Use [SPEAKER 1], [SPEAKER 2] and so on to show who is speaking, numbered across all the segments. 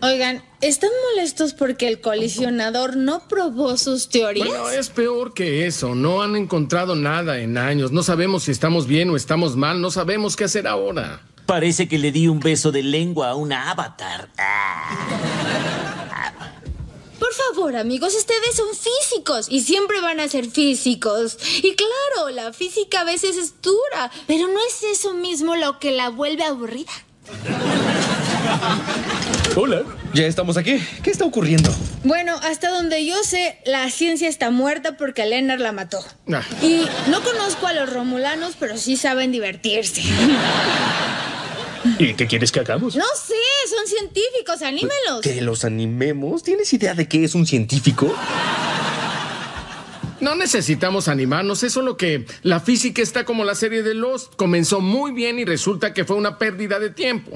[SPEAKER 1] Oigan, ¿están molestos porque el colisionador no probó sus teorías?
[SPEAKER 2] Bueno, eh. es peor que eso. No han encontrado nada en años. No sabemos si estamos bien o estamos mal. No sabemos qué hacer ahora.
[SPEAKER 3] Parece que le di un beso de lengua a una avatar. Ah.
[SPEAKER 1] Por favor, amigos, ustedes son físicos y siempre van a ser físicos. Y claro, la física a veces es dura, pero no es eso mismo lo que la vuelve aburrida.
[SPEAKER 4] Hola. Ya estamos aquí. ¿Qué está ocurriendo?
[SPEAKER 1] Bueno, hasta donde yo sé, la ciencia está muerta porque Leonard la mató.
[SPEAKER 2] Ah.
[SPEAKER 1] Y no conozco a los romulanos, pero sí saben divertirse.
[SPEAKER 4] ¿Y qué quieres que hagamos?
[SPEAKER 1] No sé, son científicos, anímelos.
[SPEAKER 4] ¿Que los animemos? ¿Tienes idea de qué es un científico?
[SPEAKER 2] No necesitamos animarnos, es solo que la física está como la serie de Lost. Comenzó muy bien y resulta que fue una pérdida de tiempo.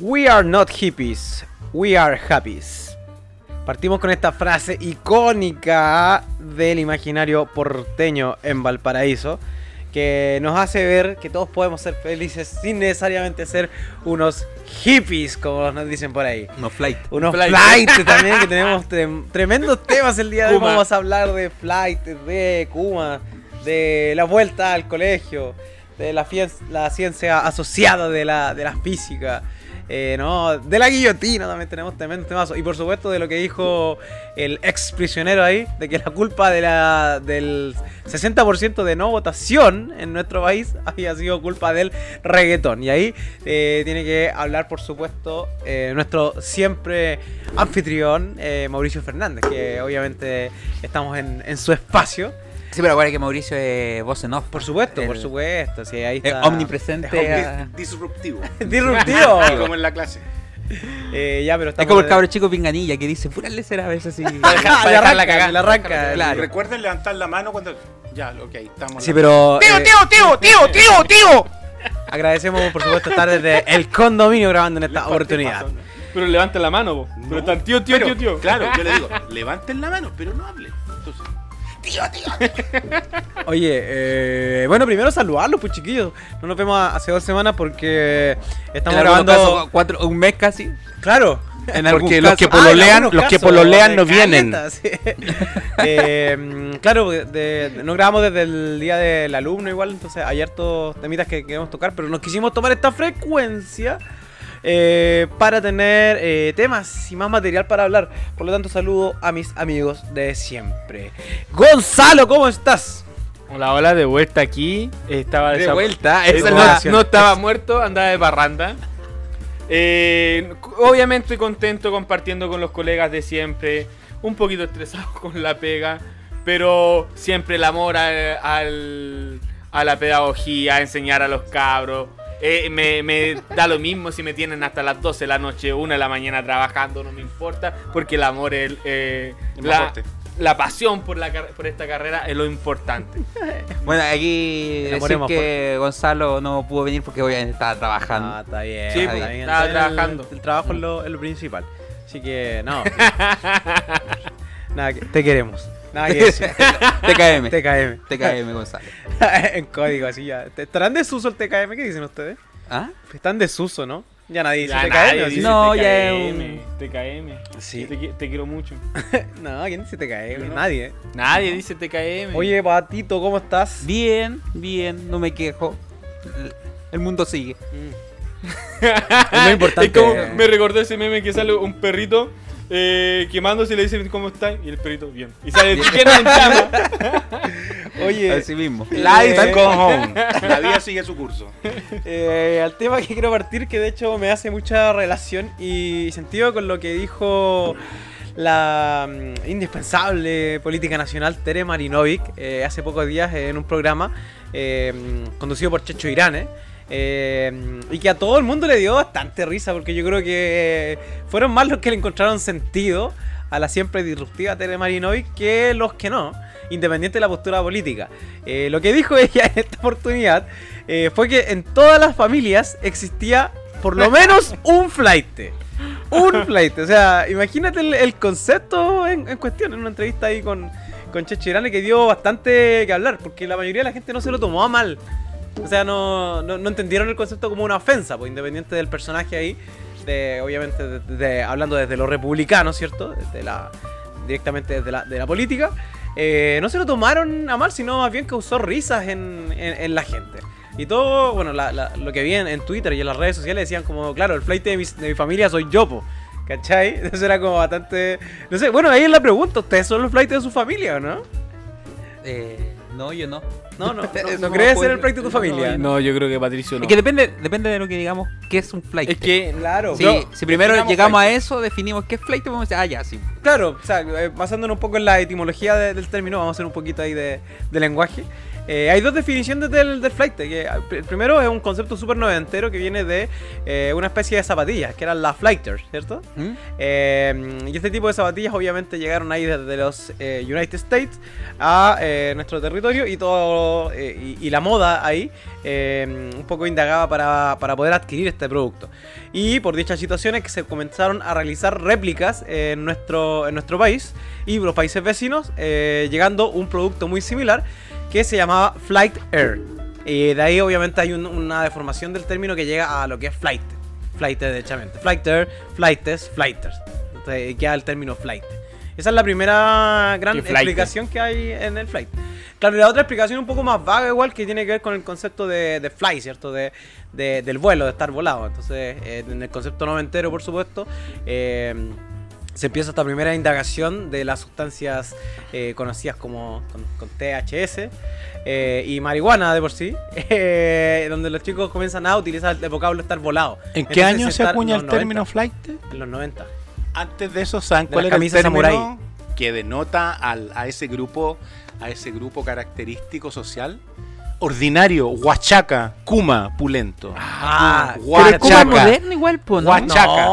[SPEAKER 5] We are not hippies, we are happies. Partimos con esta frase icónica del imaginario porteño en Valparaíso, que nos hace ver que todos podemos ser felices sin necesariamente ser unos hippies, como nos dicen por ahí.
[SPEAKER 6] Unos flight.
[SPEAKER 5] Unos
[SPEAKER 6] Flight.
[SPEAKER 5] flight, también, que tenemos trem- tremendos temas el día de hoy.
[SPEAKER 6] Kuma.
[SPEAKER 5] Vamos a hablar de flight, de Kuma, de la vuelta al colegio, de la, fien- la ciencia asociada de la, de la física. eh, no, de la guillotina también tenemos tremendos temas. Y por supuesto de lo que dijo el ex prisionero ahí, de que la culpa de la, del 60% de no votación en nuestro país había sido culpa del reggaetón. Y ahí eh, tiene que hablar, por supuesto, eh, nuestro siempre anfitrión, eh, Mauricio Fernández, que obviamente estamos en, en su espacio.
[SPEAKER 6] Sí, pero acuérdate que Mauricio es voz en off.
[SPEAKER 5] Por supuesto, por
[SPEAKER 6] El-
[SPEAKER 5] supuesto. Sí, ahí
[SPEAKER 6] Es
[SPEAKER 5] está.
[SPEAKER 6] omnipresente.
[SPEAKER 5] Es
[SPEAKER 6] ah.
[SPEAKER 7] Disruptivo.
[SPEAKER 5] omni- Disruptivo.
[SPEAKER 7] Como en la clase.
[SPEAKER 5] Eh, ya, pero
[SPEAKER 6] Es como el cabro chico pinganilla que dice, pura lecera a veces así.
[SPEAKER 5] dejar- para dejarla cagar.
[SPEAKER 6] Claro.
[SPEAKER 7] Recuerden levantar la mano cuando. Ya, ok, estamos.
[SPEAKER 5] Sí, pero. eh,
[SPEAKER 6] tío, tío, tío, tío!
[SPEAKER 5] Agradecemos, por supuesto, estar desde el condominio grabando en esta oportunidad.
[SPEAKER 8] Pero levanta la mano, vos. Pero están, tío, tío,
[SPEAKER 7] Pero,
[SPEAKER 8] tío, tío.
[SPEAKER 7] Claro, yo le digo, levanten la mano, pero no hablen. Entonces, tío, tío.
[SPEAKER 5] Oye, eh, bueno, primero saludarlos, pues chiquillos. No nos vemos hace dos semanas porque estamos
[SPEAKER 6] Estamos grabando
[SPEAKER 5] grabando.
[SPEAKER 6] cuatro, un mes casi.
[SPEAKER 5] Claro.
[SPEAKER 6] En algún
[SPEAKER 5] Porque
[SPEAKER 6] caso-
[SPEAKER 5] los que pololean,
[SPEAKER 6] Ah, en
[SPEAKER 5] los
[SPEAKER 6] algunos
[SPEAKER 5] que
[SPEAKER 6] casos,
[SPEAKER 5] pololean
[SPEAKER 6] de
[SPEAKER 5] no vienen.
[SPEAKER 6] caleta,
[SPEAKER 5] Eh, mm, claro, porque de- de- no grabamos desde el día del alumno igual, entonces hay hartos temitas que queremos tocar, pero nos quisimos tomar esta frecuencia eh, para tener eh, temas y más material para hablar. Por lo tanto, saludo a mis amigos de siempre. Gonzalo, ¿cómo estás?
[SPEAKER 8] Hola, hola, de vuelta aquí. Estaba
[SPEAKER 6] De
[SPEAKER 8] desap-
[SPEAKER 6] vuelta,
[SPEAKER 8] Eh,
[SPEAKER 6] esa
[SPEAKER 8] no-
[SPEAKER 6] no,
[SPEAKER 8] no, estaba muerto, andaba de barranda. Eh, cu- obviamente contento compartiendo con los colegas de siempre. Un poquito estresado con la pega. Pero siempre el amor al, al- a la pedagogía, a enseñar a los cabros. Eh, me, me da lo mismo si me tienen hasta las 12 de la noche, 1 de la mañana trabajando, no me importa, porque el amor es eh,
[SPEAKER 7] Es más
[SPEAKER 8] la,
[SPEAKER 7] fuerte.
[SPEAKER 8] la pasión por, la, car- por esta carrera es lo importante.
[SPEAKER 6] Bueno, aquí
[SPEAKER 5] El amor
[SPEAKER 6] decir
[SPEAKER 5] es más
[SPEAKER 6] que Gonzalo no pudo venir porque obviamente estaba trabajando.
[SPEAKER 5] Ah, está bien.
[SPEAKER 8] Sí,
[SPEAKER 5] está
[SPEAKER 6] pues,
[SPEAKER 5] bien.
[SPEAKER 8] estaba
[SPEAKER 5] El-
[SPEAKER 8] trabajando.
[SPEAKER 5] El, trabajo es lo, es lo principal. Así que, no. Nada, que- te queremos. Nada que decir.
[SPEAKER 6] TKM.
[SPEAKER 5] TKM.
[SPEAKER 6] TKM, Gonzalo.
[SPEAKER 5] en código, así ya. ¿Estarán de desuso el TKM? ¿Qué dicen ustedes?
[SPEAKER 6] ¿Ah?
[SPEAKER 5] Están desuso, ¿no? Ya nadie dice
[SPEAKER 8] Ya
[SPEAKER 5] TKM.
[SPEAKER 8] nadie
[SPEAKER 5] ¿o sí?
[SPEAKER 8] dice
[SPEAKER 6] No,
[SPEAKER 8] TKM,
[SPEAKER 6] ya es un-
[SPEAKER 8] TKM.
[SPEAKER 5] Sí.
[SPEAKER 8] Te, qui- te quiero mucho.
[SPEAKER 5] No, ¿quién dice TKM? Nadie.
[SPEAKER 8] Nadie dice TKM.
[SPEAKER 5] Oye, Patito, ¿cómo estás?
[SPEAKER 6] Bien, bien, no me quejo. El mundo sigue.
[SPEAKER 5] Es lo importante.
[SPEAKER 8] Es como me recordó ese meme que sale un perrito eh, quemándose y le dicen ¿cómo estás? Y el perrito, bien. Y sale lleno en llama.
[SPEAKER 5] Oye,
[SPEAKER 6] Así mismo. Eh,
[SPEAKER 5] Life
[SPEAKER 7] Go home. La vida sigue su curso.
[SPEAKER 5] eh, al tema que quiero partir, que de hecho me hace mucha relación y sentido con lo que dijo la mm, indispensable política nacional Tere Marinovic eh, hace pocos días en un programa eh, mm, conducido por Checho Irán. eh, eh, y que a todo el mundo le dio bastante risa porque yo creo que eh, fueron más los que le encontraron sentido a la siempre disruptiva Tere Marinovic que los que no, independiente de la postura política. Eh, lo que dijo ella en esta oportunidad eh, fue que en todas las familias existía por lo menos un flight. un flight. O sea, imagínate el, el concepto en, en cuestión, en una entrevista ahí con, con Checho Irane que dio bastante que hablar, porque la mayoría de la gente no se lo tomó a mal. O sea, no, no, no entendieron el concepto como una ofensa, pues independiente del personaje ahí, de, obviamente de- de- hablando desde lo republicano, ¿cierto? Desde la, directamente desde la, de la política. eh, no se lo tomaron a mal, sino más bien causó risas en, en- en la gente. Y todo, bueno, la- la- lo que vi en, en Twitter y en las redes sociales decían como, claro, el flight de, mis- de mi familia soy yo, po, ¿cachai? Entonces era como bastante... No sé, bueno, ahí es la pregunta, ¿ustedes son los flights de su familia o no?
[SPEAKER 6] Eh, no, yo no.
[SPEAKER 5] No, no, no,
[SPEAKER 6] Eso
[SPEAKER 5] no
[SPEAKER 6] no
[SPEAKER 5] crees ser
[SPEAKER 6] puede-
[SPEAKER 5] el flight de tu
[SPEAKER 6] no,
[SPEAKER 5] familia.
[SPEAKER 8] No, yo creo que Patricio no.
[SPEAKER 6] Es que depende, depende de lo que digamos que es un flight.
[SPEAKER 8] Es que
[SPEAKER 5] Claro,
[SPEAKER 6] si,
[SPEAKER 8] no,
[SPEAKER 6] si primero
[SPEAKER 8] definamos
[SPEAKER 6] llegamos
[SPEAKER 8] flight.
[SPEAKER 6] a eso, definimos qué es flight, vamos a decir, ah, ya, sí.
[SPEAKER 5] Claro, o sea, eh, basándonos un poco en la etimología de- del término, vamos a hacer un poquito ahí de, de lenguaje. Eh, hay dos definiciones del, del flight. Que ah, pr- el primero es un concepto súper noventero que viene de eh, una especie de zapatillas, que eran las flighters, ¿cierto?
[SPEAKER 6] ¿Mm?
[SPEAKER 5] Eh, y este tipo de zapatillas obviamente llegaron ahí desde los eh, United States a eh, nuestro territorio y todo eh, y, y la moda ahí eh, un poco indagaba para, para poder adquirir este producto. Y por dichas situaciones que se comenzaron a realizar réplicas eh, en nuestro, en nuestro país y los países vecinos, eh, llegando un producto muy similar que se llamaba Flight Air. Y de ahí obviamente hay un- una deformación del término que llega a lo que es flight. Flight derechamente. Flighter, flightes, flighters. Entonces, queda el término flight. Esa es la primera gran
[SPEAKER 8] Qué flight.
[SPEAKER 5] explicación que hay en el flight. Claro, y la otra explicación un poco más vaga igual que tiene que ver con el concepto de, de fly, ¿cierto? De, de- del vuelo, de estar volado. Entonces, eh, en el concepto noventero, por supuesto, eh, se empieza esta primera indagación de las sustancias eh, conocidas como con, con THS eh, y marihuana de por sí, eh, donde los chicos comienzan a utilizar el vocablo estar volado.
[SPEAKER 9] ¿En qué
[SPEAKER 5] Entonces,
[SPEAKER 9] año se
[SPEAKER 5] estar
[SPEAKER 9] acuña
[SPEAKER 5] en
[SPEAKER 9] el
[SPEAKER 5] los 90,
[SPEAKER 9] término flight?
[SPEAKER 5] En los 90.
[SPEAKER 7] Antes de eso, ¿saben
[SPEAKER 5] De
[SPEAKER 7] cuál
[SPEAKER 5] las
[SPEAKER 7] era el
[SPEAKER 5] camisas
[SPEAKER 7] término
[SPEAKER 5] samurái.
[SPEAKER 7] que denota al- a ese grupo, a ese grupo característico social? Ordinario, huachaca, kuma, pulento.
[SPEAKER 5] Ah,
[SPEAKER 6] Pero
[SPEAKER 7] guachaca.
[SPEAKER 6] Cuba es moderno igual, pues, ¿no?
[SPEAKER 7] Guacha- Chaca.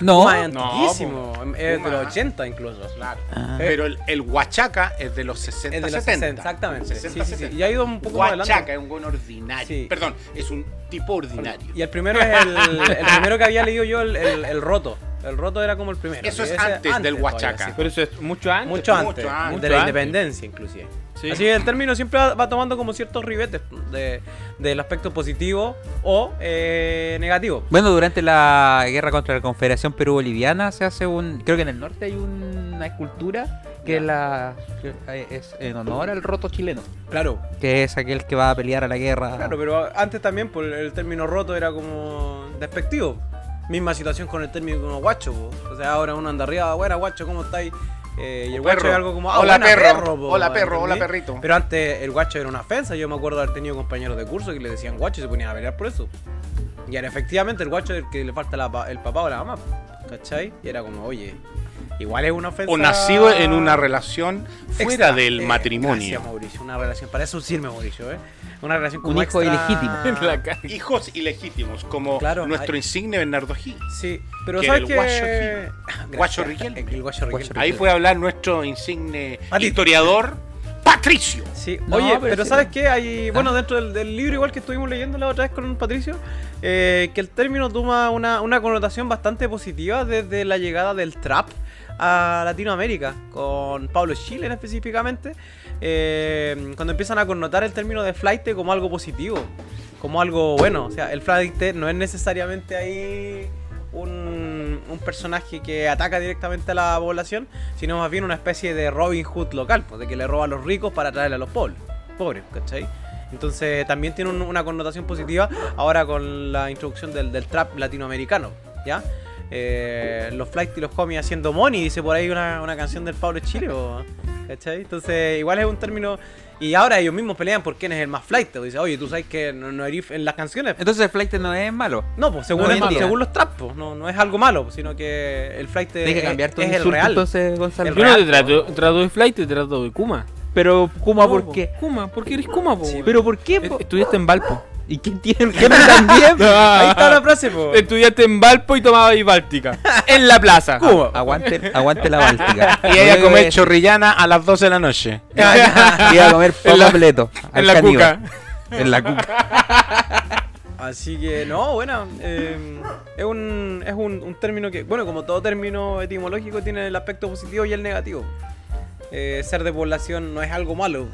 [SPEAKER 5] No, el
[SPEAKER 6] No.
[SPEAKER 5] Kuma es
[SPEAKER 8] No,
[SPEAKER 5] antiquísimo. es de
[SPEAKER 7] Kuma.
[SPEAKER 5] los 80 incluso.
[SPEAKER 7] Claro.
[SPEAKER 6] Ah.
[SPEAKER 7] Pero el, el huachaca es de los 60,
[SPEAKER 5] Es de los
[SPEAKER 7] 70.
[SPEAKER 5] 60, exactamente.
[SPEAKER 7] 60,
[SPEAKER 5] Sí, sí, sí.
[SPEAKER 7] 70.
[SPEAKER 5] Y ha ido un poco más adelante.
[SPEAKER 7] Huachaca es un buen ordinario.
[SPEAKER 5] Sí.
[SPEAKER 7] Perdón, es un tipo ordinario.
[SPEAKER 5] Y el primero es el, el primero que había leído yo, el, el- el roto. El roto era como el primero.
[SPEAKER 7] Eso
[SPEAKER 5] y
[SPEAKER 7] es
[SPEAKER 5] ese
[SPEAKER 7] antes del
[SPEAKER 5] todavía,
[SPEAKER 7] huachaca.
[SPEAKER 5] sí.
[SPEAKER 8] Pero eso es mucho antes.
[SPEAKER 5] Mucho antes,
[SPEAKER 7] Mucho antes.
[SPEAKER 5] de la
[SPEAKER 8] Mucho
[SPEAKER 5] independencia inclusive.
[SPEAKER 8] Sí.
[SPEAKER 5] Así que el término siempre va, va tomando como ciertos ribetes de- del aspecto positivo o eh, negativo.
[SPEAKER 6] Bueno, durante la guerra contra la Confederación Perú-Boliviana se hace un... Creo que en el norte hay una escultura que es la, que eh, es en honor al roto chileno,
[SPEAKER 5] Claro,
[SPEAKER 6] que es aquel que va a pelear a la guerra.
[SPEAKER 5] claro, pero antes también por el término roto era como despectivo. Misma situación con el término como guacho, po. o sea, ahora uno anda arriba, bueno, guacho, ¿cómo estáis? Eh, y el
[SPEAKER 7] O
[SPEAKER 5] guacho
[SPEAKER 7] perro.
[SPEAKER 5] es algo como, ah,
[SPEAKER 7] Hola,
[SPEAKER 5] buena,
[SPEAKER 7] perro.
[SPEAKER 5] po,
[SPEAKER 7] Hola, perro, hola,
[SPEAKER 5] ¿entendí?
[SPEAKER 7] perrito.
[SPEAKER 5] Pero antes el guacho era una ofensa, yo me acuerdo haber tenido compañeros de curso que le decían guacho y se ponían a pelear por eso. Y ahora efectivamente el guacho es el que le falta la pa- el papá o la mamá, ¿cachai? Y era como, oye, igual es una ofensa.
[SPEAKER 7] O nacido en una relación fuera
[SPEAKER 5] extra.
[SPEAKER 7] del
[SPEAKER 5] Eh,
[SPEAKER 7] matrimonio.
[SPEAKER 5] Gracias, Mauricio, una relación, para eso sirve Mauricio, ¿eh? Una relación
[SPEAKER 6] Un
[SPEAKER 5] como
[SPEAKER 6] hijo
[SPEAKER 5] extra-
[SPEAKER 6] ilegítimo.
[SPEAKER 8] La cara.
[SPEAKER 7] Ah. Hijos ilegítimos, como
[SPEAKER 5] Claro,
[SPEAKER 7] nuestro
[SPEAKER 5] hay-
[SPEAKER 7] insigne Bernardo Higgins.
[SPEAKER 5] Sí, pero
[SPEAKER 7] Que
[SPEAKER 5] ¿sabes
[SPEAKER 7] el
[SPEAKER 5] qué?
[SPEAKER 7] guacho Riquelme.
[SPEAKER 5] Gracias,
[SPEAKER 7] Guacho Riquelme.
[SPEAKER 5] El guacho Riquelme.
[SPEAKER 7] Ahí puede hablar nuestro insigne
[SPEAKER 5] Patito.
[SPEAKER 7] historiador, Patricio.
[SPEAKER 5] Sí,
[SPEAKER 6] No,
[SPEAKER 5] oye, pero,
[SPEAKER 6] pero sí. Ah.
[SPEAKER 5] ¿sabes qué? Hay, bueno, dentro del, del libro igual que estuvimos leyendo la otra vez con Patricio, eh, que el término toma una, una connotación bastante positiva desde la llegada del trap a Latinoamérica, con Pablo Schiller específicamente, eh, cuando empiezan a connotar el término de flight como algo positivo, como algo bueno. O sea, el flight no es necesariamente ahí un, un personaje que ataca directamente a la población, sino más bien una especie de Robin Hood local, pues, de que le roba a los ricos para traerle a los pobres, pobres ¿cachai? Entonces también tiene un- una connotación positiva ahora con la introducción del, del trap latinoamericano, ¿ya? Eh, los flight y los homies haciendo money, dice por ahí una, una canción del Pablo Chile, po, ¿cachai? Entonces igual es un término... Y ahora ellos mismos pelean por quién es el más flight. pues, Dice, oye, tú sabes que no, no eres en las canciones.
[SPEAKER 6] Entonces el flight no es malo.
[SPEAKER 5] No, pues según,
[SPEAKER 6] No es
[SPEAKER 5] el-
[SPEAKER 6] malo.
[SPEAKER 5] según los trap, pues, no, no es algo malo, sino que el flight
[SPEAKER 6] Tienes
[SPEAKER 5] es,
[SPEAKER 6] que cambiar tu
[SPEAKER 5] es el
[SPEAKER 6] insulto
[SPEAKER 5] real.
[SPEAKER 6] entonces, Gonzalo.
[SPEAKER 5] El
[SPEAKER 8] Yo no te
[SPEAKER 5] real.
[SPEAKER 8] trato, trato de flight, te trato de Kuma.
[SPEAKER 6] Pero Kuma,
[SPEAKER 8] No,
[SPEAKER 6] ¿por
[SPEAKER 8] po.
[SPEAKER 6] qué?
[SPEAKER 8] Kuma, ¿por qué eres Kuma, po, weón?
[SPEAKER 6] ¿Pero por qué?
[SPEAKER 8] Est-
[SPEAKER 6] po?
[SPEAKER 8] Estudiaste en Valpo. Ah,
[SPEAKER 6] ¿Y qué tiene? ¿Qué también?
[SPEAKER 5] Ahí está la frase, po.
[SPEAKER 8] Estudiaste en Valpo y tomabas Báltica. En la plaza.
[SPEAKER 5] Cuba.
[SPEAKER 6] Aguante, aguante la Báltica.
[SPEAKER 7] Y
[SPEAKER 5] pues,
[SPEAKER 7] ella come chorrillana a las 12 de la noche.
[SPEAKER 6] Iba a comer
[SPEAKER 8] En la-
[SPEAKER 6] papa pleto. al
[SPEAKER 8] en la
[SPEAKER 6] caníbal.
[SPEAKER 8] cuca.
[SPEAKER 6] En la cuca.
[SPEAKER 5] Así que no, bueno, eh, es, un, es un, un término que, bueno, como todo término etimológico tiene el aspecto positivo y el negativo. Eh, ser de población no es algo malo,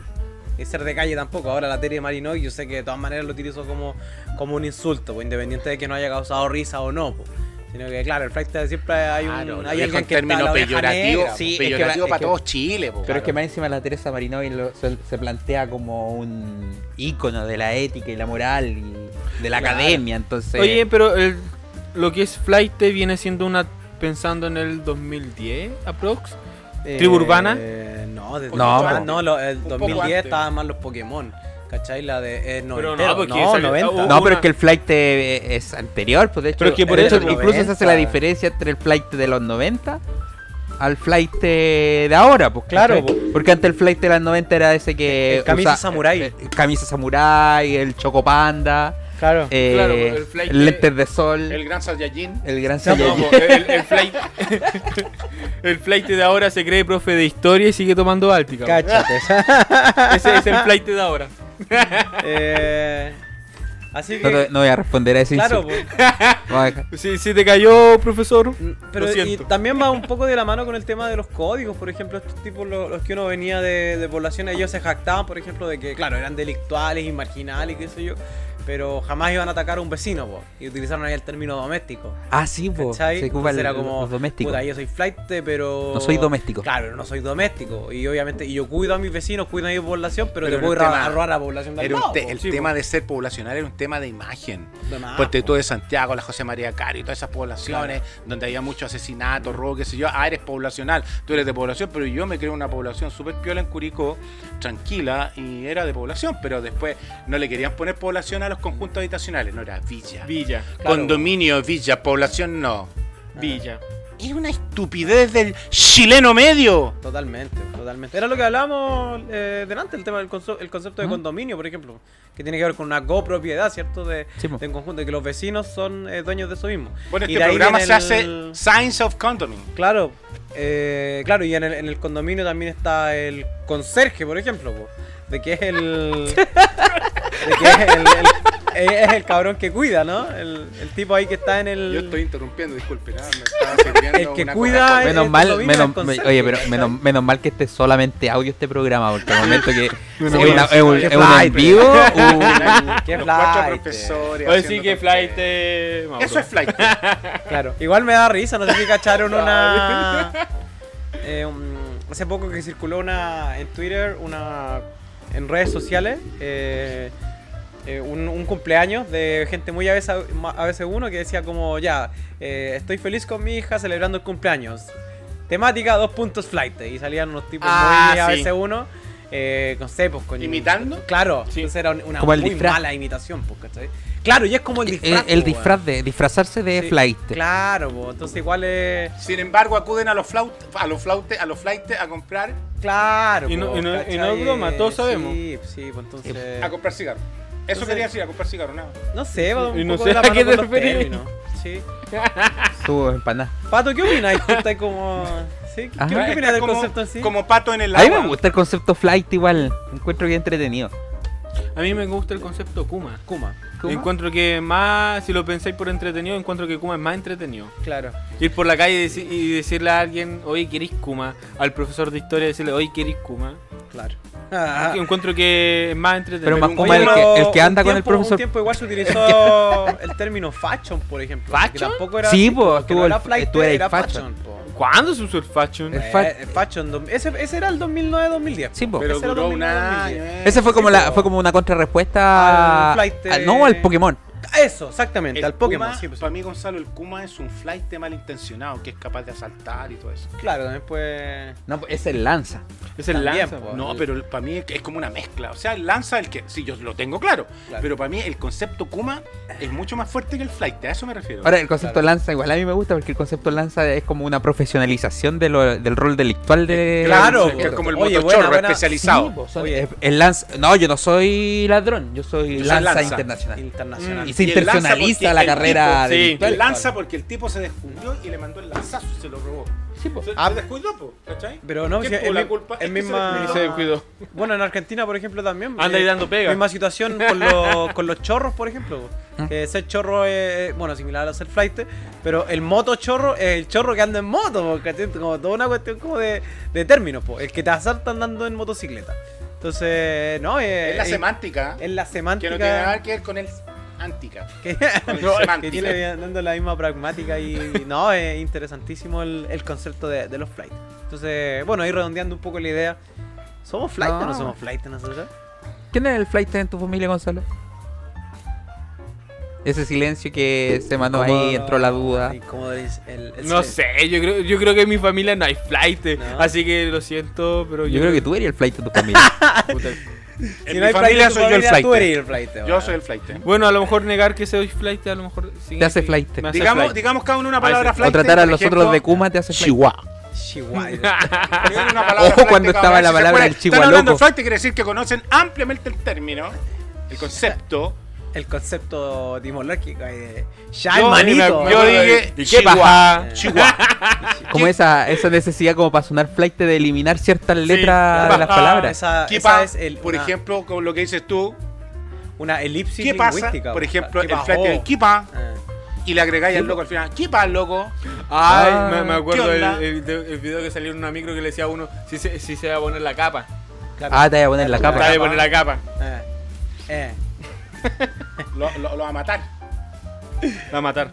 [SPEAKER 5] y ser de calle tampoco. Ahora la Tere Marinoy yo sé que de todas maneras lo utilizó como, como un insulto, pues, independiente de que no haya causado risa o no. pues. Sino que claro, el fact siempre hay un
[SPEAKER 7] Claro, lo
[SPEAKER 5] hay
[SPEAKER 7] dijo
[SPEAKER 5] alguien
[SPEAKER 7] en
[SPEAKER 5] que está
[SPEAKER 7] términos
[SPEAKER 5] la oveja
[SPEAKER 7] peyorativos.
[SPEAKER 5] negra,
[SPEAKER 6] Sí, es que-
[SPEAKER 7] peyorativo
[SPEAKER 6] es
[SPEAKER 7] para
[SPEAKER 6] que-
[SPEAKER 7] todos Chile, po,
[SPEAKER 6] Pero es
[SPEAKER 7] claro.
[SPEAKER 6] que más encima la Teresa Marinoy lo- se, se plantea como un ícono de la ética y la moral y de la
[SPEAKER 5] Claro.
[SPEAKER 6] academia, entonces...
[SPEAKER 8] Oye, pero el- lo que es Flight viene siendo una. Pensando en el 2010, aprox. ¿Tribu urbana?
[SPEAKER 5] Eh, no, desde
[SPEAKER 6] No,
[SPEAKER 5] antes,
[SPEAKER 6] po.
[SPEAKER 5] no, lo- el
[SPEAKER 8] poco
[SPEAKER 5] 2010
[SPEAKER 8] antes.
[SPEAKER 5] estaban más los Pokémon. ¿Cachai? La de. eh,
[SPEAKER 8] Pero no,
[SPEAKER 5] noventero,
[SPEAKER 8] porque
[SPEAKER 5] no,
[SPEAKER 8] salió-
[SPEAKER 5] 90.
[SPEAKER 8] hubo-
[SPEAKER 6] No, pero
[SPEAKER 8] una-
[SPEAKER 6] es que el flight eh, es anterior, pues de hecho,
[SPEAKER 5] Pero es que por
[SPEAKER 6] de
[SPEAKER 5] eso-
[SPEAKER 6] hecho, incluso se hace la
[SPEAKER 5] 90.
[SPEAKER 6] diferencia entre el flight de los 90 al flight eh, de ahora, pues claro,
[SPEAKER 5] Claro,
[SPEAKER 6] po. porque antes el flight de los 90 era ese que
[SPEAKER 5] El camisa samurái.
[SPEAKER 6] eh, eh, camisa samurái, el chocopanda,
[SPEAKER 5] Claro.
[SPEAKER 6] eh,
[SPEAKER 8] Claro, el flight de-
[SPEAKER 6] lentes de sol,
[SPEAKER 7] El
[SPEAKER 6] el,
[SPEAKER 7] gran Saiyajin.
[SPEAKER 6] gran
[SPEAKER 8] No,
[SPEAKER 6] Saiyajin.
[SPEAKER 8] po, el, el flight. el flight de ahora se cree profe de historia y sigue tomando Báltica. po.
[SPEAKER 5] Cáchate.
[SPEAKER 8] Ese es el flight de ahora.
[SPEAKER 5] Eh, así
[SPEAKER 6] No,
[SPEAKER 5] que.
[SPEAKER 6] te- no voy a responder a ese
[SPEAKER 5] pues, claro, pues.
[SPEAKER 6] insulto.
[SPEAKER 5] po.
[SPEAKER 6] Vamos a dejar-
[SPEAKER 8] Si, si te cayó, profesor.
[SPEAKER 5] Mm, Pero
[SPEAKER 8] Lo
[SPEAKER 5] y
[SPEAKER 8] siento.
[SPEAKER 5] también va un poco de la mano con el tema de los códigos, por ejemplo, estos tipos, lo- los, que uno venía de, de poblaciones, ellos se jactaban, por ejemplo, de que, claro, eran delictuales y marginales, qué sé yo, pero jamás iban a atacar a un vecino, po, y utilizaron ahí el término doméstico.
[SPEAKER 6] Ah, sí, po.
[SPEAKER 5] ¿Cachai?
[SPEAKER 6] Se ocupa
[SPEAKER 5] Entonces
[SPEAKER 6] el,
[SPEAKER 5] era como,
[SPEAKER 6] los domésticos.
[SPEAKER 5] puta, yo soy flight, eh, pero...
[SPEAKER 6] No soy doméstico.
[SPEAKER 5] Claro, no soy doméstico, y obviamente, y yo cuido a mis vecinos, cuido a mi población,
[SPEAKER 7] Pero
[SPEAKER 5] pero, te
[SPEAKER 7] era
[SPEAKER 5] puedo
[SPEAKER 7] un
[SPEAKER 5] ir a-
[SPEAKER 7] tema-
[SPEAKER 5] a robar a la población de al
[SPEAKER 7] Era un
[SPEAKER 5] lado,
[SPEAKER 7] te-
[SPEAKER 5] po.
[SPEAKER 7] el
[SPEAKER 5] Sí,
[SPEAKER 7] tema de ser poblacional era un tema de imagen.
[SPEAKER 5] po. De más,
[SPEAKER 7] Porque
[SPEAKER 5] po.
[SPEAKER 7] tú de Santiago, la José María Cari, todas esas poblaciones donde había mucho asesinato, robo, qué sé yo. Ah, eres poblacional, tú eres de población, pero yo me creo una población súper piola en Curicó, tranquila, y era de población, pero después no le querían poner población a los conjuntos habitacionales, no era villa.
[SPEAKER 8] Villa.
[SPEAKER 5] claro.
[SPEAKER 7] Condominio, villa, población no.
[SPEAKER 8] Villa.
[SPEAKER 7] Es una estupidez del chileno medio.
[SPEAKER 5] Totalmente, totalmente. Era lo que hablábamos eh, delante, el tema del conso- el concepto de condominio, por ejemplo, que tiene que ver con una copropiedad, ¿cierto? De,
[SPEAKER 6] Sí, po.
[SPEAKER 5] de un conjunto, de que los vecinos son eh, dueños de eso mismo.
[SPEAKER 7] Bueno,
[SPEAKER 5] Y
[SPEAKER 7] este
[SPEAKER 5] de ahí
[SPEAKER 7] programa se
[SPEAKER 5] viene
[SPEAKER 7] hace
[SPEAKER 5] el-
[SPEAKER 7] Science of Condominium.
[SPEAKER 5] Claro, eh, claro, y en el, en el condominio también está el conserje, por ejemplo, po, de que es el. de que es el, el- eh, es el cabrón que cuida, ¿no? El, el tipo ahí que está en el.
[SPEAKER 7] interrumpiendo, disculpen. me estaba sirviendo
[SPEAKER 5] El que
[SPEAKER 7] una Coca-Cola.
[SPEAKER 5] cuida el-
[SPEAKER 6] Menos
[SPEAKER 5] eh,
[SPEAKER 6] mal,
[SPEAKER 5] Cotovino
[SPEAKER 6] menos,
[SPEAKER 5] del conserje,
[SPEAKER 6] me- oye, pero
[SPEAKER 5] ¿cachai?
[SPEAKER 6] menos, menos mal que esté solamente audio este programa, porque al momento que es
[SPEAKER 7] no,
[SPEAKER 6] una-
[SPEAKER 7] no,
[SPEAKER 6] es un
[SPEAKER 7] qué
[SPEAKER 6] es un en
[SPEAKER 7] flight.
[SPEAKER 6] vivo, uh,
[SPEAKER 5] Qué
[SPEAKER 7] Los cuatro
[SPEAKER 5] flight, eh.
[SPEAKER 7] profesores
[SPEAKER 8] Oye, Pues sí
[SPEAKER 7] haciendo
[SPEAKER 8] que
[SPEAKER 7] tonterías.
[SPEAKER 8] flight. eh, Mauro.
[SPEAKER 7] Eso es flight.
[SPEAKER 5] Claro, igual me da risa, no sé si cacharon una. eh, un- hace poco que circuló una en Twitter, una en redes sociales, eh, eh, un, un cumpleaños de gente muy a veces, a veces uno que decía como ya, eh, estoy feliz con mi hija celebrando el cumpleaños. Temática, dos puntos flight. Y salían unos tipos
[SPEAKER 7] Ah,
[SPEAKER 5] muy a
[SPEAKER 7] sí.
[SPEAKER 5] veces uno. Eh, con cepos, con
[SPEAKER 7] ¿Imitando?
[SPEAKER 5] Claro,
[SPEAKER 8] Sí.
[SPEAKER 5] entonces era una
[SPEAKER 6] Como el
[SPEAKER 5] muy
[SPEAKER 6] disfraz. Eh,
[SPEAKER 5] mala imitación, pues, ¿cachai? Claro, y es como el
[SPEAKER 6] el,
[SPEAKER 5] disfraz.
[SPEAKER 6] el
[SPEAKER 5] po, weón.
[SPEAKER 6] disfraz de disfrazarse de
[SPEAKER 5] Sí,
[SPEAKER 6] flight.
[SPEAKER 5] Claro, po, entonces igual es.
[SPEAKER 7] Sin embargo, acuden a los flaut- a los flautes, a los flightes a comprar,
[SPEAKER 5] Claro,
[SPEAKER 8] Y no-
[SPEAKER 5] po,
[SPEAKER 8] y no- y no es
[SPEAKER 5] ¿cachai?
[SPEAKER 8] broma, todos sabemos.
[SPEAKER 5] Sí, sí, pues entonces.
[SPEAKER 7] a comprar cigarros. Eso
[SPEAKER 5] Entonces-
[SPEAKER 7] quería decir, a comprar cigarros, nada.
[SPEAKER 5] No sé, va un
[SPEAKER 8] Y no
[SPEAKER 5] poco
[SPEAKER 8] sé
[SPEAKER 5] de la
[SPEAKER 8] a
[SPEAKER 5] mano
[SPEAKER 8] qué
[SPEAKER 5] con
[SPEAKER 8] te
[SPEAKER 5] los
[SPEAKER 8] referís.
[SPEAKER 5] términos, Sí.
[SPEAKER 6] Su empanada.
[SPEAKER 5] Pato, ¿qué opinas? Tú estás como. ¿Sí? ¿Qué,
[SPEAKER 6] Ajá.
[SPEAKER 5] qué opinas
[SPEAKER 7] Está
[SPEAKER 5] del
[SPEAKER 7] como-
[SPEAKER 5] concepto en sí?
[SPEAKER 7] Como pato en el
[SPEAKER 6] A
[SPEAKER 7] agua.
[SPEAKER 6] mí me gusta el concepto flight igual, encuentro bien entretenido.
[SPEAKER 8] A mí me gusta el concepto Kuma.
[SPEAKER 5] Kuma.
[SPEAKER 6] ¿Kuma?
[SPEAKER 8] Encuentro que más, si lo pensáis por entretenido, encuentro que Kuma es más entretenido.
[SPEAKER 5] Claro.
[SPEAKER 8] Ir por la calle y, deci- y decirle a alguien, oye, ¿querís Kuma? Al profesor de historia decirle, oye, ¿querís Kuma?
[SPEAKER 5] Claro. Ah,
[SPEAKER 8] Encuentro que es más
[SPEAKER 6] Pero
[SPEAKER 8] entretenido.
[SPEAKER 6] más
[SPEAKER 7] un
[SPEAKER 6] como el
[SPEAKER 5] oye,
[SPEAKER 6] que,
[SPEAKER 5] pero
[SPEAKER 6] el que anda
[SPEAKER 5] un
[SPEAKER 6] con el
[SPEAKER 5] tiempo- Un
[SPEAKER 6] profesor.
[SPEAKER 5] tiempo igual se utilizó el término fashion, por ejemplo. que
[SPEAKER 8] ¿Fashion?
[SPEAKER 5] Tampoco era
[SPEAKER 6] Sí,
[SPEAKER 5] así,
[SPEAKER 6] po,
[SPEAKER 5] porque
[SPEAKER 6] estuvo
[SPEAKER 5] no
[SPEAKER 6] el-
[SPEAKER 5] era flight,
[SPEAKER 6] tú eras
[SPEAKER 5] era
[SPEAKER 6] fashion.
[SPEAKER 5] fashion. po.
[SPEAKER 8] ¿Cuándo se usó el fashion?
[SPEAKER 6] El
[SPEAKER 5] Eh,
[SPEAKER 6] fa-
[SPEAKER 5] fashion. dom- Ese, ese era el 2009-2010.
[SPEAKER 6] Sí, po.
[SPEAKER 7] Pero
[SPEAKER 5] Ese era
[SPEAKER 7] duró un
[SPEAKER 5] 2009-2010.
[SPEAKER 7] año. eh.
[SPEAKER 6] Ese fue como
[SPEAKER 5] sí,
[SPEAKER 6] la
[SPEAKER 5] po.
[SPEAKER 6] fue como una contrarrespuesta
[SPEAKER 5] Al flight,
[SPEAKER 6] al- no al Pokémon.
[SPEAKER 5] Eso, exactamente,
[SPEAKER 7] El
[SPEAKER 5] al Pokémon.
[SPEAKER 7] Kuma,
[SPEAKER 5] sí, pues,
[SPEAKER 7] Para mí, Gonzalo, el Kuma es un flight malintencionado que es capaz de asaltar y todo eso.
[SPEAKER 5] Claro, también pues.
[SPEAKER 6] No, es el lanza.
[SPEAKER 8] es el
[SPEAKER 5] también,
[SPEAKER 8] lanza.
[SPEAKER 5] po.
[SPEAKER 7] No, pero el- para mí es- es como una mezcla. O sea, el lanza el que. Sí, yo lo tengo claro.
[SPEAKER 5] Claro.
[SPEAKER 7] Pero para mí el concepto Kuma es mucho más fuerte que el flight. A eso me refiero.
[SPEAKER 6] Ahora, el concepto lanza igual a mí me gusta porque el concepto lanza es como una profesionalización de lo- del rol delictual
[SPEAKER 7] Eh,
[SPEAKER 6] de...
[SPEAKER 5] Claro,
[SPEAKER 7] Es que es como el
[SPEAKER 5] Oye,
[SPEAKER 7] motochorro
[SPEAKER 5] buena, buena.
[SPEAKER 7] especializado.
[SPEAKER 5] Oye,
[SPEAKER 6] El lanza... No, yo no soy ladrón, yo soy
[SPEAKER 7] Yo soy
[SPEAKER 6] lanza,
[SPEAKER 7] lanza.
[SPEAKER 6] internacional.
[SPEAKER 5] internacional.
[SPEAKER 7] Juan.
[SPEAKER 6] Y
[SPEAKER 7] el
[SPEAKER 6] se
[SPEAKER 7] lanza
[SPEAKER 6] internacionaliza
[SPEAKER 7] porque
[SPEAKER 6] la
[SPEAKER 7] el
[SPEAKER 6] carrera
[SPEAKER 7] tipo-
[SPEAKER 8] sí,
[SPEAKER 7] el
[SPEAKER 6] delictual.
[SPEAKER 7] lanza porque el tipo se descubrió y le mandó el lanzazo y se lo robó.
[SPEAKER 6] Sí, po.
[SPEAKER 7] Se,
[SPEAKER 5] Ah.
[SPEAKER 7] se descuidó, po, ¿cachai?
[SPEAKER 5] Pero no,
[SPEAKER 7] ¿Qué
[SPEAKER 5] si
[SPEAKER 7] po?
[SPEAKER 5] es
[SPEAKER 7] la
[SPEAKER 5] mi-
[SPEAKER 7] culpa
[SPEAKER 5] es
[SPEAKER 7] que se
[SPEAKER 5] misma-
[SPEAKER 7] descuidó.
[SPEAKER 8] Se descuidó.
[SPEAKER 5] Bueno, en Argentina, por ejemplo, también. eh,
[SPEAKER 8] Anda ahí dando pega.
[SPEAKER 5] Misma situación con, los- con los chorros, por ejemplo.
[SPEAKER 8] Mm.
[SPEAKER 5] Que ser chorro es, bueno, similar a ser flight, pero el moto chorro es el chorro que anda en moto, po, ¿cachai? Como toda una cuestión como de, de términos, po. El que te asalta andando en motocicleta. Entonces, no, es.
[SPEAKER 7] Es la semántica.
[SPEAKER 5] Es la
[SPEAKER 7] Que
[SPEAKER 5] semántica.
[SPEAKER 7] no tiene nada que ver con el antica.
[SPEAKER 5] que,
[SPEAKER 7] Con
[SPEAKER 5] no,
[SPEAKER 7] semántica.
[SPEAKER 5] que tiene dando la misma pragmática y no, es interesantísimo el, el concepto de, de los flight. Entonces, bueno, ahí redondeando un poco la idea. ¿Somos flight o no
[SPEAKER 6] No.
[SPEAKER 5] somos flight nosotros?
[SPEAKER 6] ¿Quién es el flight en tu familia, Gonzalo? Ese silencio que se mandó ahí, entró la duda.
[SPEAKER 5] Y como dice el- el
[SPEAKER 8] No
[SPEAKER 5] silencio.
[SPEAKER 8] sé, yo creo, yo creo que en mi familia no hay flight. eh.
[SPEAKER 5] No.
[SPEAKER 8] Así que lo siento, pero yo,
[SPEAKER 6] Yo creo que tú eres el flight de tu familia. Puta.
[SPEAKER 7] En
[SPEAKER 5] Si
[SPEAKER 7] mi
[SPEAKER 5] no
[SPEAKER 7] familia
[SPEAKER 5] hay flight en tu
[SPEAKER 7] soy yo el
[SPEAKER 5] familia,
[SPEAKER 7] flight.
[SPEAKER 5] Tú eres el flight.
[SPEAKER 7] Yo
[SPEAKER 5] weón.
[SPEAKER 7] soy el flight.
[SPEAKER 8] Bueno, a lo mejor negar que soy flight, a lo mejor. significa-
[SPEAKER 6] hace flight.
[SPEAKER 8] me hace
[SPEAKER 7] Digamos,
[SPEAKER 8] flight.
[SPEAKER 7] digamos cada uno una
[SPEAKER 8] Ahí
[SPEAKER 7] palabra
[SPEAKER 8] sí.
[SPEAKER 7] flight.
[SPEAKER 6] o tratar a
[SPEAKER 7] por
[SPEAKER 6] los
[SPEAKER 7] ejemplo,
[SPEAKER 6] otros de Kuma te hace flight.
[SPEAKER 3] Chihuahua.
[SPEAKER 5] Chihuahua.
[SPEAKER 7] Yo era una palabra
[SPEAKER 6] Ojo
[SPEAKER 7] flight,
[SPEAKER 6] cuando
[SPEAKER 7] cabrón,
[SPEAKER 6] estaba la
[SPEAKER 7] si se
[SPEAKER 6] palabra
[SPEAKER 7] acuerdan.
[SPEAKER 6] del
[SPEAKER 7] Están hablando de
[SPEAKER 6] chihualoco.
[SPEAKER 7] flight, quiere decir que conocen ampliamente el término, el concepto.
[SPEAKER 5] el concepto etimológico ahí de. Ya,
[SPEAKER 7] eh,
[SPEAKER 8] Yo-
[SPEAKER 5] hermanito.
[SPEAKER 8] Yo
[SPEAKER 5] weón.
[SPEAKER 8] dije,
[SPEAKER 7] Y
[SPEAKER 8] ¿qué paja?
[SPEAKER 6] Como esa, esa necesidad como para sonar flight de eliminar ciertas letras de las
[SPEAKER 8] ajá.
[SPEAKER 6] palabras.
[SPEAKER 5] Esa,
[SPEAKER 7] ¿Qué
[SPEAKER 5] esa
[SPEAKER 7] pasa,
[SPEAKER 5] es el,
[SPEAKER 7] por
[SPEAKER 5] una,
[SPEAKER 7] ejemplo, con lo que dices tú?
[SPEAKER 5] una elipsis
[SPEAKER 7] ¿Qué pasa?
[SPEAKER 5] lingüística,
[SPEAKER 7] Por
[SPEAKER 5] weón.
[SPEAKER 7] ejemplo,
[SPEAKER 5] ¿Qué
[SPEAKER 7] el flight
[SPEAKER 5] pasó?
[SPEAKER 7] del Kipa
[SPEAKER 5] Ah.
[SPEAKER 7] y le agregáis al loco al final. ¿Kipa, loco?
[SPEAKER 8] Ay,
[SPEAKER 6] Ah,
[SPEAKER 8] me, me acuerdo
[SPEAKER 7] ¿qué
[SPEAKER 8] el,
[SPEAKER 7] onda?
[SPEAKER 8] el, de- el video que salió en una micro que le decía a uno si se, si se va a poner la capa.
[SPEAKER 6] Ah, te voy a poner la
[SPEAKER 8] Te va
[SPEAKER 6] capa.
[SPEAKER 8] a poner la capa.
[SPEAKER 5] Ah. Eh.
[SPEAKER 7] Lo, lo- lo va a matar.
[SPEAKER 8] Va a matar.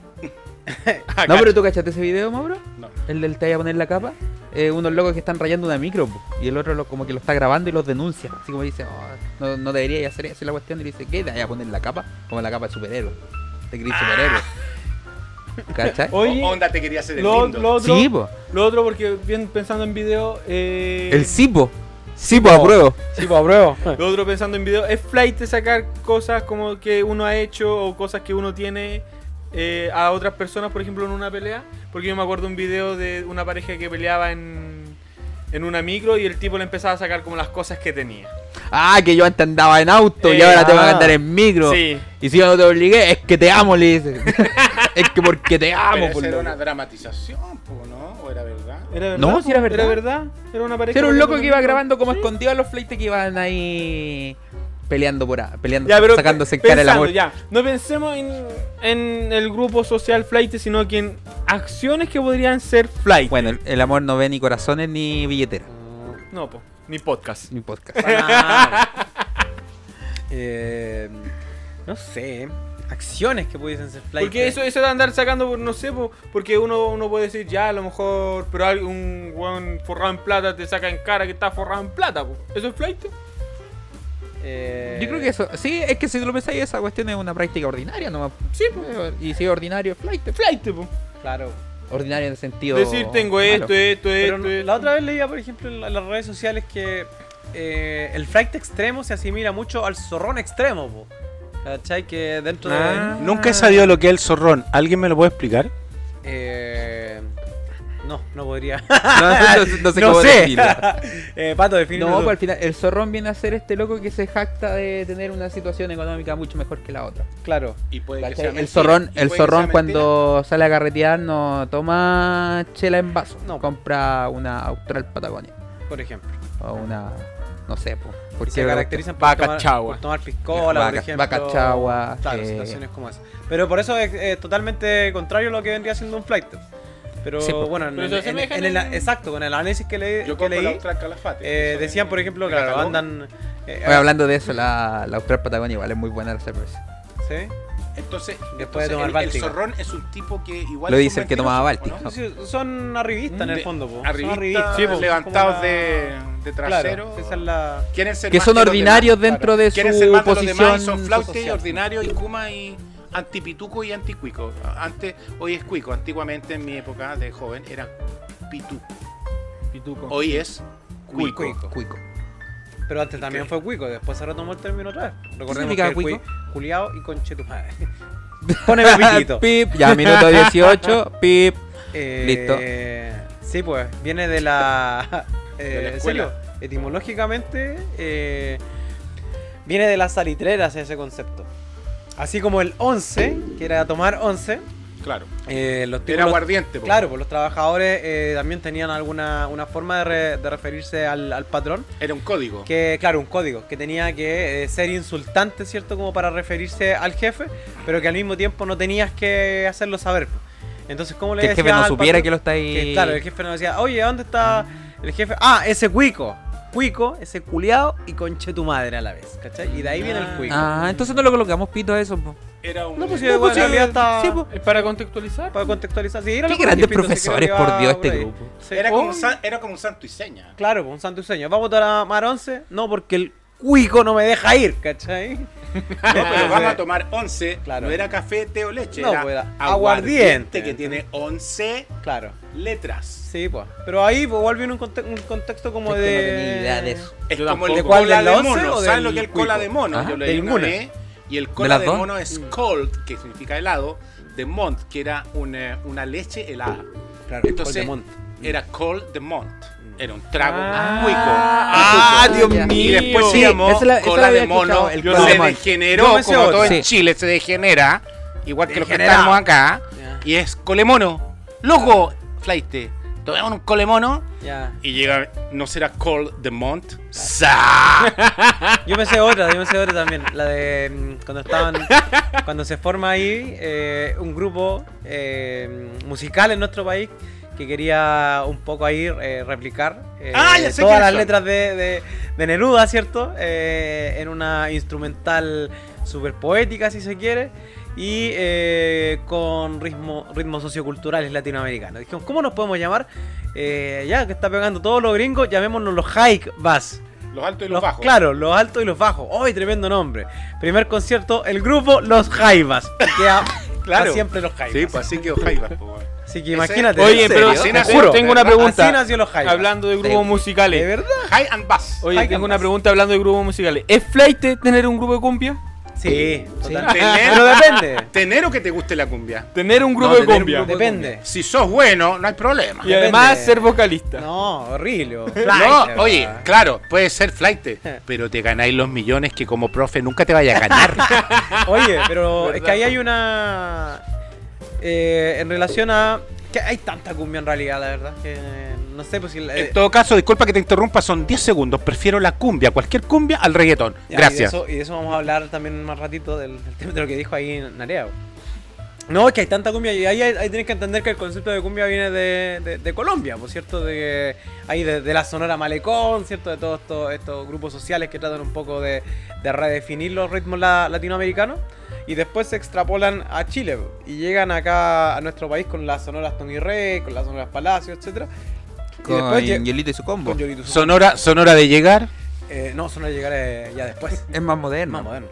[SPEAKER 6] No, pero tú cachaste ese video, Mauro?
[SPEAKER 7] No.
[SPEAKER 6] El del te voy a poner la capa. Eh, unos locos que están rayando una micro po, y el otro lo- como que lo está grabando y los denuncia. Así como dice, "Oh, no, no debería hacer eso la cuestión. Y le dice, ¿qué te voy a poner la capa? Como la capa de superhéroe. Te crees superhéroe. ¿Cachai?
[SPEAKER 8] Oye,
[SPEAKER 7] O- onda te quería hacer el
[SPEAKER 8] lo,
[SPEAKER 7] lindo.
[SPEAKER 8] lo otro,
[SPEAKER 6] Sí, po.
[SPEAKER 8] lo otro porque bien pensando en video, eh,
[SPEAKER 6] El Cipo. Cipo, apruebo.
[SPEAKER 5] Sí, pues apruebo.
[SPEAKER 8] lo otro pensando en video es flight de sacar cosas como que uno ha hecho o cosas que uno tiene eh, a otras personas, por ejemplo, en una pelea. Porque yo me acuerdo un video de una pareja que peleaba en, en una micro y el tipo le empezaba a sacar como las cosas que tenía.
[SPEAKER 6] Ah, que yo antes andaba en auto y
[SPEAKER 8] Eh,
[SPEAKER 6] ahora te van
[SPEAKER 5] ah.
[SPEAKER 6] a andar en micro.
[SPEAKER 8] Sí.
[SPEAKER 6] Y si yo no te obligué, es que te amo, le dice. es que porque te amo,
[SPEAKER 7] Pero
[SPEAKER 6] por
[SPEAKER 7] esa era
[SPEAKER 6] loco.
[SPEAKER 7] una dramatización, po, ¿no? ¿O era verdad?
[SPEAKER 8] Era verdad,
[SPEAKER 6] No, sí era
[SPEAKER 8] po,
[SPEAKER 6] verdad.
[SPEAKER 8] Era verdad. Era una pareja.
[SPEAKER 6] Si Era un loco que iba
[SPEAKER 8] peleando
[SPEAKER 6] grabando como escondido a los fleites que iban ahí peleando por a- peleando,
[SPEAKER 8] Ya, pero
[SPEAKER 6] sacándose en
[SPEAKER 8] pe-
[SPEAKER 6] cara el
[SPEAKER 8] pensando,
[SPEAKER 6] amor.
[SPEAKER 8] ya. No pensemos en, en el grupo social flight, sino que en acciones que podrían ser flight.
[SPEAKER 6] Bueno, el, el amor no ve ni corazones ni billetera,
[SPEAKER 8] No, po, ni podcast.
[SPEAKER 6] ni podcast.
[SPEAKER 5] Eh, no sé. Acciones que pudiesen ser flight.
[SPEAKER 8] Porque eso, eso de andar sacando, por- no sé, po, porque uno, uno puede decir, ya, a lo mejor, pero hay un weón forrado en plata te saca en cara que está forrado en plata, po. ¿Eso es flight?
[SPEAKER 5] Eh,
[SPEAKER 6] Yo creo que eso, sí, es que si tú lo pensáis, esa cuestión es una práctica ordinaria nomás. Sí, pues, y si es ordinario, es flight.
[SPEAKER 8] Flight, po.
[SPEAKER 5] Claro.
[SPEAKER 6] Ordinario en el sentido.
[SPEAKER 8] Decir, tengo
[SPEAKER 6] malo.
[SPEAKER 8] esto, esto,
[SPEAKER 5] Pero
[SPEAKER 8] esto,
[SPEAKER 5] no-
[SPEAKER 8] esto.
[SPEAKER 5] la otra vez leía, por ejemplo, en, la- en las redes sociales que eh, el flight extremo se asimila mucho al zorrón extremo, po. ¿Cachai? Que dentro
[SPEAKER 6] Ah.
[SPEAKER 5] de.
[SPEAKER 7] Nunca he sabido lo que es el zorrón. ¿Alguien me lo puede explicar?
[SPEAKER 5] Eh, no, no podría.
[SPEAKER 6] No, no- no sé cómo decirlo.
[SPEAKER 5] eh, Pato, defínelo
[SPEAKER 6] No,
[SPEAKER 5] tú.
[SPEAKER 6] pues al final, el zorrón viene a ser este loco que se jacta de tener una situación económica mucho mejor que la otra.
[SPEAKER 5] Claro.
[SPEAKER 7] Y puede que sea
[SPEAKER 6] ¿Cachai? El
[SPEAKER 7] mentira,
[SPEAKER 6] zorrón,
[SPEAKER 7] y
[SPEAKER 6] el
[SPEAKER 7] puede que sea
[SPEAKER 6] zorrón
[SPEAKER 7] mentira.
[SPEAKER 6] cuando sale a carretear no toma chela en vaso.
[SPEAKER 5] No.
[SPEAKER 6] Compra una Austral Patagonia.
[SPEAKER 5] Por ejemplo.
[SPEAKER 6] O una. No sé, po,
[SPEAKER 5] Y
[SPEAKER 6] porque
[SPEAKER 5] se caracterizan por
[SPEAKER 6] Vaca
[SPEAKER 5] tomar,
[SPEAKER 6] chagua.
[SPEAKER 5] por tomar piscola, por
[SPEAKER 6] Vaca-
[SPEAKER 5] ejemplo.
[SPEAKER 6] vaca chagua,
[SPEAKER 5] Claro,
[SPEAKER 6] eh.
[SPEAKER 5] situaciones como esas. Pero por eso es eh, totalmente contrario a lo que vendría siendo un flight. Pero
[SPEAKER 6] Sí, pues. po.
[SPEAKER 5] bueno, en,
[SPEAKER 8] Pero se
[SPEAKER 5] en-
[SPEAKER 8] asemejan
[SPEAKER 5] en el-
[SPEAKER 8] en-
[SPEAKER 5] exacto, con el análisis que, le,
[SPEAKER 7] Yo
[SPEAKER 5] que
[SPEAKER 7] compro la
[SPEAKER 5] leí,
[SPEAKER 7] otra calafate.
[SPEAKER 5] eh,
[SPEAKER 7] Eso
[SPEAKER 5] decían,
[SPEAKER 7] me-
[SPEAKER 5] por ejemplo,
[SPEAKER 7] me
[SPEAKER 5] claro,
[SPEAKER 7] catalogó.
[SPEAKER 5] andan... eh,
[SPEAKER 6] Oye, hablando de eso, la, la Austral Patagonia igual es muy buena la cerveza.
[SPEAKER 5] ¿sí?
[SPEAKER 7] Entonces,
[SPEAKER 5] de
[SPEAKER 7] entonces
[SPEAKER 5] tomar
[SPEAKER 7] el, el
[SPEAKER 5] Báltica.
[SPEAKER 7] zorrón es un tipo que igual.
[SPEAKER 6] Lo
[SPEAKER 7] es un
[SPEAKER 6] dice el que
[SPEAKER 7] mentiroso,
[SPEAKER 6] tomaba
[SPEAKER 7] ¿o
[SPEAKER 6] Báltica.
[SPEAKER 7] no?
[SPEAKER 5] Sí, Son arribistas en el fondo, po.
[SPEAKER 7] Arribistas,
[SPEAKER 5] son arribistas.
[SPEAKER 8] Sí, po.
[SPEAKER 7] levantados
[SPEAKER 5] como una-
[SPEAKER 7] de, de trasero.
[SPEAKER 5] Claro, esa es la...
[SPEAKER 7] Quieren ser
[SPEAKER 6] Que
[SPEAKER 7] más
[SPEAKER 6] son
[SPEAKER 7] los
[SPEAKER 6] ordinarios
[SPEAKER 7] demás,
[SPEAKER 6] dentro de
[SPEAKER 7] Quieren
[SPEAKER 6] su
[SPEAKER 7] ser más de los demás y
[SPEAKER 6] posición
[SPEAKER 7] son flaute y
[SPEAKER 6] social.
[SPEAKER 7] ordinario y kuma y antipituco y anticuico. Antes, hoy es cuico. Antiguamente, en mi época de joven, era pituco.
[SPEAKER 8] Pituco.
[SPEAKER 7] Hoy es cuico.
[SPEAKER 5] Cuico.
[SPEAKER 6] Cuico.
[SPEAKER 5] Pero antes también fue cuico, después se retomó el término otra vez. Recordemos que
[SPEAKER 6] significa
[SPEAKER 5] el cuico?
[SPEAKER 6] cuico?
[SPEAKER 5] Culiao y conche tu madre. Poneme pitito.
[SPEAKER 6] pip, ya minuto 18, pip.
[SPEAKER 5] Eh, Sí, pues, viene de la. eh,
[SPEAKER 7] De la
[SPEAKER 5] ¿en
[SPEAKER 7] escuela.
[SPEAKER 5] serio? Etimológicamente, eh, viene de las salitreras ese concepto. Así como el 11, que era tomar 11.
[SPEAKER 7] Claro.
[SPEAKER 5] eh, los tipos-
[SPEAKER 7] Era aguardiente. po.
[SPEAKER 5] Claro, pues los trabajadores eh, también tenían alguna una forma de, re- de referirse al, al patrón.
[SPEAKER 7] Era un código.
[SPEAKER 5] Que, claro, un código que tenía que eh, ser insultante, ¿cierto? Como para referirse al jefe, pero que al mismo tiempo no tenías que hacerlo saber. po. Entonces, ¿cómo le
[SPEAKER 6] Que el jefe
[SPEAKER 5] decías
[SPEAKER 6] no
[SPEAKER 5] al
[SPEAKER 6] supiera
[SPEAKER 5] patrón?
[SPEAKER 6] que lo está ahí-
[SPEAKER 5] Que, claro, el jefe no decía, oye, ¿dónde está el jefe? Ah, ese cuico. Cuico, ese culiao y conche tu madre a la vez, ¿cachai? Y de ahí viene el cuico.
[SPEAKER 6] Ah, entonces no lo colocamos pito a eso. po.
[SPEAKER 7] Era un.
[SPEAKER 5] No, pues sí,
[SPEAKER 7] era
[SPEAKER 5] bueno,
[SPEAKER 6] sí,
[SPEAKER 5] en realidad está-
[SPEAKER 6] sí, pues.
[SPEAKER 8] Es para contextualizar.
[SPEAKER 5] Para contextualizar, sí, era
[SPEAKER 6] Qué
[SPEAKER 5] lo que
[SPEAKER 6] grandes
[SPEAKER 5] Pito se
[SPEAKER 6] profesores,
[SPEAKER 5] creo que
[SPEAKER 6] por
[SPEAKER 5] va
[SPEAKER 6] Dios, este
[SPEAKER 5] ahí.
[SPEAKER 6] grupo.
[SPEAKER 5] Sí.
[SPEAKER 7] como
[SPEAKER 5] Oh.
[SPEAKER 7] un san- era como un santo y seña.
[SPEAKER 5] Claro, pues, un santo y seña. Vamos a tomar 11. No, porque el cuico no me deja ir, ¿cachai?
[SPEAKER 7] No, pero vamos
[SPEAKER 5] Entonces,
[SPEAKER 7] a tomar 11.
[SPEAKER 5] Claro.
[SPEAKER 7] No era café, té o leche.
[SPEAKER 5] No,
[SPEAKER 7] era
[SPEAKER 5] pues, era aguardiente.
[SPEAKER 7] aguardiente. Que tiene 11
[SPEAKER 5] Claro.
[SPEAKER 7] letras.
[SPEAKER 5] Sí, pues. Pero ahí pues, vuelve en un, conte- un contexto como
[SPEAKER 6] Es que
[SPEAKER 5] de.
[SPEAKER 6] Este, no tenía idea de eso.
[SPEAKER 7] Es
[SPEAKER 5] Yo
[SPEAKER 7] como el
[SPEAKER 5] tampoco.
[SPEAKER 7] de
[SPEAKER 5] ¿De cuál,
[SPEAKER 7] cola
[SPEAKER 5] del
[SPEAKER 7] de
[SPEAKER 5] 11
[SPEAKER 7] mono.
[SPEAKER 5] o
[SPEAKER 7] ¿Sabes
[SPEAKER 5] del
[SPEAKER 7] lo que es el cola
[SPEAKER 5] cuico?
[SPEAKER 7] de mono?
[SPEAKER 6] Ah,
[SPEAKER 7] Yo le
[SPEAKER 5] de
[SPEAKER 7] di una
[SPEAKER 5] ninguna.
[SPEAKER 7] vez. Y el
[SPEAKER 6] las
[SPEAKER 7] cola de,
[SPEAKER 6] dos? Mm.
[SPEAKER 7] mono es cold, que significa helado, de mont, que era una, una leche helada.
[SPEAKER 5] Claro,
[SPEAKER 7] Entonces,
[SPEAKER 5] Cold de Mont.
[SPEAKER 7] era cold de mont. Era un trago
[SPEAKER 6] Ah,
[SPEAKER 7] cuico.
[SPEAKER 6] ah,
[SPEAKER 7] cuico.
[SPEAKER 6] Dios
[SPEAKER 7] Y
[SPEAKER 6] mío.
[SPEAKER 7] después se
[SPEAKER 6] Sí,
[SPEAKER 7] llamó
[SPEAKER 6] esa la- esa la
[SPEAKER 7] cola
[SPEAKER 6] había
[SPEAKER 7] de mono.
[SPEAKER 6] escuchado, el
[SPEAKER 7] Yo
[SPEAKER 6] cola de
[SPEAKER 7] se
[SPEAKER 6] mont.
[SPEAKER 7] degeneró,
[SPEAKER 5] Yo me sé
[SPEAKER 7] como
[SPEAKER 5] otro.
[SPEAKER 7] todo
[SPEAKER 6] Sí.
[SPEAKER 7] en Chile se degenera, igual que los que
[SPEAKER 5] Degenerado.
[SPEAKER 7] estamos acá.
[SPEAKER 5] Ya.
[SPEAKER 7] Y es colemono. Loco, flaite. Tomemos un colemono.
[SPEAKER 5] Ya.
[SPEAKER 7] Y llega, ¿no será Cold de Mont? ¡Sa!
[SPEAKER 5] Yo me sé otra, yo me sé otra también. La de mm, cuando estaban. Cuando se forma ahí eh, un grupo eh, musical en nuestro país que quería un poco ahí eh, replicar eh,
[SPEAKER 7] Ah, ya sé
[SPEAKER 5] todas
[SPEAKER 7] quiénes
[SPEAKER 5] las
[SPEAKER 7] son.
[SPEAKER 5] letras de, de- de Neruda, ¿cierto? Eh, en una instrumental super poética, si se quiere. Y eh, con ritmo, ritmos socioculturales latinoamericanos. Dijeron, ¿cómo nos podemos llamar? Eh, ya que está pegando todos los gringos, llamémonos los hike bass.
[SPEAKER 7] Los altos y los,
[SPEAKER 5] Los-
[SPEAKER 7] bajos.
[SPEAKER 5] Claro, los altos y los bajos. ¡Hoy tremendo nombre! Primer concierto, el grupo Los Jaivas. que Queda
[SPEAKER 7] Claro.
[SPEAKER 5] pa' siempre los Jaivas.
[SPEAKER 7] Sí, pues así quedó Jaivas, po, weón.
[SPEAKER 5] Así
[SPEAKER 7] Ese-
[SPEAKER 5] que imagínate.
[SPEAKER 8] Oye,
[SPEAKER 5] ¿en
[SPEAKER 8] pero
[SPEAKER 5] serio?
[SPEAKER 7] Así
[SPEAKER 8] te-
[SPEAKER 7] nació.
[SPEAKER 8] tengo una pregunta.
[SPEAKER 5] Así nació los Jaivas.
[SPEAKER 8] Hablando de grupos
[SPEAKER 6] Sí.
[SPEAKER 5] ¿De
[SPEAKER 8] musicales.
[SPEAKER 5] verdad?
[SPEAKER 7] High and Bass.
[SPEAKER 8] Oye,
[SPEAKER 5] Hay
[SPEAKER 8] tengo una
[SPEAKER 5] gambas.
[SPEAKER 8] pregunta hablando de grupos musicales. ¿Es flight tener un grupo de cumbia?
[SPEAKER 5] Sí, totalmente.
[SPEAKER 7] Tener-
[SPEAKER 5] Pero depende.
[SPEAKER 7] Tenero que te guste la cumbia.
[SPEAKER 8] Tener un grupo
[SPEAKER 6] No,
[SPEAKER 8] de
[SPEAKER 6] tener un
[SPEAKER 8] cumbia.
[SPEAKER 6] grupo de
[SPEAKER 5] Depende.
[SPEAKER 7] Si sos bueno, no hay problema.
[SPEAKER 8] Y además
[SPEAKER 5] Depende.
[SPEAKER 8] ser vocalista.
[SPEAKER 5] No, horrible.
[SPEAKER 7] No, oye, claro, puede ser flight, pero te ganáis los millones que como profe nunca te vaya a ganar.
[SPEAKER 5] Oye, pero es
[SPEAKER 8] ¿Verdad?
[SPEAKER 5] que ahí hay una. eh, en relación a. Que hay tanta cumbia en realidad, la verdad. Que eh, no sé, pues si. la-
[SPEAKER 7] en todo caso, disculpa que te interrumpa, son 10 segundos. Prefiero la cumbia, cualquier cumbia, al reggaetón.
[SPEAKER 5] Ya, Y de,
[SPEAKER 7] Gracias.
[SPEAKER 5] eso, y de eso vamos a hablar también más ratito del, del tema de lo que dijo ahí Narea. No, es que hay tanta cumbia y ahí, ahí tienes que entender que el concepto de cumbia viene de, de- de Colombia, por cierto, de ahí de, de la Sonora Malecón, cierto, de todos estos, estos grupos sociales que tratan un poco de, de redefinir los ritmos la- latinoamericanos y después se extrapolan a Chile po, y llegan acá a nuestro país con las sonoras Tony Rey, con las sonoras Palacio, etcétera. Y
[SPEAKER 6] Con
[SPEAKER 5] después lle-
[SPEAKER 6] Yolito y su combo.
[SPEAKER 5] con Yolito Su-
[SPEAKER 7] Sonora, sonora de llegar.
[SPEAKER 5] eh, no, sonora llegar eh, ya después.
[SPEAKER 6] Es más moderno.
[SPEAKER 5] Más moderno.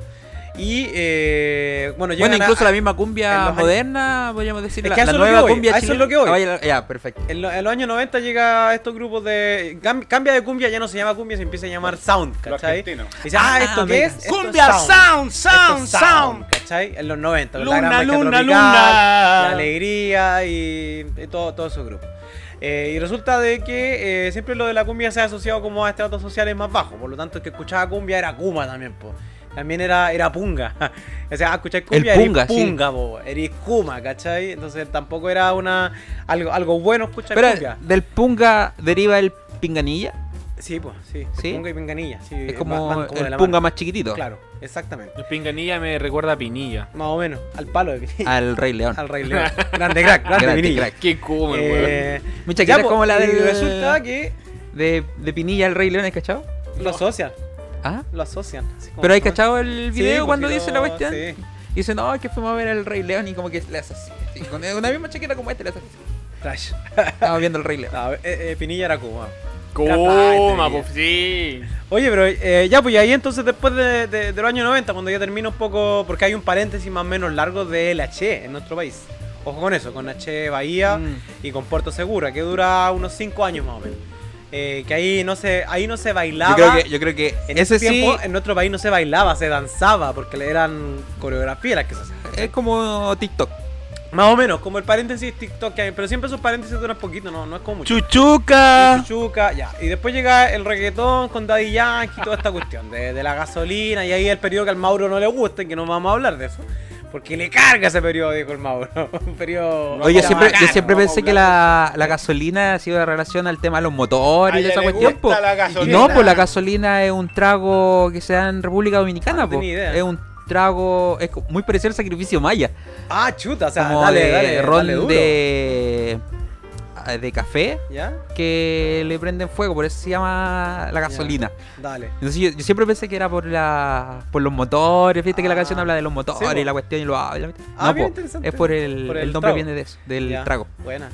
[SPEAKER 5] Y eh, bueno, llegan
[SPEAKER 6] Bueno,
[SPEAKER 5] a-
[SPEAKER 6] incluso
[SPEAKER 5] a-
[SPEAKER 6] la misma
[SPEAKER 5] en los
[SPEAKER 6] cumbia
[SPEAKER 5] años-
[SPEAKER 6] moderna, podríamos decir,
[SPEAKER 5] Es
[SPEAKER 6] la,
[SPEAKER 5] que a
[SPEAKER 6] la
[SPEAKER 5] eso es lo
[SPEAKER 6] nueva
[SPEAKER 5] que voy,
[SPEAKER 6] cumbia
[SPEAKER 5] a eso es
[SPEAKER 6] chilena.
[SPEAKER 5] lo que voy.
[SPEAKER 6] Ah, vaya, ya, perfecto.
[SPEAKER 5] En, lo- en los años 90 llega a estos grupos de. cam- Cambia de cumbia, ya no se llama cumbia, se empieza a llamar sound,
[SPEAKER 7] Lo
[SPEAKER 5] ¿cachai? Y
[SPEAKER 7] argentino.
[SPEAKER 5] dice, ah,
[SPEAKER 6] Ah,
[SPEAKER 5] ¿esto qué
[SPEAKER 6] mira.
[SPEAKER 5] es? Esto es
[SPEAKER 7] Cumbia, sound, sound,
[SPEAKER 5] Esto es
[SPEAKER 7] sound.
[SPEAKER 5] Este ¿Cachai? En los 90. con la
[SPEAKER 7] Luna,
[SPEAKER 5] Gran Orquesta
[SPEAKER 7] luna,
[SPEAKER 5] Tropical,
[SPEAKER 7] luna.
[SPEAKER 5] La alegría y, y todo, todo su grupo. Eh, y resulta de que eh, siempre lo de la cumbia se ha asociado como a estratos sociales más bajos. Por lo tanto, el que escuchaba cumbia era Kuma también, po. También era, era punga. o sea, escuchar cumbia
[SPEAKER 6] El
[SPEAKER 5] era
[SPEAKER 6] punga,
[SPEAKER 5] punga,
[SPEAKER 6] sí.
[SPEAKER 5] po. Eres kuma, ¿cachai? Entonces tampoco era una algo, algo bueno escuchar
[SPEAKER 6] Pero
[SPEAKER 5] cumbia.
[SPEAKER 6] del punga deriva el pinganilla.
[SPEAKER 5] Sí, pues, sí.
[SPEAKER 6] ¿Sí?
[SPEAKER 5] Punga y pinganilla. Sí, eh,
[SPEAKER 6] Es
[SPEAKER 5] van-
[SPEAKER 6] como
[SPEAKER 5] van de
[SPEAKER 6] el
[SPEAKER 5] la
[SPEAKER 6] punga
[SPEAKER 5] mano.
[SPEAKER 6] más chiquitito.
[SPEAKER 5] Claro, exactamente.
[SPEAKER 8] El Pinganilla me recuerda a Pinilla.
[SPEAKER 5] Más o menos, al palo de Pinilla.
[SPEAKER 6] Al Rey León.
[SPEAKER 5] Al Rey León. Grande crack, grande,
[SPEAKER 6] Grande
[SPEAKER 5] Pinilla.
[SPEAKER 6] crack.
[SPEAKER 8] Qué cómodo, weón.
[SPEAKER 5] Eh,
[SPEAKER 6] Mucha
[SPEAKER 5] ya,
[SPEAKER 6] que era
[SPEAKER 5] po,
[SPEAKER 6] como la
[SPEAKER 5] y
[SPEAKER 6] del-
[SPEAKER 5] Resulta que
[SPEAKER 6] De, de Pinilla al Rey León, ¿hay cachado?
[SPEAKER 5] lo asocian,
[SPEAKER 6] Ah.
[SPEAKER 5] lo asocian. así como-
[SPEAKER 6] Pero hay cachado el
[SPEAKER 5] Sí,
[SPEAKER 6] video
[SPEAKER 5] pues,
[SPEAKER 6] cuando
[SPEAKER 5] si
[SPEAKER 6] dice
[SPEAKER 5] no-
[SPEAKER 6] la cuestión.
[SPEAKER 5] sí.
[SPEAKER 6] Y dice, no, es que fuimos a ver al Rey León y como que le hace así. así, con una misma chaqueta como esta le hace así.
[SPEAKER 5] Trash.
[SPEAKER 6] Estamos viendo el Rey León.
[SPEAKER 5] No, eh, eh, Pinilla era Cuba.
[SPEAKER 8] Coma, po, sí.
[SPEAKER 5] Oye, pero eh, ya, pues y ahí entonces después de, de- de los años 90, cuando ya termina un poco, porque hay un paréntesis más o menos largo del H en nuestro país. Ojo con eso, con H Bahía
[SPEAKER 6] Mm.
[SPEAKER 5] y con Puerto Segura, que dura unos 5 años más o menos. Eh, que ahí no se, ahí no se bailaba.
[SPEAKER 6] Yo creo que, yo creo que
[SPEAKER 5] en
[SPEAKER 6] ese
[SPEAKER 5] ese tiempo
[SPEAKER 6] sí
[SPEAKER 5] en nuestro país no se bailaba, se danzaba, porque le eran coreografías las que se hacían.
[SPEAKER 6] es como TikTok.
[SPEAKER 5] Más o menos, como el paréntesis TikTok que hay, pero siempre esos paréntesis duran poquito, no, no es como mucho.
[SPEAKER 8] Chuchuca.
[SPEAKER 5] Chuchuca, ya. Y después llega el reggaetón con Daddy Yankee y toda esta cuestión de, de la gasolina. Y ahí el periodo que al Mauro no le gusta, y que no vamos a hablar de eso. Porque le carga ese periodo, dijo el Mauro. Un periodo.
[SPEAKER 6] Oye, yo siempre, yo
[SPEAKER 5] bacano,
[SPEAKER 6] siempre
[SPEAKER 5] no vamos a
[SPEAKER 6] pensé que
[SPEAKER 5] hablar
[SPEAKER 6] la, la gasolina ha sido de relación al tema de los motores
[SPEAKER 7] A
[SPEAKER 6] y de
[SPEAKER 7] ella
[SPEAKER 6] esa
[SPEAKER 7] le
[SPEAKER 6] cuestión.
[SPEAKER 7] gusta
[SPEAKER 6] po.
[SPEAKER 7] la
[SPEAKER 6] Y
[SPEAKER 7] gasolina.
[SPEAKER 6] No, pues la gasolina es un trago que se da en República Dominicana,
[SPEAKER 5] Ah, No
[SPEAKER 6] po.
[SPEAKER 5] tenía idea.
[SPEAKER 6] Es un trago, es co- muy parecido al sacrificio maya.
[SPEAKER 5] de- Ah, chuta, o sea,
[SPEAKER 6] como
[SPEAKER 5] dale,
[SPEAKER 6] de
[SPEAKER 5] dale,
[SPEAKER 6] ron
[SPEAKER 5] dale duro.
[SPEAKER 6] de, ah, de café
[SPEAKER 5] ¿Ya?
[SPEAKER 6] que le prenden fuego, por eso se llama la gasolina.
[SPEAKER 5] Dale.
[SPEAKER 6] Entonces yo, yo siempre pensé que era por la por los motores, viste que la
[SPEAKER 5] Ah.
[SPEAKER 6] canción habla de los motores
[SPEAKER 5] Sí, po.
[SPEAKER 6] y la cuestión y lo habla. y la-
[SPEAKER 5] Ah,
[SPEAKER 6] no,
[SPEAKER 5] bien
[SPEAKER 6] po,
[SPEAKER 5] interesante.
[SPEAKER 6] es por el,
[SPEAKER 5] Por
[SPEAKER 6] el
[SPEAKER 5] el
[SPEAKER 6] nombre
[SPEAKER 5] trago.
[SPEAKER 6] viene de eso, del
[SPEAKER 5] Ya.
[SPEAKER 6] trago.
[SPEAKER 5] Buena.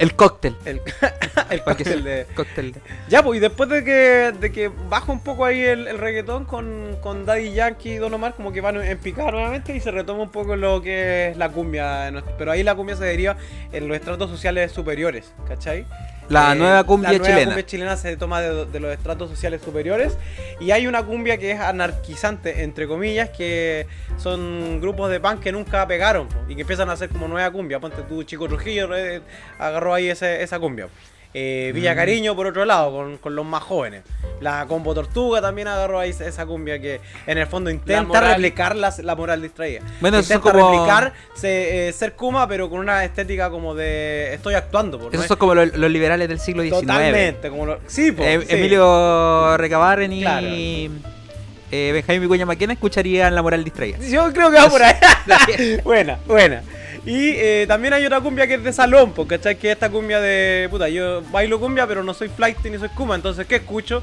[SPEAKER 6] El cóctel.
[SPEAKER 5] El, el
[SPEAKER 6] Porque es
[SPEAKER 5] cóctel de.
[SPEAKER 6] cóctel.
[SPEAKER 5] Ya, pues, y después de que, de que baja un poco ahí el, el reggaetón con, con Daddy Yankee y Don Omar, como que van en picada nuevamente y se retoma un poco lo que es la cumbia. de nuestro- Pero ahí la cumbia se deriva en los estratos sociales superiores, ¿cachai? Eh,
[SPEAKER 6] La nueva cumbia
[SPEAKER 5] la nueva
[SPEAKER 6] chilena.
[SPEAKER 5] cumbia chilena se toma de, de los estratos sociales superiores. Y hay una cumbia que es anarquizante, entre comillas, que son grupos de punk que nunca pegaron po, y que empiezan a hacer como nueva cumbia. Ponte tú, Chico Trujillo, eh, agarró ahí ese- esa cumbia. Eh,
[SPEAKER 6] Mm.
[SPEAKER 5] Villa Cariño, por otro lado, con, con los más jóvenes. La Combo Tortuga también agarró ahí esa cumbia que, en el fondo, intenta
[SPEAKER 8] moral.
[SPEAKER 5] replicar las- la moral distraída.
[SPEAKER 6] Bueno, eso es
[SPEAKER 5] intenta
[SPEAKER 6] como-
[SPEAKER 5] replicar se- eh, ser Kuma, pero con una estética como de estoy actuando. po, ¿no?
[SPEAKER 6] Esos
[SPEAKER 5] es-
[SPEAKER 6] son como lo- los, liberales del siglo XIX.
[SPEAKER 5] Totalmente, como lo... Sí, po,
[SPEAKER 6] Eh,
[SPEAKER 5] sí.
[SPEAKER 6] Emilio Recabarren y
[SPEAKER 5] Claro.
[SPEAKER 6] eh, Benjamín Vicuña Maquena escucharían La Moral Distraída.
[SPEAKER 5] Yo creo que va por ahí. buena, buena. Y eh, también hay otra cumbia que es de salón, porque ¿cachai? Que esta cumbia de. Puta, yo bailo cumbia, pero no soy flight ni soy kuma, entonces ¿qué escucho?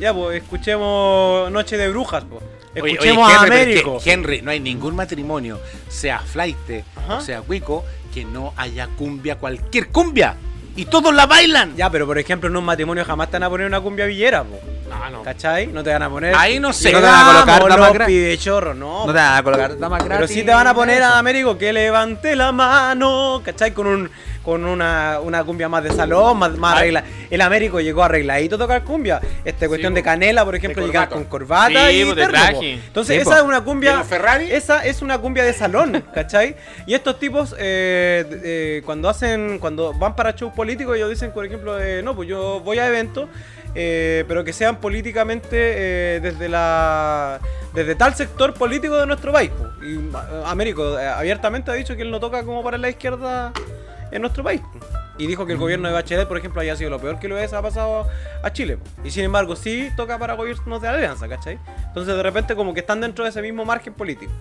[SPEAKER 5] Ya, pues escuchemos Noche de Brujas, pues.
[SPEAKER 7] Oye,
[SPEAKER 5] Escuchemos
[SPEAKER 7] oye,
[SPEAKER 5] a
[SPEAKER 7] Henry, pero
[SPEAKER 5] Américo.
[SPEAKER 7] que- Henry, no hay ningún matrimonio, sea flaite
[SPEAKER 5] Ajá.
[SPEAKER 7] o sea cuico, que no haya cumbia, cualquier cumbia. Y todos la bailan.
[SPEAKER 5] Ya, pero por ejemplo, en un matrimonio jamás te van a poner una cumbia villera, pues.
[SPEAKER 8] Ah,
[SPEAKER 7] No, no.
[SPEAKER 5] ¿Cachai? No te van a poner.
[SPEAKER 7] Ahí no sé.
[SPEAKER 6] No te van a colocar
[SPEAKER 5] Vamos,
[SPEAKER 6] damas
[SPEAKER 5] los
[SPEAKER 6] gra-
[SPEAKER 5] pidechorros, no.
[SPEAKER 6] No te van a colocar damas
[SPEAKER 5] Pero
[SPEAKER 6] gratis,
[SPEAKER 5] sí te van a
[SPEAKER 6] nada de
[SPEAKER 5] poner
[SPEAKER 6] eso.
[SPEAKER 5] a Américo que levante la mano, ¿cachai? Con un con una, una cumbia más de salón, más, más arregla. El Américo llegó arregladito a tocar cumbia. Este cuestión
[SPEAKER 8] po.
[SPEAKER 5] de canela, por ejemplo,
[SPEAKER 8] De
[SPEAKER 5] llegaba
[SPEAKER 8] corbata.
[SPEAKER 5] con corbata
[SPEAKER 8] Sí,
[SPEAKER 5] y
[SPEAKER 8] po, de
[SPEAKER 5] terno, po.
[SPEAKER 8] traje.
[SPEAKER 5] Entonces,
[SPEAKER 6] Sí, po.
[SPEAKER 5] esa es una cumbia.
[SPEAKER 7] ¿Y los Ferrari?
[SPEAKER 5] Esa es una cumbia de salón, ¿cachai? Y estos tipos, eh, d- eh, cuando hacen, cuando van para shows políticos, ellos dicen, por ejemplo, eh, no, pues yo voy a eventos, eh, pero que sean políticamente eh, desde la desde tal sector político de nuestro país. po. Y eh, Américo eh, abiertamente ha dicho que él no toca como para la izquierda en nuestro país. Y dijo que el gobierno de Bachelet, por ejemplo, haya sido lo peor que lo ha pasado a Chile. po. Y sin embargo, sí toca para gobiernos de alianza, ¿cachai? Entonces, de repente, como que están dentro de ese mismo margen político.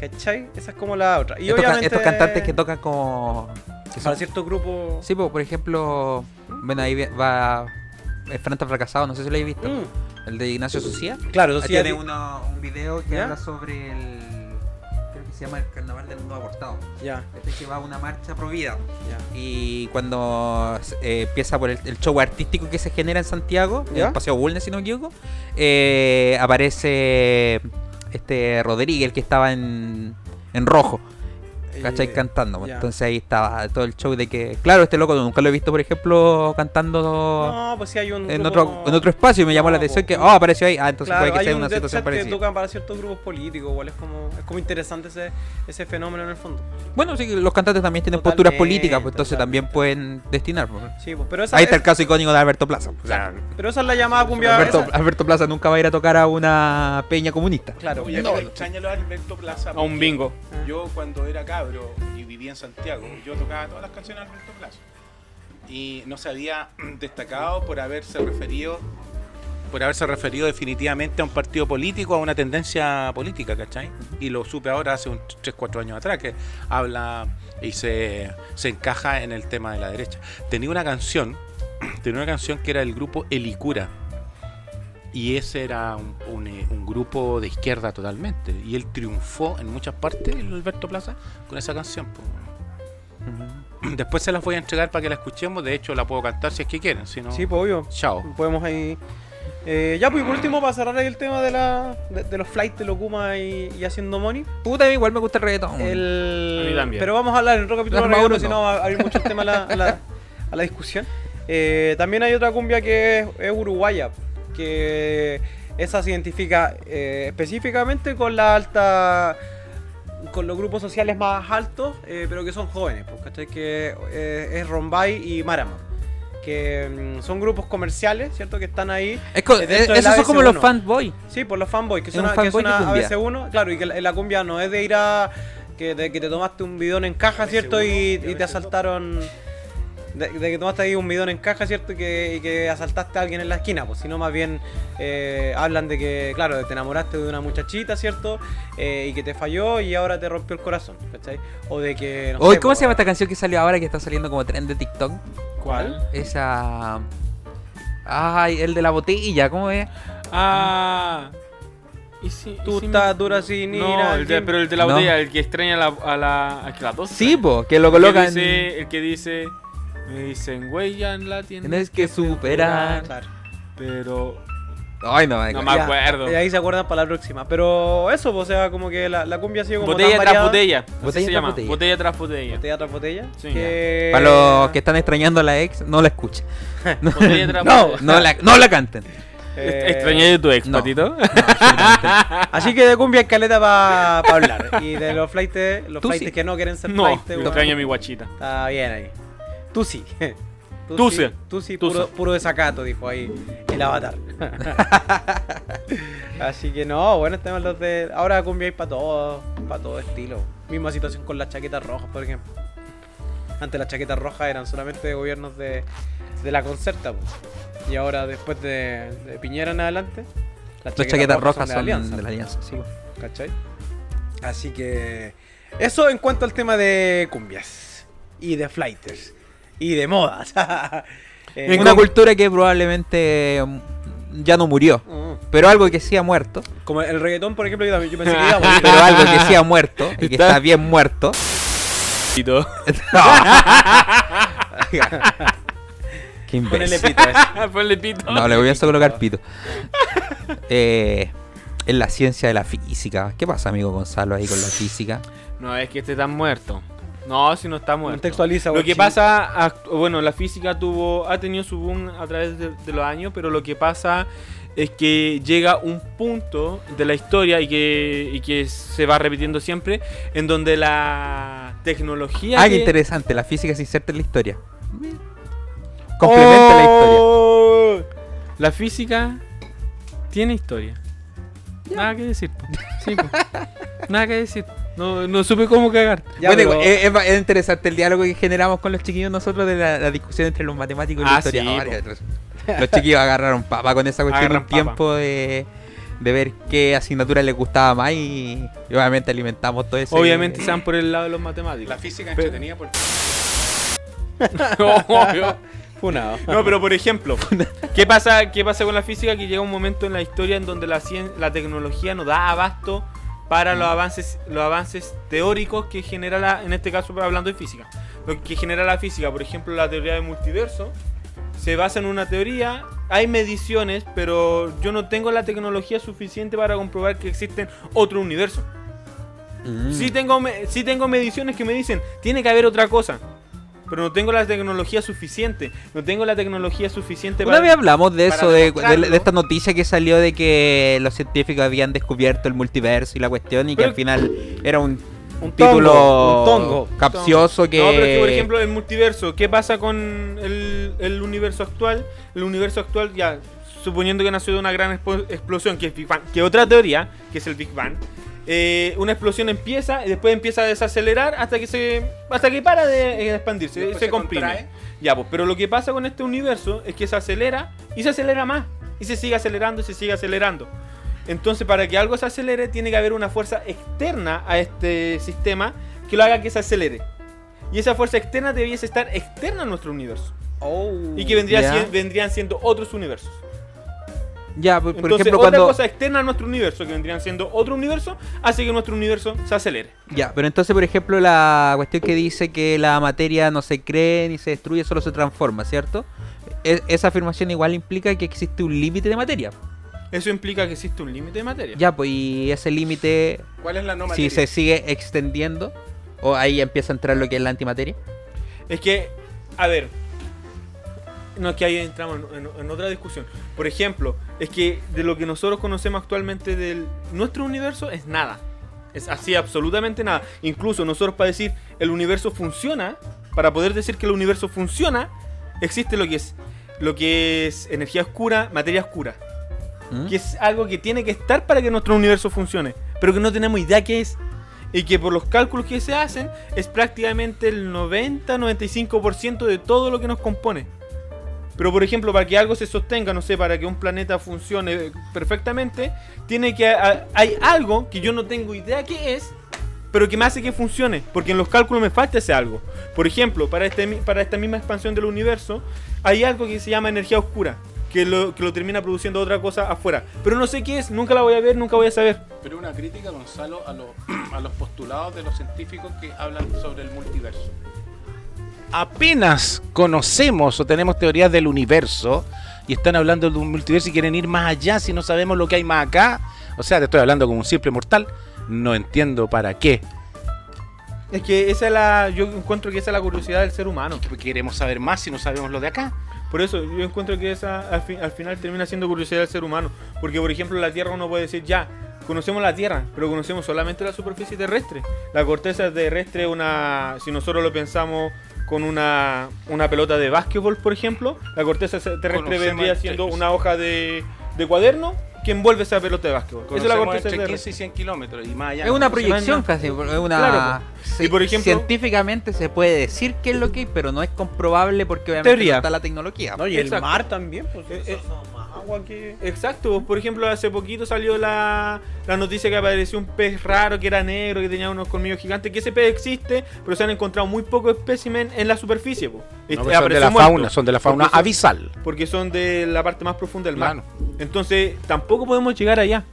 [SPEAKER 5] ¿Cachai? Esa es como la otra. Y
[SPEAKER 6] estos, ca-
[SPEAKER 5] obviamente.
[SPEAKER 6] estos cantantes que tocan como. que son-
[SPEAKER 5] Para ciertos grupos.
[SPEAKER 6] sí, po, por ejemplo, bueno, ahí va eh, Franta Fracasado, no sé si lo habéis visto.
[SPEAKER 5] Mm,
[SPEAKER 6] El de Ignacio Sucía.
[SPEAKER 5] claro, sí.
[SPEAKER 6] tiene
[SPEAKER 5] a ti-
[SPEAKER 6] uno- un video que
[SPEAKER 5] ¿Ya?
[SPEAKER 6] habla sobre el. Creo que se llama el Carnaval del Mundo Abortado.
[SPEAKER 5] Ya,
[SPEAKER 6] Este que va a una marcha pro vida.
[SPEAKER 5] ya.
[SPEAKER 6] Y cuando eh, empieza por el, el show artístico que se genera en Santiago, en
[SPEAKER 5] ¿Ya?
[SPEAKER 6] el Paseo Bulnes, si no me equivoco, eh, aparece este Rodríguez, el que estaba en, en rojo, ¿cachai?
[SPEAKER 5] Eh,
[SPEAKER 6] cantando.
[SPEAKER 5] ya.
[SPEAKER 6] Entonces ahí estaba todo el show de que, claro, este loco nunca lo he visto, por ejemplo, cantando
[SPEAKER 5] No, pues sí hay un.
[SPEAKER 6] en,
[SPEAKER 5] grupo-
[SPEAKER 6] otro, en otro espacio y me llamó
[SPEAKER 5] No,
[SPEAKER 6] la atención
[SPEAKER 5] po.
[SPEAKER 6] que, oh, apareció ahí. Ah, entonces
[SPEAKER 5] Claro,
[SPEAKER 6] puede que
[SPEAKER 5] hay
[SPEAKER 6] sea
[SPEAKER 5] un
[SPEAKER 6] una
[SPEAKER 5] dead
[SPEAKER 6] situación
[SPEAKER 5] set que
[SPEAKER 6] parecida.
[SPEAKER 5] tocan para ciertos grupos políticos, igual es como, es como interesante ese, ese fenómeno en el fondo.
[SPEAKER 6] Bueno, sí, que los cantantes también tienen posturas
[SPEAKER 5] Totalmente,
[SPEAKER 6] políticas, pues entonces también
[SPEAKER 5] totalmente.
[SPEAKER 6] pueden destinar. pues.
[SPEAKER 5] Sí, pues, pero esa,
[SPEAKER 6] Ahí está
[SPEAKER 5] es-
[SPEAKER 6] el caso icónico de Alberto Plaza. o sea,
[SPEAKER 5] pero esa es la llamada cumbia.
[SPEAKER 6] Alberto,
[SPEAKER 5] esa-
[SPEAKER 6] Alberto Plaza nunca va a ir a tocar a una peña comunista.
[SPEAKER 5] claro,
[SPEAKER 7] Oye, a mí me extraña lo de Alberto Plaza.
[SPEAKER 8] A un
[SPEAKER 7] porque
[SPEAKER 8] bingo.
[SPEAKER 7] Yo cuando era cabro y vivía en Santiago, yo tocaba todas las canciones de Alberto Plaza. Y no se había mm, destacado por haberse referido por haberse referido definitivamente a un partido político, a una tendencia política, ¿cachai? Y lo supe ahora hace un 3, 4 años atrás, que habla y se, se encaja en el tema de la derecha. Tenía una canción, tenía una canción que era del grupo Elicura. Y ese era un, un, eh, un grupo de izquierda totalmente. Y él triunfó en muchas partes, el Alberto Plaza, con esa canción. po. Después se las voy a entregar para que la escuchemos. De hecho, la puedo cantar si es que quieren. Si no,
[SPEAKER 5] Sí, pues obvio.
[SPEAKER 7] chao.
[SPEAKER 5] Podemos ahí. eh, ya, pues y por último, para cerrar ahí el tema de, la, de, de los flights de Locuma y, y haciendo money.
[SPEAKER 6] Puta, a mí igual me gusta el reggaetón.
[SPEAKER 5] El...
[SPEAKER 8] A mí también.
[SPEAKER 5] Pero vamos a hablar en otro capítulo,
[SPEAKER 6] Las
[SPEAKER 5] de reggaetón,
[SPEAKER 6] Mauro
[SPEAKER 5] si
[SPEAKER 6] no.
[SPEAKER 5] no va a abrir mucho el tema a la, a la- a la discusión. Eh, también hay otra cumbia que es, es uruguaya, que esa se identifica eh, específicamente con la alta con los grupos sociales más altos, eh, pero que son jóvenes, pues, ¿cachai? Que eh, es Rombay y Marama. Que mm, son grupos comerciales, ¿cierto? Que están ahí.
[SPEAKER 6] Es co-
[SPEAKER 5] eh, dentro
[SPEAKER 6] eh,
[SPEAKER 5] del
[SPEAKER 6] esos son como los
[SPEAKER 5] ABC1.
[SPEAKER 6] fanboys.
[SPEAKER 5] Sí, por los fanboys, que
[SPEAKER 6] Es
[SPEAKER 5] son,
[SPEAKER 6] un
[SPEAKER 5] a- que
[SPEAKER 6] fanboy
[SPEAKER 5] son a-
[SPEAKER 6] de cumbia.
[SPEAKER 5] ABC1, claro, y que la, la cumbia no es de ir a. que te, que te tomaste un bidón en caja, ¿cierto? Y, y te asaltaron. De, de que tomaste ahí un bidón en caja, ¿cierto? Y que, y que asaltaste a alguien en la esquina, pues, sino más bien eh, hablan de que, claro, te enamoraste de una muchachita, ¿cierto? Eh, y que te falló y ahora te rompió el corazón, ¿cachai? O de que. no
[SPEAKER 6] Oye,
[SPEAKER 5] sé,
[SPEAKER 6] ¿Cómo
[SPEAKER 5] po,
[SPEAKER 6] se llama esta canción que salió ahora que está saliendo como tren de TikTok?
[SPEAKER 5] ¿Cuál?
[SPEAKER 6] Esa. Ay, el de la botella, ¿cómo es?
[SPEAKER 8] Ah. ¿Y si,
[SPEAKER 5] Tú
[SPEAKER 8] y si
[SPEAKER 5] estás
[SPEAKER 8] me-
[SPEAKER 5] dura sin ir
[SPEAKER 8] No,
[SPEAKER 5] al
[SPEAKER 8] el de-
[SPEAKER 5] gym.
[SPEAKER 8] pero el de la
[SPEAKER 6] No.
[SPEAKER 8] botella, el que extraña la- a la. a que las dos.
[SPEAKER 6] Sí, po, que lo
[SPEAKER 8] el que,
[SPEAKER 6] colocan.
[SPEAKER 8] dice, el que dice. Me dicen, güey, ya en la tienda.
[SPEAKER 6] Tienes que superar.
[SPEAKER 5] Claro.
[SPEAKER 8] Pero.
[SPEAKER 6] Ay, no,
[SPEAKER 8] No
[SPEAKER 6] venga.
[SPEAKER 8] me
[SPEAKER 5] Ya,
[SPEAKER 8] acuerdo.
[SPEAKER 5] De ahí se acuerdan para la próxima. Pero eso, pues, o sea, como que la, la cumbia ha sido como.
[SPEAKER 8] Botella
[SPEAKER 5] tan
[SPEAKER 8] tras
[SPEAKER 5] variada.
[SPEAKER 8] botella.
[SPEAKER 6] Botella
[SPEAKER 8] Así se
[SPEAKER 6] tras
[SPEAKER 8] llama.
[SPEAKER 6] botella.
[SPEAKER 8] Botella tras botella.
[SPEAKER 5] Botella tras botella.
[SPEAKER 8] Sí,
[SPEAKER 5] que- eh,
[SPEAKER 6] Para los que están extrañando a la ex, no la escuchen.
[SPEAKER 8] Botella tras
[SPEAKER 5] No.
[SPEAKER 8] botella.
[SPEAKER 6] No la, no la canten.
[SPEAKER 5] Eh,
[SPEAKER 8] ¿Extrañé de tu ex,
[SPEAKER 6] no.
[SPEAKER 8] patito?
[SPEAKER 5] Así que de cumbia hay caleta para hablar. Y de los flightes, los
[SPEAKER 6] Tú
[SPEAKER 5] flightes
[SPEAKER 6] sí.
[SPEAKER 5] que no quieren ser
[SPEAKER 8] No,
[SPEAKER 5] flightes. weón.
[SPEAKER 8] extraño a mi guachita.
[SPEAKER 5] Está bien ahí. Tú sí.
[SPEAKER 8] Tú
[SPEAKER 5] sí.
[SPEAKER 8] sí.
[SPEAKER 5] Tú sí,
[SPEAKER 8] Tú
[SPEAKER 5] puro,
[SPEAKER 8] sí.
[SPEAKER 5] puro desacato, dijo ahí el avatar. Así que no, bueno, tenemos los de. Ahora cumbia hay para todo, para todo estilo. Misma situación con las chaquetas rojas, por ejemplo. Antes las chaquetas rojas eran solamente de gobiernos de, de la concerta, pues. Y ahora, después de, de Piñera en adelante, las
[SPEAKER 6] Las chaquetas rojas
[SPEAKER 5] de
[SPEAKER 6] son de
[SPEAKER 5] Alianza.
[SPEAKER 6] la alianza, sí, po.
[SPEAKER 5] ¿Cachai? Así que eso en cuanto al tema de cumbias y de flighters y de modas. Eh,
[SPEAKER 6] Una
[SPEAKER 5] con-
[SPEAKER 6] cultura que probablemente mm, ya no murió.
[SPEAKER 5] Mm.
[SPEAKER 6] Pero algo que sí ha muerto.
[SPEAKER 5] Como el reggaetón, por ejemplo, yo, también- yo pensé que iba a morir.
[SPEAKER 6] Pero algo que sí ha muerto y que está bien muerto.
[SPEAKER 8] Patito.
[SPEAKER 6] Qué
[SPEAKER 5] Ponele
[SPEAKER 6] imbécil.
[SPEAKER 5] pito a eso.
[SPEAKER 8] Ponle pito.
[SPEAKER 6] No, le voy a colocar pito. Eh, en la ciencia de la física. ¿Qué pasa, amigo Gonzalo, ahí con la física?
[SPEAKER 8] No, es que este está muerto. No, si no está muerto.
[SPEAKER 5] Contextualiza,
[SPEAKER 8] Lo
[SPEAKER 5] guachín.
[SPEAKER 8] que pasa, act- bueno, la física tuvo, ha tenido su boom a través de, de los años, pero lo que pasa es que llega un punto de la historia y que, y que se va repitiendo siempre, en donde la tecnología...
[SPEAKER 6] Ah, qué
[SPEAKER 8] que-
[SPEAKER 6] interesante. La física se inserta en la historia. Complementa la historia.
[SPEAKER 8] Oh, La física tiene historia. Nada que decir. po. Sí, po. Nada que decir. No, no supe cómo cagar. eh,
[SPEAKER 5] Ya,
[SPEAKER 6] bueno,
[SPEAKER 5] pero-
[SPEAKER 6] es, es- es interesante el diálogo que generamos con los chiquillos nosotros de la, la discusión entre los matemáticos y los
[SPEAKER 8] Ah,
[SPEAKER 6] historiadores. los chiquillos agarraron papa con esa cuestión
[SPEAKER 8] Agarran
[SPEAKER 6] un tiempo de, de ver qué asignatura les gustaba más y, y obviamente alimentamos todo eso.
[SPEAKER 8] Obviamente se van por el lado de los matemáticos.
[SPEAKER 7] La física
[SPEAKER 8] Pero-
[SPEAKER 7] entretenida porque
[SPEAKER 8] Obvio.
[SPEAKER 5] Funado.
[SPEAKER 8] No, pero por ejemplo, ¿qué pasa, ¿qué pasa con la física? Que llega un momento en la historia en donde la, cien- la tecnología no da abasto para
[SPEAKER 6] Mm.
[SPEAKER 8] los avances, los avances teóricos que genera, la, en este caso hablando de física, lo que genera la física, por ejemplo, la teoría del multiverso, se basa en una teoría, hay mediciones, pero yo no tengo la tecnología suficiente para comprobar que existen otro universo.
[SPEAKER 6] Mm.
[SPEAKER 8] Sí tengo, me- sí tengo mediciones que me dicen, tiene que haber otra cosa. Pero no tengo la tecnología suficiente. No tengo la tecnología suficiente
[SPEAKER 6] Una
[SPEAKER 8] para...
[SPEAKER 6] vez hablamos de
[SPEAKER 8] para
[SPEAKER 6] eso, de, de-
[SPEAKER 8] demostrarlo.
[SPEAKER 6] de esta noticia que salió de que los científicos habían descubierto el multiverso y la cuestión y que
[SPEAKER 8] Pero-
[SPEAKER 6] al final era un,
[SPEAKER 5] Un
[SPEAKER 6] título
[SPEAKER 5] tongo, un tongo.
[SPEAKER 6] capcioso que...
[SPEAKER 8] No, pero es que, por ejemplo, el multiverso. ¿Qué pasa con el, el universo actual? El universo actual, ya, suponiendo que nació de una gran expo- explosión, que es Big Bang, que otra teoría, que es el Big Bang. eh, una explosión empieza y después empieza a desacelerar hasta que se hasta que para de eh, expandirse,
[SPEAKER 7] Después
[SPEAKER 8] se
[SPEAKER 7] se
[SPEAKER 8] comprime.
[SPEAKER 7] contrae.
[SPEAKER 8] Ya, pues, pero lo que pasa con este universo es que se acelera y se acelera más y se sigue acelerando y se sigue acelerando. Entonces, para que algo se acelere, tiene que haber una fuerza externa a este sistema que lo haga que se acelere. Y esa fuerza externa debiese estar externa a nuestro universo.
[SPEAKER 5] Oh.
[SPEAKER 8] Y que vendría
[SPEAKER 6] Ya.
[SPEAKER 8] sien- vendrían siendo otros universos.
[SPEAKER 6] Ya, por, por
[SPEAKER 8] Entonces,
[SPEAKER 6] ejemplo,
[SPEAKER 8] otra
[SPEAKER 6] cuando...
[SPEAKER 8] cosa externa a nuestro universo, que vendrían siendo otro universo, hace que nuestro universo se acelere.
[SPEAKER 6] Ya, pero entonces, por ejemplo, la cuestión que dice que la materia no se cree ni se destruye, solo se transforma, ¿cierto? E- esa afirmación igual implica que existe un límite de materia.
[SPEAKER 8] Eso implica que existe un límite de materia.
[SPEAKER 6] Ya, pues, y ese límite,
[SPEAKER 7] ¿cuál es la no
[SPEAKER 6] si
[SPEAKER 7] materia?
[SPEAKER 6] se sigue extendiendo, o ahí empieza a entrar lo que es la antimateria.
[SPEAKER 8] Es que, a ver. No, es que ahí entramos en, en- en otra discusión. Por ejemplo, es que de lo que nosotros conocemos actualmente de nuestro universo es nada. Es así absolutamente nada. Incluso nosotros para decir el universo funciona, para poder decir que el universo funciona, existe lo que es lo que es energía oscura, materia oscura,
[SPEAKER 6] ¿Mm?
[SPEAKER 8] que es algo que tiene que estar para que nuestro universo funcione, pero que no tenemos idea qué es. Y que por los cálculos que se hacen es prácticamente el 90-95% de todo lo que nos compone. Pero por ejemplo, para que algo se sostenga, no sé, para que un planeta funcione perfectamente, tiene que a- hay algo que yo no tengo idea qué es, pero que me hace que funcione, porque en los cálculos me falta ese algo. Por ejemplo, para este mi- para esta misma expansión del universo, hay algo que se llama energía oscura, que lo, que lo termina produciendo otra cosa afuera, pero no sé qué es, nunca la voy a ver, nunca voy a saber.
[SPEAKER 7] Pero una crítica, Gonzalo, a, los a los postulados de los científicos que hablan sobre el multiverso. Apenas conocemos o tenemos teorías del universo y están hablando de un multiverso y quieren ir más allá si no sabemos lo que hay más acá. O sea, te estoy hablando como un simple mortal. No entiendo para qué.
[SPEAKER 8] Es que esa es la yo encuentro que esa es la curiosidad del ser humano.
[SPEAKER 7] Queremos saber más si no sabemos lo de acá.
[SPEAKER 8] Por eso yo encuentro que esa al, fin- al final termina siendo curiosidad del ser humano. Porque, por ejemplo, la Tierra uno puede decir, ya, conocemos la Tierra, pero conocemos solamente la superficie terrestre. La corteza terrestre, una si nosotros lo pensamos con una, una pelota de básquetbol, por ejemplo, la corteza se- terrestre
[SPEAKER 7] Conocemos
[SPEAKER 8] vendría
[SPEAKER 7] el
[SPEAKER 8] siendo
[SPEAKER 7] tenis.
[SPEAKER 8] una hoja de, de cuaderno que envuelve esa pelota de básquetbol. Esa es la
[SPEAKER 7] Conocemos
[SPEAKER 8] corteza
[SPEAKER 7] entre 15
[SPEAKER 8] terrestre.
[SPEAKER 7] y 100 kilómetros y más allá.
[SPEAKER 6] Es una
[SPEAKER 7] no conocemos
[SPEAKER 6] proyección
[SPEAKER 7] nada.
[SPEAKER 6] casi, es una...
[SPEAKER 8] Claro,
[SPEAKER 6] sí,
[SPEAKER 8] Y por ejemplo-
[SPEAKER 6] Científicamente se puede decir qué es lo que hay, pero no es comprobable porque obviamente
[SPEAKER 8] Teoría.
[SPEAKER 6] no está la tecnología.
[SPEAKER 5] No, y el
[SPEAKER 8] Exacto.
[SPEAKER 5] mar también, pues.
[SPEAKER 8] Eh, eh.
[SPEAKER 5] eso son más agua que.
[SPEAKER 8] Exacto, pues, por ejemplo, hace poquito salió la, la noticia que apareció un pez raro que era negro, que tenía unos colmillos gigantes, que ese pez existe, pero se han encontrado muy pocos espécimen en la superficie. po. Este,
[SPEAKER 7] No, pero son de
[SPEAKER 8] apareció
[SPEAKER 7] la
[SPEAKER 8] muerto,
[SPEAKER 7] fauna, son de la fauna
[SPEAKER 8] Porque son-
[SPEAKER 7] abisal.
[SPEAKER 8] Porque son de la parte más profunda del mar.
[SPEAKER 7] Claro.
[SPEAKER 8] Entonces, tampoco podemos llegar allá.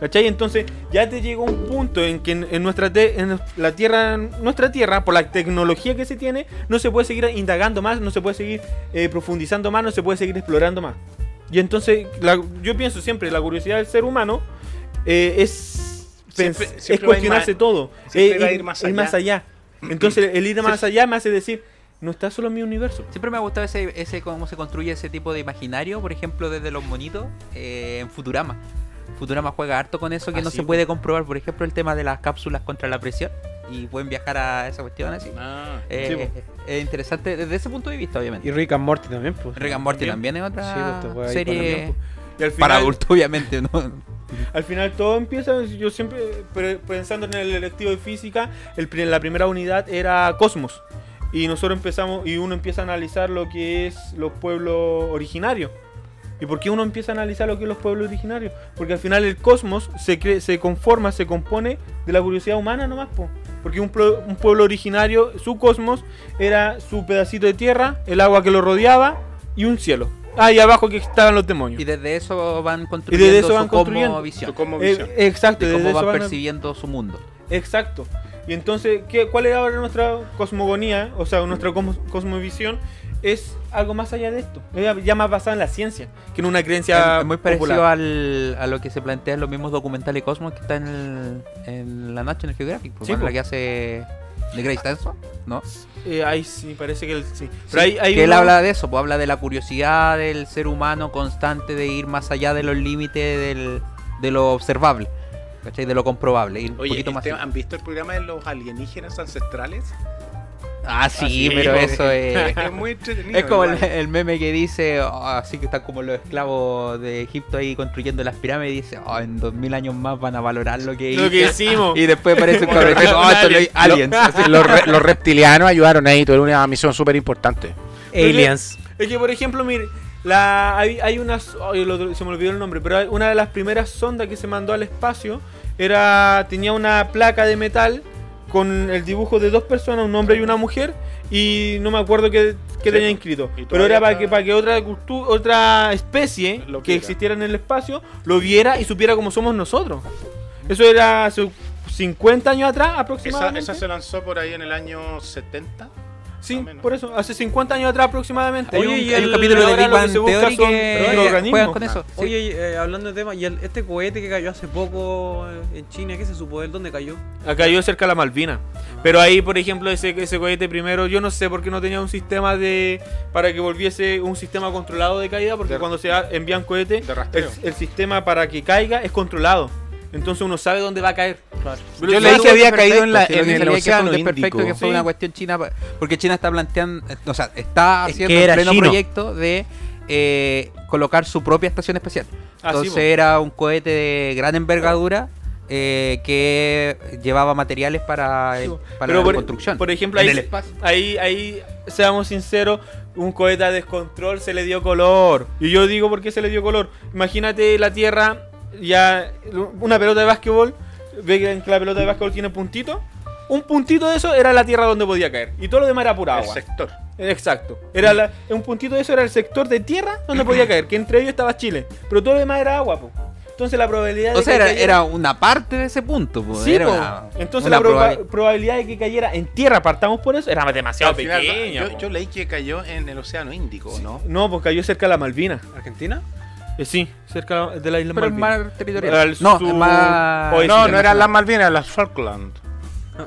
[SPEAKER 8] ¿Cachai? Entonces, ya te llegó un punto en que en, en nuestra te- en la tierra, nuestra tierra, por la tecnología que se tiene, no se puede seguir indagando más, no se puede seguir eh, profundizando más, no se puede seguir explorando más. Y entonces, la- yo pienso siempre, la curiosidad del ser humano eh, es,
[SPEAKER 7] Siempre- siempre
[SPEAKER 8] pens- es
[SPEAKER 7] va a ir
[SPEAKER 8] cuestionarse
[SPEAKER 7] más-
[SPEAKER 8] todo.
[SPEAKER 7] siempre
[SPEAKER 8] eh,
[SPEAKER 7] va a ir más allá.
[SPEAKER 8] Entonces, el ir más allá me hace decir, no está solo en mi universo.
[SPEAKER 6] Siempre me ha gustado ese, ese cómo se construye ese tipo de imaginario, por ejemplo, desde los monitos eh, en Futurama. Futurama juega harto con eso que no
[SPEAKER 8] Así,
[SPEAKER 6] se
[SPEAKER 8] Ah, po.
[SPEAKER 6] puede comprobar, por ejemplo, el tema de las cápsulas contra la presión y pueden viajar a esa cuestión así.
[SPEAKER 7] Ah.
[SPEAKER 6] Eh, es interesante desde ese punto de vista, obviamente.
[SPEAKER 5] Y Rick and Morty también, pues.
[SPEAKER 6] Rick and Morty también es
[SPEAKER 5] Sí, pues,
[SPEAKER 6] otra
[SPEAKER 5] esta wea ahí
[SPEAKER 6] serie
[SPEAKER 5] colombiana,
[SPEAKER 8] Y
[SPEAKER 6] para
[SPEAKER 8] al final-
[SPEAKER 6] adultos, obviamente, ¿no?
[SPEAKER 8] Al final todo empieza, yo siempre pre- pensando en el electivo de física, el, pri- la primera unidad era Cosmos. Y nosotros empezamos, y uno empieza a analizar lo que es los pueblos originarios. ¿Y por qué uno empieza a analizar lo que es los pueblos originarios? Porque al final el cosmos se, cre- se conforma, se compone de la curiosidad humana nomás, po. Porque un, plo- un pueblo originario, su cosmos, era su pedacito de tierra, el agua que lo rodeaba y un cielo. Ah, y abajo que estaban los demonios.
[SPEAKER 6] Y desde eso van construyendo
[SPEAKER 8] desde eso van
[SPEAKER 6] su
[SPEAKER 8] construyendo.
[SPEAKER 6] cosmovisión,
[SPEAKER 7] Su cosmovisión.
[SPEAKER 8] Eh, exacto,
[SPEAKER 6] de
[SPEAKER 8] desde
[SPEAKER 6] cómo van
[SPEAKER 8] eso van a-
[SPEAKER 6] percibiendo su mundo.
[SPEAKER 8] Exacto. Y entonces, ¿qué, ¿cuál era ahora nuestra cosmogonía? O sea, nuestra cosmo- cosmovisión es algo más allá de esto. Es ya más basada en la ciencia que en una creencia
[SPEAKER 6] Es- es muy parecido
[SPEAKER 8] popular.
[SPEAKER 6] al, a lo que se plantea en los mismos documentales Cosmos que está en, el, en la National Geographic, pues,
[SPEAKER 8] Sí,
[SPEAKER 6] bueno,
[SPEAKER 8] po.
[SPEAKER 6] la que hace de Grace Stanson, ¿no?
[SPEAKER 8] Eh, ahí sí, parece que él sí.
[SPEAKER 6] Sí,
[SPEAKER 8] Pero ahí- ahí
[SPEAKER 6] que él
[SPEAKER 8] uno-
[SPEAKER 6] habla de eso, pues habla de la curiosidad del ser humano constante de ir más allá de los límites del, de lo observable, ¿cachai? De lo comprobable, ir un
[SPEAKER 7] Oye,
[SPEAKER 6] poquito más
[SPEAKER 7] este-
[SPEAKER 6] allá.
[SPEAKER 7] ¿han visto el programa de los alienígenas ancestrales?
[SPEAKER 6] Ah,
[SPEAKER 7] Ah,
[SPEAKER 6] sí,
[SPEAKER 7] sí,
[SPEAKER 6] pero
[SPEAKER 7] po.
[SPEAKER 6] eso es...
[SPEAKER 7] Es muy entretenido.
[SPEAKER 6] Es como el,
[SPEAKER 7] igual.
[SPEAKER 6] el meme que dice, "Oh, así que están como los esclavos de Egipto ahí construyendo las pirámides y dice, "Oh, en dos mil años más van a valorar lo que
[SPEAKER 8] lo
[SPEAKER 6] hice".
[SPEAKER 8] que hicimos.
[SPEAKER 6] Y después aparece un cabrón,
[SPEAKER 8] Como
[SPEAKER 6] "Oh, esto lo
[SPEAKER 8] aliens".
[SPEAKER 6] hi- aliens. así.
[SPEAKER 7] los, re- los reptilianos ayudaron ahí, tuvieron una misión súper importante.
[SPEAKER 5] Aliens.
[SPEAKER 8] Es que, por ejemplo, mire, la, hay, hay unas. ay, el otro- se me olvidó el nombre, pero hay- una de las primeras sondas que se mandó al espacio era tenía una placa de metal con el dibujo de dos personas, un hombre y una mujer, y no me acuerdo qué, qué
[SPEAKER 7] Sí,
[SPEAKER 8] tenía
[SPEAKER 7] pues.
[SPEAKER 8] inscrito.
[SPEAKER 7] Y
[SPEAKER 8] Pero
[SPEAKER 7] todavía
[SPEAKER 8] era para
[SPEAKER 7] está-
[SPEAKER 8] que, para que otra, cultu- otra especie
[SPEAKER 7] Lo
[SPEAKER 8] que
[SPEAKER 7] viera.
[SPEAKER 8] existiera en el espacio lo viera y supiera cómo somos nosotros. Eso era hace 50 años atrás
[SPEAKER 7] Esa,
[SPEAKER 8] aproximadamente.
[SPEAKER 7] esa se lanzó por ahí en el año 70.
[SPEAKER 8] sí,
[SPEAKER 7] más o menos.
[SPEAKER 8] por eso, hace 50 años atrás aproximadamente.
[SPEAKER 6] Hay un,
[SPEAKER 8] Oye, y
[SPEAKER 6] hay un
[SPEAKER 8] el-
[SPEAKER 6] capítulo de
[SPEAKER 8] ahora
[SPEAKER 6] Big
[SPEAKER 8] lo que
[SPEAKER 6] Bang
[SPEAKER 8] se busca
[SPEAKER 6] Theory
[SPEAKER 8] son
[SPEAKER 6] que
[SPEAKER 8] microorganismos.
[SPEAKER 6] juegan con eso. sí.
[SPEAKER 5] Oye, eh, hablando de tema, y el- este cohete que cayó hace poco eh, en China, ¿qué se supo de él? ¿Dónde cayó?
[SPEAKER 8] Acá yo cerca de la Malvina. Pero ahí, por ejemplo, ese, ese cohete primero, yo no sé por qué no tenía un sistema de. para que volviese un sistema controlado de caída, porque
[SPEAKER 7] De-
[SPEAKER 8] cuando se envían cohetes,
[SPEAKER 7] de
[SPEAKER 8] el,
[SPEAKER 7] rastreo.
[SPEAKER 8] el sistema para que caiga es controlado. Entonces uno sabe dónde va a caer.
[SPEAKER 7] Yo leí que había caído en, la, en el océano
[SPEAKER 6] Es perfecto
[SPEAKER 7] Índico.
[SPEAKER 6] que fue
[SPEAKER 7] Sí.
[SPEAKER 6] una cuestión china, pa- porque China está planteando, eh, o sea, está
[SPEAKER 9] Es
[SPEAKER 6] haciendo
[SPEAKER 9] que era
[SPEAKER 6] un pleno
[SPEAKER 9] chino.
[SPEAKER 6] proyecto de eh, colocar su propia estación espacial.
[SPEAKER 8] Ah, sí,
[SPEAKER 6] Entonces
[SPEAKER 8] po.
[SPEAKER 6] era un cohete de gran envergadura eh, que llevaba materiales para, para
[SPEAKER 8] Pero
[SPEAKER 6] la
[SPEAKER 8] por-
[SPEAKER 6] construcción.
[SPEAKER 8] Por ejemplo,
[SPEAKER 6] en
[SPEAKER 8] ahí,
[SPEAKER 6] el espacio.
[SPEAKER 8] ahí, ahí, seamos sinceros, un cohete a descontrol se le dio color. Y yo digo, ¿por qué se le dio color? Imagínate la Tierra, ya una pelota de básquetbol, ven que la pelota de básquetbol tiene puntitos. Un puntito de eso era la tierra donde podía caer. Y todo lo demás era pura
[SPEAKER 7] El
[SPEAKER 8] agua.
[SPEAKER 7] sector.
[SPEAKER 8] Exacto. Era la- un puntito de eso era el sector de tierra donde podía caer, que entre ellos estaba Chile. Pero todo lo demás era agua, po. Entonces la probabilidad de
[SPEAKER 6] O sea,
[SPEAKER 8] que
[SPEAKER 6] era,
[SPEAKER 8] cayera-
[SPEAKER 6] era una parte de ese punto. po,
[SPEAKER 8] Sí,
[SPEAKER 6] era
[SPEAKER 8] po.
[SPEAKER 6] una-
[SPEAKER 8] Entonces
[SPEAKER 6] una
[SPEAKER 8] la proba-
[SPEAKER 6] probabil-
[SPEAKER 8] probabilidad de que cayera en tierra, partamos por eso, era demasiado
[SPEAKER 7] Al final,
[SPEAKER 8] pequeña.
[SPEAKER 7] yo,
[SPEAKER 8] po.
[SPEAKER 7] yo leí que cayó en el océano Índico, ¿no?
[SPEAKER 8] No, pues cayó cerca de la Malvina.
[SPEAKER 5] ¿Argentina?
[SPEAKER 8] Eh, sí, cerca de la isla
[SPEAKER 6] Pero es
[SPEAKER 8] Malvina.
[SPEAKER 6] más territorial.
[SPEAKER 8] Al
[SPEAKER 6] no,
[SPEAKER 8] sur-
[SPEAKER 6] es más...
[SPEAKER 8] oeste.
[SPEAKER 7] Ah, No, no eran las Malvinas, las Falkland.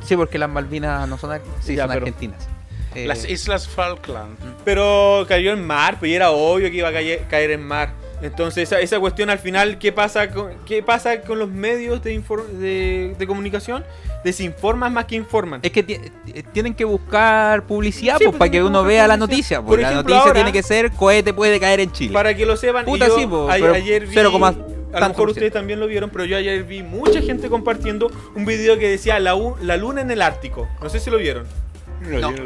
[SPEAKER 6] Sí, porque las Malvinas no son, ar- sí,
[SPEAKER 8] Ya,
[SPEAKER 6] son
[SPEAKER 8] pero-
[SPEAKER 6] argentinas. Eh,
[SPEAKER 7] Las Islas Falkland.
[SPEAKER 8] Pero cayó en mar, pues y era obvio que iba a caer, caer en mar. Entonces, esa, esa cuestión al final, ¿qué pasa con, qué pasa con los medios de, infor- de, de comunicación? Desinforman más que informan.
[SPEAKER 6] Es que ti- eh, tienen que buscar publicidad
[SPEAKER 8] Sí,
[SPEAKER 6] pues,
[SPEAKER 8] pues,
[SPEAKER 6] para que
[SPEAKER 8] tienen que
[SPEAKER 6] uno
[SPEAKER 8] buscar
[SPEAKER 6] vea la
[SPEAKER 8] publicidad.
[SPEAKER 6] noticia.
[SPEAKER 8] Por
[SPEAKER 6] Pues, la
[SPEAKER 8] ejemplo,
[SPEAKER 6] noticia
[SPEAKER 8] ahora-
[SPEAKER 6] tiene que ser cohete puede caer en Chile.
[SPEAKER 8] Para que lo sepan,
[SPEAKER 6] Puta,
[SPEAKER 8] y yo
[SPEAKER 6] sí, po,
[SPEAKER 8] a-
[SPEAKER 6] pero
[SPEAKER 8] ayer vi,
[SPEAKER 6] 0,0
[SPEAKER 8] a lo
[SPEAKER 6] tanto por
[SPEAKER 8] mejor ustedes
[SPEAKER 6] ciento.
[SPEAKER 8] también lo vieron, pero yo ayer vi mucha gente compartiendo un video que decía la, u- la luna en el Ártico. No sé si lo vieron.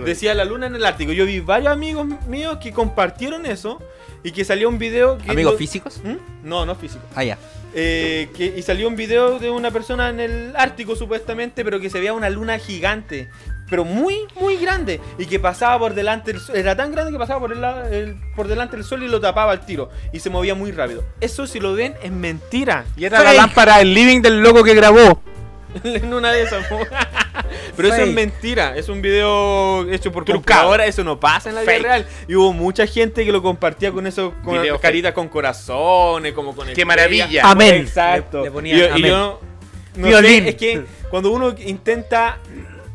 [SPEAKER 8] Decía la luna en el Ártico. Yo vi varios amigos míos que compartieron eso y que salió un video que
[SPEAKER 6] ¿Amigos
[SPEAKER 8] lo-
[SPEAKER 6] físicos?
[SPEAKER 8] ¿Mm? No, no físico.
[SPEAKER 6] Ah, ya.
[SPEAKER 8] Eh, que, y salió un video de una persona en el Ártico supuestamente, pero que se veía una luna gigante, pero muy, muy grande, y que pasaba por delante del sol. Era tan grande que pasaba por, el, lado- el- por delante del sol y lo tapaba al tiro, y se movía muy rápido. Eso si lo ven es mentira.
[SPEAKER 7] Y era la lámpara, el living del loco que grabó.
[SPEAKER 8] en una de esas. po. pero eso es
[SPEAKER 5] Fake.
[SPEAKER 8] mentira, es un video hecho por
[SPEAKER 7] Trucado.
[SPEAKER 8] computadora, eso no pasa en la vida
[SPEAKER 7] Fake.
[SPEAKER 8] real. Y hubo mucha gente que lo compartía con eso, con
[SPEAKER 7] Video fake.
[SPEAKER 8] caritas con corazones, como con
[SPEAKER 7] ¡Qué
[SPEAKER 8] estrellas.
[SPEAKER 7] maravilla!
[SPEAKER 9] Amén.
[SPEAKER 8] Exacto.
[SPEAKER 5] Le- le ponían
[SPEAKER 8] Y yo- y,
[SPEAKER 5] amén.
[SPEAKER 8] yo no
[SPEAKER 9] Violín.
[SPEAKER 8] sé, es que cuando uno intenta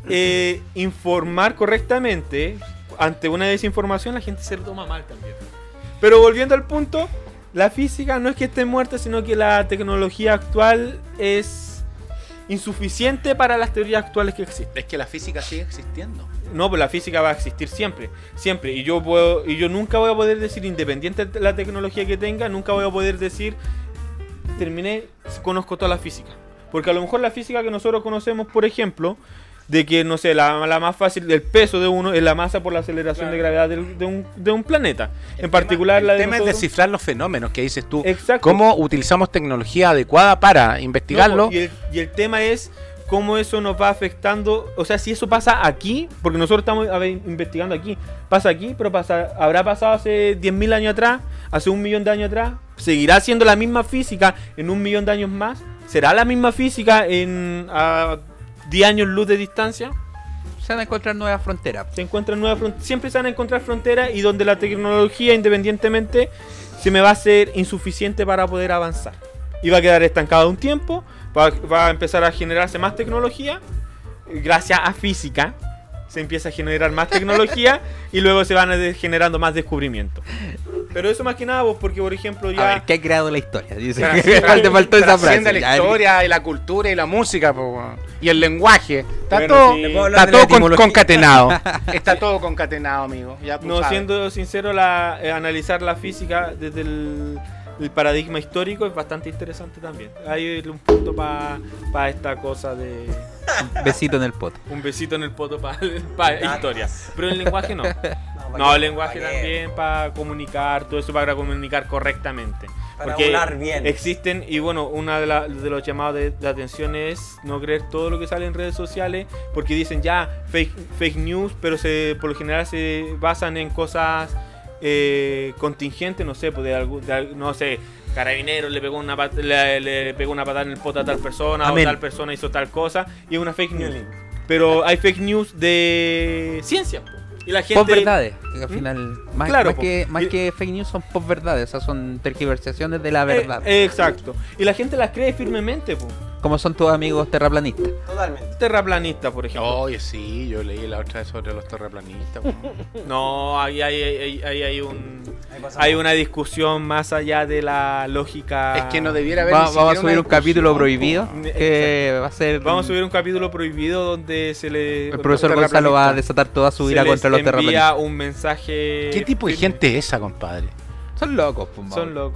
[SPEAKER 8] eh, informar correctamente ante una desinformación, la gente se lo toma mal también. Pero volviendo al punto, la física no es que esté muerta, sino que la tecnología actual es insuficiente para las teorías actuales que existen.
[SPEAKER 7] Es que la física sigue existiendo.
[SPEAKER 8] No, pues la física va a existir siempre, siempre. Y yo puedo, y yo nunca voy a poder decir, independiente de la tecnología que tenga, nunca voy a poder decir, terminé, conozco toda la física. Porque a lo mejor la física que nosotros conocemos, por ejemplo, de que, no sé, la, la más fácil del peso de uno es la masa por la aceleración de gravedad del- de, un, de un planeta. en particular
[SPEAKER 7] el
[SPEAKER 8] la
[SPEAKER 7] tema es
[SPEAKER 8] nosotros-
[SPEAKER 7] descifrar los fenómenos que dices tú.
[SPEAKER 8] Exacto.
[SPEAKER 7] ¿Cómo utilizamos tecnología adecuada para investigarlo?
[SPEAKER 8] No, po, y, el, y el tema es cómo eso nos va afectando. O sea, si eso pasa aquí, porque nosotros estamos a ver, investigando aquí, pasa aquí, pero pasa, habrá pasado hace 10.000 años atrás, hace un millón de años atrás, seguirá siendo la misma física en un millón de años más, será la misma física en a 10 años luz de distancia.
[SPEAKER 6] Se van a encontrar nuevas fronteras.
[SPEAKER 8] Se encuentran nuevas fron- siempre se van a encontrar fronteras y donde la tecnología independientemente se me va a ser insuficiente para poder avanzar. Y va a quedar estancado un tiempo, va, va a empezar a generarse más tecnología, eh, gracias a física, se empieza a generar más tecnología y luego se van a de- generando más descubrimientos. Pero eso más que nada vos, porque por ejemplo
[SPEAKER 6] A ver,
[SPEAKER 8] ya...
[SPEAKER 6] ¿qué ha creado la historia? Dice,
[SPEAKER 7] Tras-
[SPEAKER 6] te faltó esa frase.
[SPEAKER 7] Trasciende la
[SPEAKER 6] Ya,
[SPEAKER 7] historia y la cultura y la música po, weón. y el lenguaje. Está
[SPEAKER 8] Bueno,
[SPEAKER 7] todo,
[SPEAKER 8] sí.
[SPEAKER 7] está
[SPEAKER 8] ¿Le puedo
[SPEAKER 5] hablar de la
[SPEAKER 7] todo con-
[SPEAKER 5] etimología?
[SPEAKER 7] concatenado. Está todo concatenado, amigo. Ya tú
[SPEAKER 8] No,
[SPEAKER 7] sabes.
[SPEAKER 8] siendo sincero, la, eh, analizar la física desde el, el paradigma histórico es bastante interesante también. Hay un punto para esta cosa de
[SPEAKER 6] Besito en el pot.
[SPEAKER 8] un besito en el poto para historia. Pero el lenguaje no.
[SPEAKER 5] No,
[SPEAKER 8] No, el lenguaje también para comunicar, todo eso para comunicar correctamente.
[SPEAKER 5] Para hablar bien.
[SPEAKER 8] Existen, y bueno, uno de, la- de los llamados de, de atención es no creer todo lo que sale en redes sociales, porque dicen ya fake, fake news, pero se, por lo general se basan en cosas eh, contingentes, no sé, pues de algún- de al- no sé, carabinero le pegó una pat- le, le pegó una patada en el poto a tal persona,
[SPEAKER 9] Amén.
[SPEAKER 8] o tal persona hizo tal cosa, y es una fake news. Pero hay fake news de ciencia. po. Y la gente...
[SPEAKER 6] Pop verdades. Al final, más,
[SPEAKER 8] ¿Mm? Claro,
[SPEAKER 6] más
[SPEAKER 8] po.
[SPEAKER 6] que, más
[SPEAKER 8] Y-
[SPEAKER 6] que fake news son pop verdades. O sea, son tergiversaciones de la verdad.
[SPEAKER 8] Eh, exacto. Y la gente las cree firmemente, po.
[SPEAKER 6] como son tus amigos terraplanistas.
[SPEAKER 5] Totalmente.
[SPEAKER 8] Terraplanista, por ejemplo.
[SPEAKER 7] Oye, sí, yo leí la otra vez sobre los terraplanistas. weón.
[SPEAKER 8] No, ahí hay, ahí- ahí hay un.
[SPEAKER 5] Ahí pasamos.
[SPEAKER 8] Hay una
[SPEAKER 6] Oh.
[SPEAKER 8] discusión más allá de la lógica.
[SPEAKER 7] Es que no debiera haber.
[SPEAKER 6] Va-
[SPEAKER 7] ni
[SPEAKER 6] vamos
[SPEAKER 7] siquiera
[SPEAKER 6] a subir
[SPEAKER 7] una
[SPEAKER 6] un capítulo
[SPEAKER 7] discusión, Eh,
[SPEAKER 6] prohibido
[SPEAKER 7] po.
[SPEAKER 8] po.
[SPEAKER 6] que va a ser.
[SPEAKER 8] Vamos a subir un capítulo prohibido donde se le.
[SPEAKER 6] El profesor Gonzalo va a desatar toda su
[SPEAKER 8] se
[SPEAKER 6] ira
[SPEAKER 8] les
[SPEAKER 6] contra los terraplanistas.
[SPEAKER 8] envía un mensaje.
[SPEAKER 7] ¿Qué tipo de gente es esa, compadre?
[SPEAKER 6] Son locos, pues,
[SPEAKER 8] Son
[SPEAKER 6] Mauro.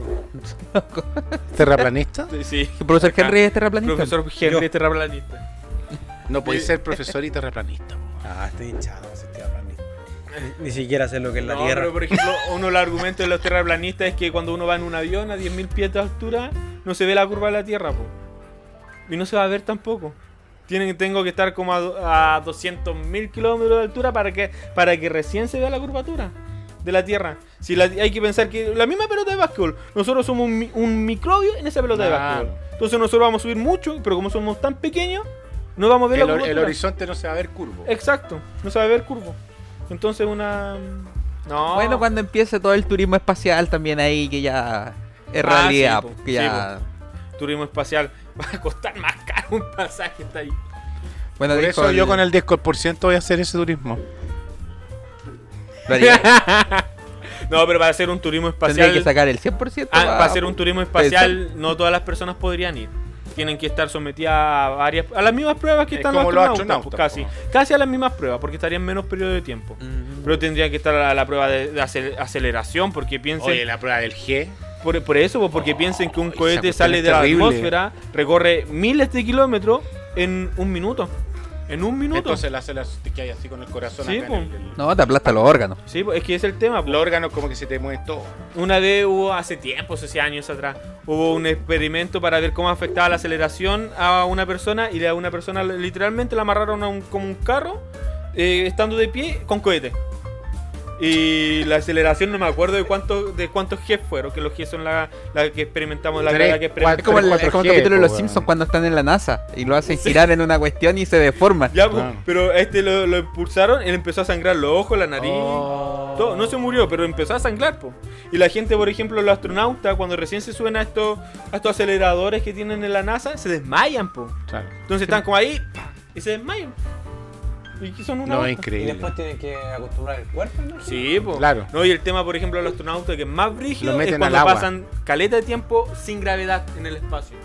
[SPEAKER 8] locos.
[SPEAKER 7] ¿Terraplanista?
[SPEAKER 8] Sí.
[SPEAKER 6] El profesor Henry es terraplanista.
[SPEAKER 8] Profesor
[SPEAKER 5] Yo.
[SPEAKER 8] Henry es terraplanista.
[SPEAKER 7] No podéis ser profesor y terraplanista. po.
[SPEAKER 5] Ah, estoy hinchado, ese tío Randy. Ni, ni siquiera sé lo que es la
[SPEAKER 8] No,
[SPEAKER 5] tierra.
[SPEAKER 8] pero por ejemplo, uno de los argumentos de los terraplanistas es que cuando uno va en un avión a 10.000 pies de altura, no se ve la curva de la Tierra, po. Y no se va a ver tampoco. Tienen, tengo que estar como a, do- a 200.000 kilómetros de altura para que, para que recién se vea la curvatura de la Tierra. Si la- hay que pensar que la misma pelota de básquetbol, nosotros somos un, mi- un microbio en esa pelota
[SPEAKER 7] Claro.
[SPEAKER 8] de básquetbol. Entonces nosotros vamos a subir mucho, pero como somos tan pequeños, no vamos a ver
[SPEAKER 7] El,
[SPEAKER 8] la
[SPEAKER 7] hor- el
[SPEAKER 8] curvatura.
[SPEAKER 7] horizonte no se va a ver curvo.
[SPEAKER 8] Exacto, no se va a ver curvo. Entonces una... No.
[SPEAKER 6] Bueno, cuando empiece todo el turismo espacial también ahí, que ya es
[SPEAKER 8] Ah,
[SPEAKER 6] realidad. pues,
[SPEAKER 8] sí, po,
[SPEAKER 6] que
[SPEAKER 8] sí,
[SPEAKER 6] ya...
[SPEAKER 8] turismo espacial va a costar más caro un pasaje está ahí.
[SPEAKER 6] Bueno,
[SPEAKER 7] Por
[SPEAKER 6] dijo
[SPEAKER 7] eso yo con el 10% voy a hacer ese turismo.
[SPEAKER 6] lo haría.
[SPEAKER 8] No, pero para hacer un turismo
[SPEAKER 6] Tendría que
[SPEAKER 8] espacial,
[SPEAKER 6] sacar el 100%.
[SPEAKER 8] ah, para
[SPEAKER 6] va,
[SPEAKER 8] hacer un
[SPEAKER 6] po.
[SPEAKER 8] turismo espacial no todas las personas podrían ir. Tienen que estar sometidas a varias a las mismas pruebas que
[SPEAKER 7] Es
[SPEAKER 8] están
[SPEAKER 7] como los astronautas,
[SPEAKER 8] pues, casi, casi a las mismas pruebas porque estarían menos periodo de tiempo. Pero tendrían que estar a la prueba de, de acel- aceleración porque piensen
[SPEAKER 7] Oye, la prueba del G.
[SPEAKER 8] Por, por eso, pues, porque piensen que un
[SPEAKER 7] Oh, esa
[SPEAKER 8] cohete
[SPEAKER 7] cuestión
[SPEAKER 8] sale
[SPEAKER 7] es
[SPEAKER 8] de la
[SPEAKER 7] terrible.
[SPEAKER 8] atmósfera, recorre miles de kilómetros en un minuto. En un minuto.
[SPEAKER 7] Entonces la hace que hay así con el corazón.
[SPEAKER 8] Sí,
[SPEAKER 7] acá en
[SPEAKER 8] po.
[SPEAKER 7] el- el-
[SPEAKER 6] No, te aplasta los órganos.
[SPEAKER 8] sí, pues, es que ese es el tema. pues.
[SPEAKER 7] Los órganos como que se te mueven todo.
[SPEAKER 8] Una vez hubo, hace tiempo, hace años atrás, hubo un experimento para ver cómo afectaba la aceleración a una persona y a una persona literalmente la amarraron a un, como un carro, eh, estando de pie, con cohete. Y la aceleración, no me acuerdo de cuántos de cuántos G fueron, que los G son la, la que experimentamos, la,
[SPEAKER 7] Tres,
[SPEAKER 8] la que
[SPEAKER 7] cuatro.
[SPEAKER 8] experimentamos.
[SPEAKER 6] Es como el,
[SPEAKER 7] 4G,
[SPEAKER 6] es como el capítulo de Los
[SPEAKER 7] po,
[SPEAKER 6] Simpsons
[SPEAKER 7] weón.
[SPEAKER 6] cuando están en la NASA y lo hacen girar en una cuestión y se deforman.
[SPEAKER 8] Ya, pues,
[SPEAKER 7] Ah.
[SPEAKER 8] pero a este lo, lo impulsaron, él empezó a sangrar los ojos, la nariz,
[SPEAKER 6] Oh.
[SPEAKER 8] todo. No se murió, pero empezó a sangrar, po. Y la gente, por ejemplo, los astronautas, cuando recién se suben a estos, a estos aceleradores que tienen en la NASA, se desmayan, po.
[SPEAKER 7] Claro.
[SPEAKER 8] Entonces están como ahí ¡pa! y se desmayan. Y que son una.
[SPEAKER 7] No, es
[SPEAKER 8] bosta.
[SPEAKER 5] Y
[SPEAKER 7] increíble.
[SPEAKER 5] después tienen que acostumbrar el cuerpo, ¿no?
[SPEAKER 8] Sí, po.
[SPEAKER 7] Claro.
[SPEAKER 8] No, y el tema, por ejemplo, de los astronautas que es más brígido
[SPEAKER 7] Lo
[SPEAKER 8] es
[SPEAKER 7] meten
[SPEAKER 8] cuando
[SPEAKER 7] al agua.
[SPEAKER 8] pasan caleta de tiempo sin gravedad en el espacio.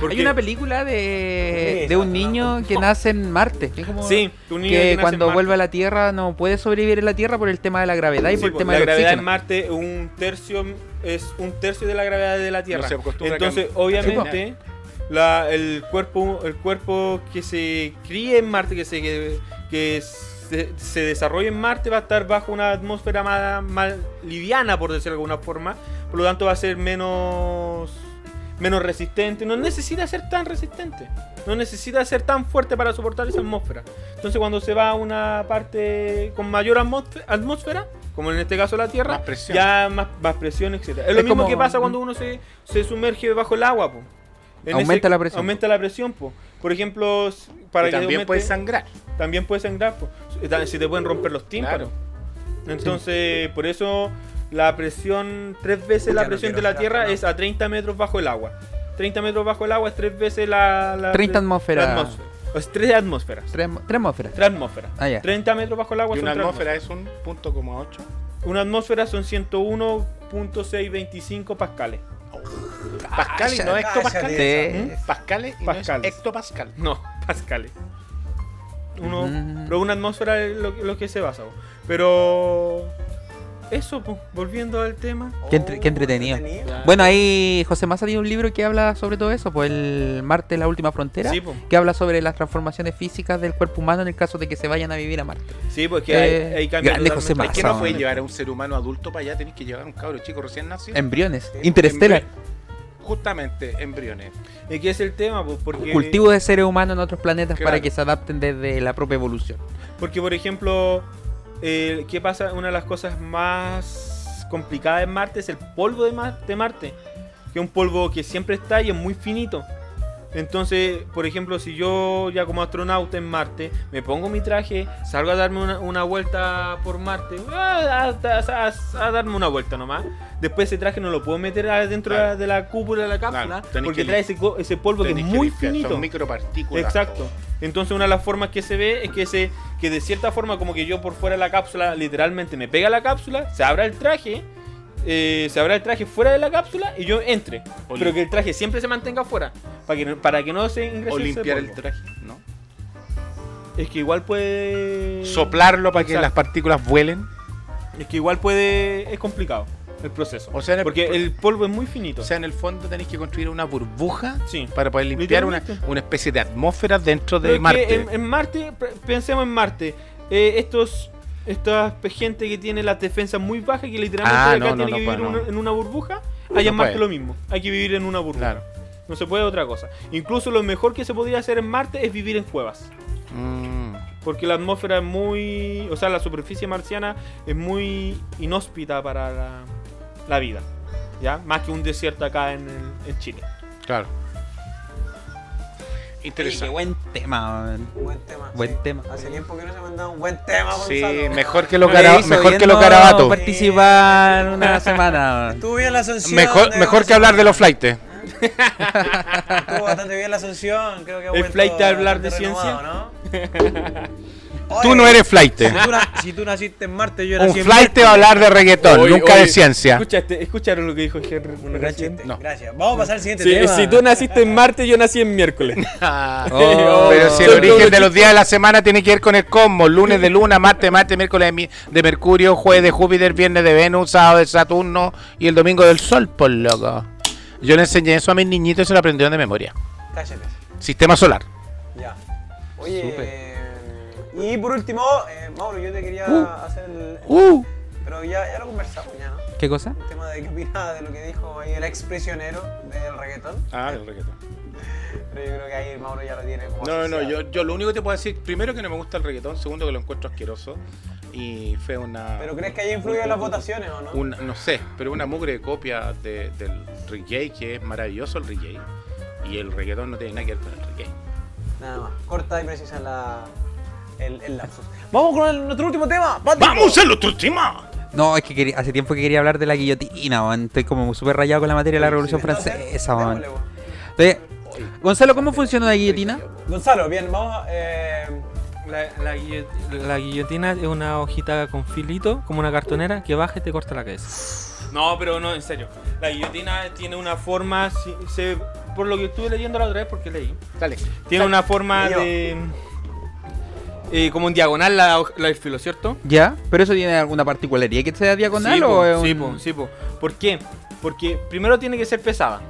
[SPEAKER 8] Porque-
[SPEAKER 6] Hay una película de,
[SPEAKER 5] Sí,
[SPEAKER 6] de un
[SPEAKER 5] exacto,
[SPEAKER 6] niño que nace en Marte. que es como-
[SPEAKER 8] Sí, un niño
[SPEAKER 6] que
[SPEAKER 8] nace en
[SPEAKER 6] cuando
[SPEAKER 8] Marte.
[SPEAKER 6] vuelve a la Tierra no puede sobrevivir en la Tierra por el tema de la gravedad y
[SPEAKER 8] Sí,
[SPEAKER 6] por el
[SPEAKER 8] po,
[SPEAKER 6] tema
[SPEAKER 8] la
[SPEAKER 6] del
[SPEAKER 8] gravedad en
[SPEAKER 6] oxígeno.
[SPEAKER 8] Marte un tercio es un tercio de la gravedad de la Tierra.
[SPEAKER 7] No se acostumbra a
[SPEAKER 8] Entonces,
[SPEAKER 7] cam-
[SPEAKER 8] obviamente,
[SPEAKER 6] pues.
[SPEAKER 8] la- el cuerpo el cuerpo que se críe en Marte, que se que, que se, se desarrolle en Marte va a estar bajo una atmósfera más, más liviana, por decirlo de alguna forma. Por lo tanto, va a ser menos menos resistente. No necesita ser tan resistente. No necesita ser tan fuerte para soportar esa atmósfera. Entonces cuando se va a una parte con mayor atmósfe- atmósfera, como en este caso la Tierra,
[SPEAKER 7] Más presión.
[SPEAKER 8] ya más, más presión, etc. Es, lo
[SPEAKER 6] Es
[SPEAKER 8] mismo
[SPEAKER 6] como-
[SPEAKER 8] que pasa cuando uno se, se sumerge bajo el agua. po. En
[SPEAKER 6] Aumenta la presión,
[SPEAKER 8] Aumenta la presión. po. Por ejemplo, s- para
[SPEAKER 7] Y
[SPEAKER 8] que
[SPEAKER 7] también
[SPEAKER 8] aumente-
[SPEAKER 7] puedes sangrar.
[SPEAKER 8] también puede sangrar, po. Eh, ta- se te pueden romper los tímpanos. Entonces, por eso la presión, tres veces
[SPEAKER 5] Ya
[SPEAKER 8] la
[SPEAKER 5] no
[SPEAKER 8] presión
[SPEAKER 5] quiero
[SPEAKER 8] de la
[SPEAKER 5] ser
[SPEAKER 8] Tierra
[SPEAKER 5] astronauta.
[SPEAKER 8] es a 30 metros bajo el agua. 30 metros bajo el agua es tres veces la... la
[SPEAKER 6] 30
[SPEAKER 8] la
[SPEAKER 6] atmósfera.
[SPEAKER 8] atmósfera. O sea, tres atmósferas.
[SPEAKER 6] Tres, tres atmósferas.
[SPEAKER 8] Tres atmósferas.
[SPEAKER 6] Ah, ya.
[SPEAKER 8] 30 metros bajo el agua
[SPEAKER 7] Y
[SPEAKER 8] son
[SPEAKER 7] una
[SPEAKER 8] tres
[SPEAKER 7] atmósfera es un punto como 8.
[SPEAKER 8] atmósferas. Una atmósfera son 101.625 pascales.
[SPEAKER 7] Pascal y no
[SPEAKER 5] Cállate.
[SPEAKER 7] hectopascal.
[SPEAKER 6] Sí.
[SPEAKER 7] Pascal y no es
[SPEAKER 8] Pascales.
[SPEAKER 7] hectopascal.
[SPEAKER 8] No, pascales. Uno,
[SPEAKER 6] Mm.
[SPEAKER 8] Pero una atmósfera es lo, lo que se basa. po. Pero... Eso, po, volviendo al tema.
[SPEAKER 6] Qué entre- qué entretenido. Bueno, ahí José Massa tiene un libro que habla sobre todo eso, pues el Marte, la última frontera,
[SPEAKER 8] Sí, pues. po.
[SPEAKER 6] que habla sobre las transformaciones físicas del cuerpo humano en el caso de que se vayan a vivir a Marte.
[SPEAKER 8] Sí, porque
[SPEAKER 6] Eh,
[SPEAKER 8] ahí, ahí cambia
[SPEAKER 6] grande
[SPEAKER 8] totalmente.
[SPEAKER 6] José Massa.
[SPEAKER 7] Es que no
[SPEAKER 6] Pasado.
[SPEAKER 7] puedes llevar a un ser humano adulto para allá, tenés que llevar a un cabro chico recién nacido.
[SPEAKER 6] Embriones,
[SPEAKER 8] Em-
[SPEAKER 6] interestelar,
[SPEAKER 7] Embri- Justamente, embriones.
[SPEAKER 8] Es que es el tema, pues, porque...
[SPEAKER 6] cultivo de seres humanos en otros planetas para
[SPEAKER 7] Claro.
[SPEAKER 6] que se adapten desde la propia evolución.
[SPEAKER 8] Porque, por ejemplo, eh, ¿qué pasa? Una de las cosas más complicadas en Marte es el polvo de, Mar- de Marte. Que es un polvo que siempre está y es muy finito. Entonces, por ejemplo, si yo ya como astronauta en Marte, me pongo mi traje, salgo a darme una, una vuelta por Marte, ah, a, a- a- a darme una vuelta nomás. Después ese traje no lo puedo meter adentro
[SPEAKER 7] Claro.
[SPEAKER 8] de la cúpula de la cápsula,
[SPEAKER 7] Claro, tenés
[SPEAKER 8] porque
[SPEAKER 7] que
[SPEAKER 8] trae
[SPEAKER 7] lim-
[SPEAKER 8] ese, co- ese polvo que es
[SPEAKER 7] Tenés que
[SPEAKER 8] muy
[SPEAKER 7] limpiar,
[SPEAKER 8] finito.
[SPEAKER 7] Son micropartículas.
[SPEAKER 8] Exacto. Entonces una de las formas que se ve es que se que de cierta forma como que yo por fuera de la cápsula literalmente me pega la cápsula, se abra el traje, eh, se abra el traje fuera de la cápsula y yo entre,
[SPEAKER 7] O
[SPEAKER 8] pero
[SPEAKER 7] lim-
[SPEAKER 8] que el traje siempre se mantenga fuera para que no, para que no se ingrese
[SPEAKER 7] O
[SPEAKER 8] ese
[SPEAKER 7] limpiar el
[SPEAKER 8] polvo.
[SPEAKER 7] traje, ¿no?
[SPEAKER 8] Es que igual puede
[SPEAKER 7] Soplarlo para que
[SPEAKER 8] Mm. Exacto.
[SPEAKER 7] las partículas vuelen.
[SPEAKER 8] Es que igual puede es complicado el proceso,
[SPEAKER 7] O sea, en el-
[SPEAKER 8] porque el polvo es muy finito.
[SPEAKER 7] O sea, en el fondo tenéis que construir una burbuja
[SPEAKER 8] Sí.
[SPEAKER 7] para poder limpiar una,
[SPEAKER 8] Literalmente.
[SPEAKER 7] una especie de atmósfera dentro de
[SPEAKER 8] Pero es que
[SPEAKER 7] Marte.
[SPEAKER 8] En, en Marte, pre- pensemos en Marte. eh, estos, esta gente que tiene las defensas muy bajas, que literalmente
[SPEAKER 7] Ah,
[SPEAKER 8] acá
[SPEAKER 7] no, no,
[SPEAKER 8] tiene
[SPEAKER 7] no
[SPEAKER 8] que
[SPEAKER 7] puede,
[SPEAKER 8] vivir
[SPEAKER 7] no.
[SPEAKER 8] una- en una burbuja, allá en
[SPEAKER 7] puede.
[SPEAKER 8] Marte lo mismo. Hay que vivir en una burbuja.
[SPEAKER 7] Claro.
[SPEAKER 8] No se puede otra cosa. Incluso lo mejor que se podría hacer en Marte es vivir en cuevas.
[SPEAKER 7] Mm.
[SPEAKER 8] Porque la atmósfera es muy. O sea, la superficie marciana es muy inhóspita para la, la vida. ¿Ya? Más que un desierto acá en, el- en Chile.
[SPEAKER 7] Claro.
[SPEAKER 6] Oye, qué
[SPEAKER 7] Interesante.
[SPEAKER 6] buen tema, weón.
[SPEAKER 5] Buen tema.
[SPEAKER 6] Buen tema.
[SPEAKER 5] Hace tiempo que no se mandaba un buen tema,
[SPEAKER 7] Sí,
[SPEAKER 5] Gonzalo.
[SPEAKER 7] mejor que lo,
[SPEAKER 6] No le
[SPEAKER 7] cara-
[SPEAKER 6] hizo
[SPEAKER 7] mejor
[SPEAKER 6] bien
[SPEAKER 7] que lo
[SPEAKER 6] no
[SPEAKER 7] carabato.
[SPEAKER 6] participar una semana. weón.
[SPEAKER 5] Estuvo bien la sanción.
[SPEAKER 7] Mejor,
[SPEAKER 5] de
[SPEAKER 7] mejor que
[SPEAKER 5] Gonzalo.
[SPEAKER 7] hablar de los flightes.
[SPEAKER 5] Estuvo bastante bien la sanción. Creo que ha
[SPEAKER 8] El
[SPEAKER 5] vuelto
[SPEAKER 8] flight a hablar de
[SPEAKER 5] bastante
[SPEAKER 8] ciencia.
[SPEAKER 5] renovado, ¿no?
[SPEAKER 7] Tú
[SPEAKER 5] Oye,
[SPEAKER 7] no eres flighte.
[SPEAKER 5] Si tú, na- si tú naciste en Marte, yo
[SPEAKER 7] Un
[SPEAKER 5] nací en
[SPEAKER 7] flight va a hablar de reggaetón,
[SPEAKER 8] Oye,
[SPEAKER 7] nunca
[SPEAKER 8] oye,
[SPEAKER 7] de ciencia.
[SPEAKER 8] Escuchaste, este, escucharon lo que dijo Henry.
[SPEAKER 5] Un gran
[SPEAKER 8] recién?
[SPEAKER 5] chiste.
[SPEAKER 7] No.
[SPEAKER 5] Gracias. Vamos a pasar al siguiente
[SPEAKER 8] Sí,
[SPEAKER 5] tema.
[SPEAKER 8] si tú naciste en Marte, yo nací en miércoles.
[SPEAKER 6] Oh,
[SPEAKER 7] Pero si el
[SPEAKER 8] Son
[SPEAKER 7] origen
[SPEAKER 8] todos
[SPEAKER 7] de los días de la semana tiene que ver con el cosmos, lunes de luna, martes, martes, miércoles de mi- de Mercurio, jueves de Júpiter, viernes de Venus, sábado de Saturno y el domingo del Sol, por loco. Yo le enseñé eso a mis niñitos y se lo aprendieron de memoria.
[SPEAKER 5] Cállate.
[SPEAKER 7] Sistema solar.
[SPEAKER 5] Ya. Oye.
[SPEAKER 6] Súper.
[SPEAKER 5] eh, Y por último, eh, Mauro, yo te quería hacer el.
[SPEAKER 7] Uh,
[SPEAKER 5] Pero ya, ya lo conversamos, ya, ¿no?
[SPEAKER 6] ¿Qué cosa?
[SPEAKER 5] El tema de qué opinaba de lo que dijo ahí el ex prisionero del reggaetón.
[SPEAKER 7] Ah, el reggaetón.
[SPEAKER 5] Pero yo creo que ahí Mauro ya lo tiene como.
[SPEAKER 7] No, no, no,
[SPEAKER 5] asociado.
[SPEAKER 7] yo, yo lo único que te puedo decir, primero que no me gusta el reggaetón, segundo que lo encuentro asqueroso y fue una...
[SPEAKER 5] ¿Pero crees que ahí influye en las votaciones o no?
[SPEAKER 7] una- no sé, pero una mugre de copia de- del reggae, que es maravilloso el reggae, y el reggaetón no tiene nada que ver con el reggae.
[SPEAKER 5] Nada más. Corta y precisa la. El, el lapsus. Vamos con el- nuestro último tema. Patrick.
[SPEAKER 7] al otro tema!
[SPEAKER 6] No, es que quería- hace tiempo que quería hablar de la guillotina, weón. Estoy como súper rayado con la materia de la Revolución
[SPEAKER 5] Entonces,
[SPEAKER 6] Francesa, weón.
[SPEAKER 5] démosle, weón.
[SPEAKER 6] Entonces, Gonzalo, ¿cómo funciona la guillotina?
[SPEAKER 5] Gonzalo, bien, vamos a. Eh,
[SPEAKER 9] La, la guillo- la guillotina es una hojita con filito, como una cartonera, que baja y te corta la cabeza.
[SPEAKER 8] No, pero no, en serio. La guillotina tiene una forma, si- se- por lo que estuve leyendo la otra vez, porque leí.
[SPEAKER 7] Dale.
[SPEAKER 8] Tiene una forma
[SPEAKER 5] Leo.
[SPEAKER 8] de... eh, como en diagonal la, hoj- la- el filo, ¿cierto?
[SPEAKER 6] ¿Ya? ¿Pero eso tiene alguna particularidad que sea diagonal
[SPEAKER 8] sí,
[SPEAKER 6] o
[SPEAKER 8] po,
[SPEAKER 6] es un-
[SPEAKER 8] sí, po, sí, po. ¿Por qué? Porque primero tiene que ser pesada.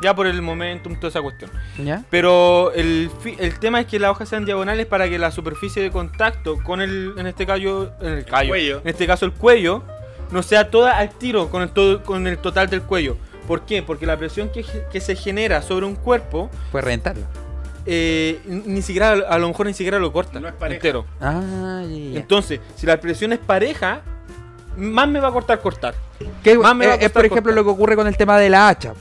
[SPEAKER 8] Ya por el momentum, toda esa cuestión.
[SPEAKER 6] ¿Ya?
[SPEAKER 8] Pero el, fi- el tema es que las hojas sean diagonales para que la superficie de contacto con el, en este callo, en el callo,
[SPEAKER 7] cuello.
[SPEAKER 8] en este caso el cuello, no sea toda al tiro con el, todo, con el total del cuello. ¿Por qué? Porque la presión que, ge- que se genera sobre un cuerpo,
[SPEAKER 6] Puedes reventarlo.
[SPEAKER 8] eh, ni siquiera, a lo mejor ni siquiera lo corta
[SPEAKER 7] No es pareja.
[SPEAKER 8] entero.
[SPEAKER 6] Ah, ya, ya.
[SPEAKER 8] Entonces, si la presión es pareja, más me va a cortar cortar.
[SPEAKER 6] Que eh,
[SPEAKER 8] más me va a
[SPEAKER 6] es, es,
[SPEAKER 8] costar
[SPEAKER 6] por ejemplo,
[SPEAKER 8] cortar.
[SPEAKER 6] lo que ocurre con el tema de la hacha.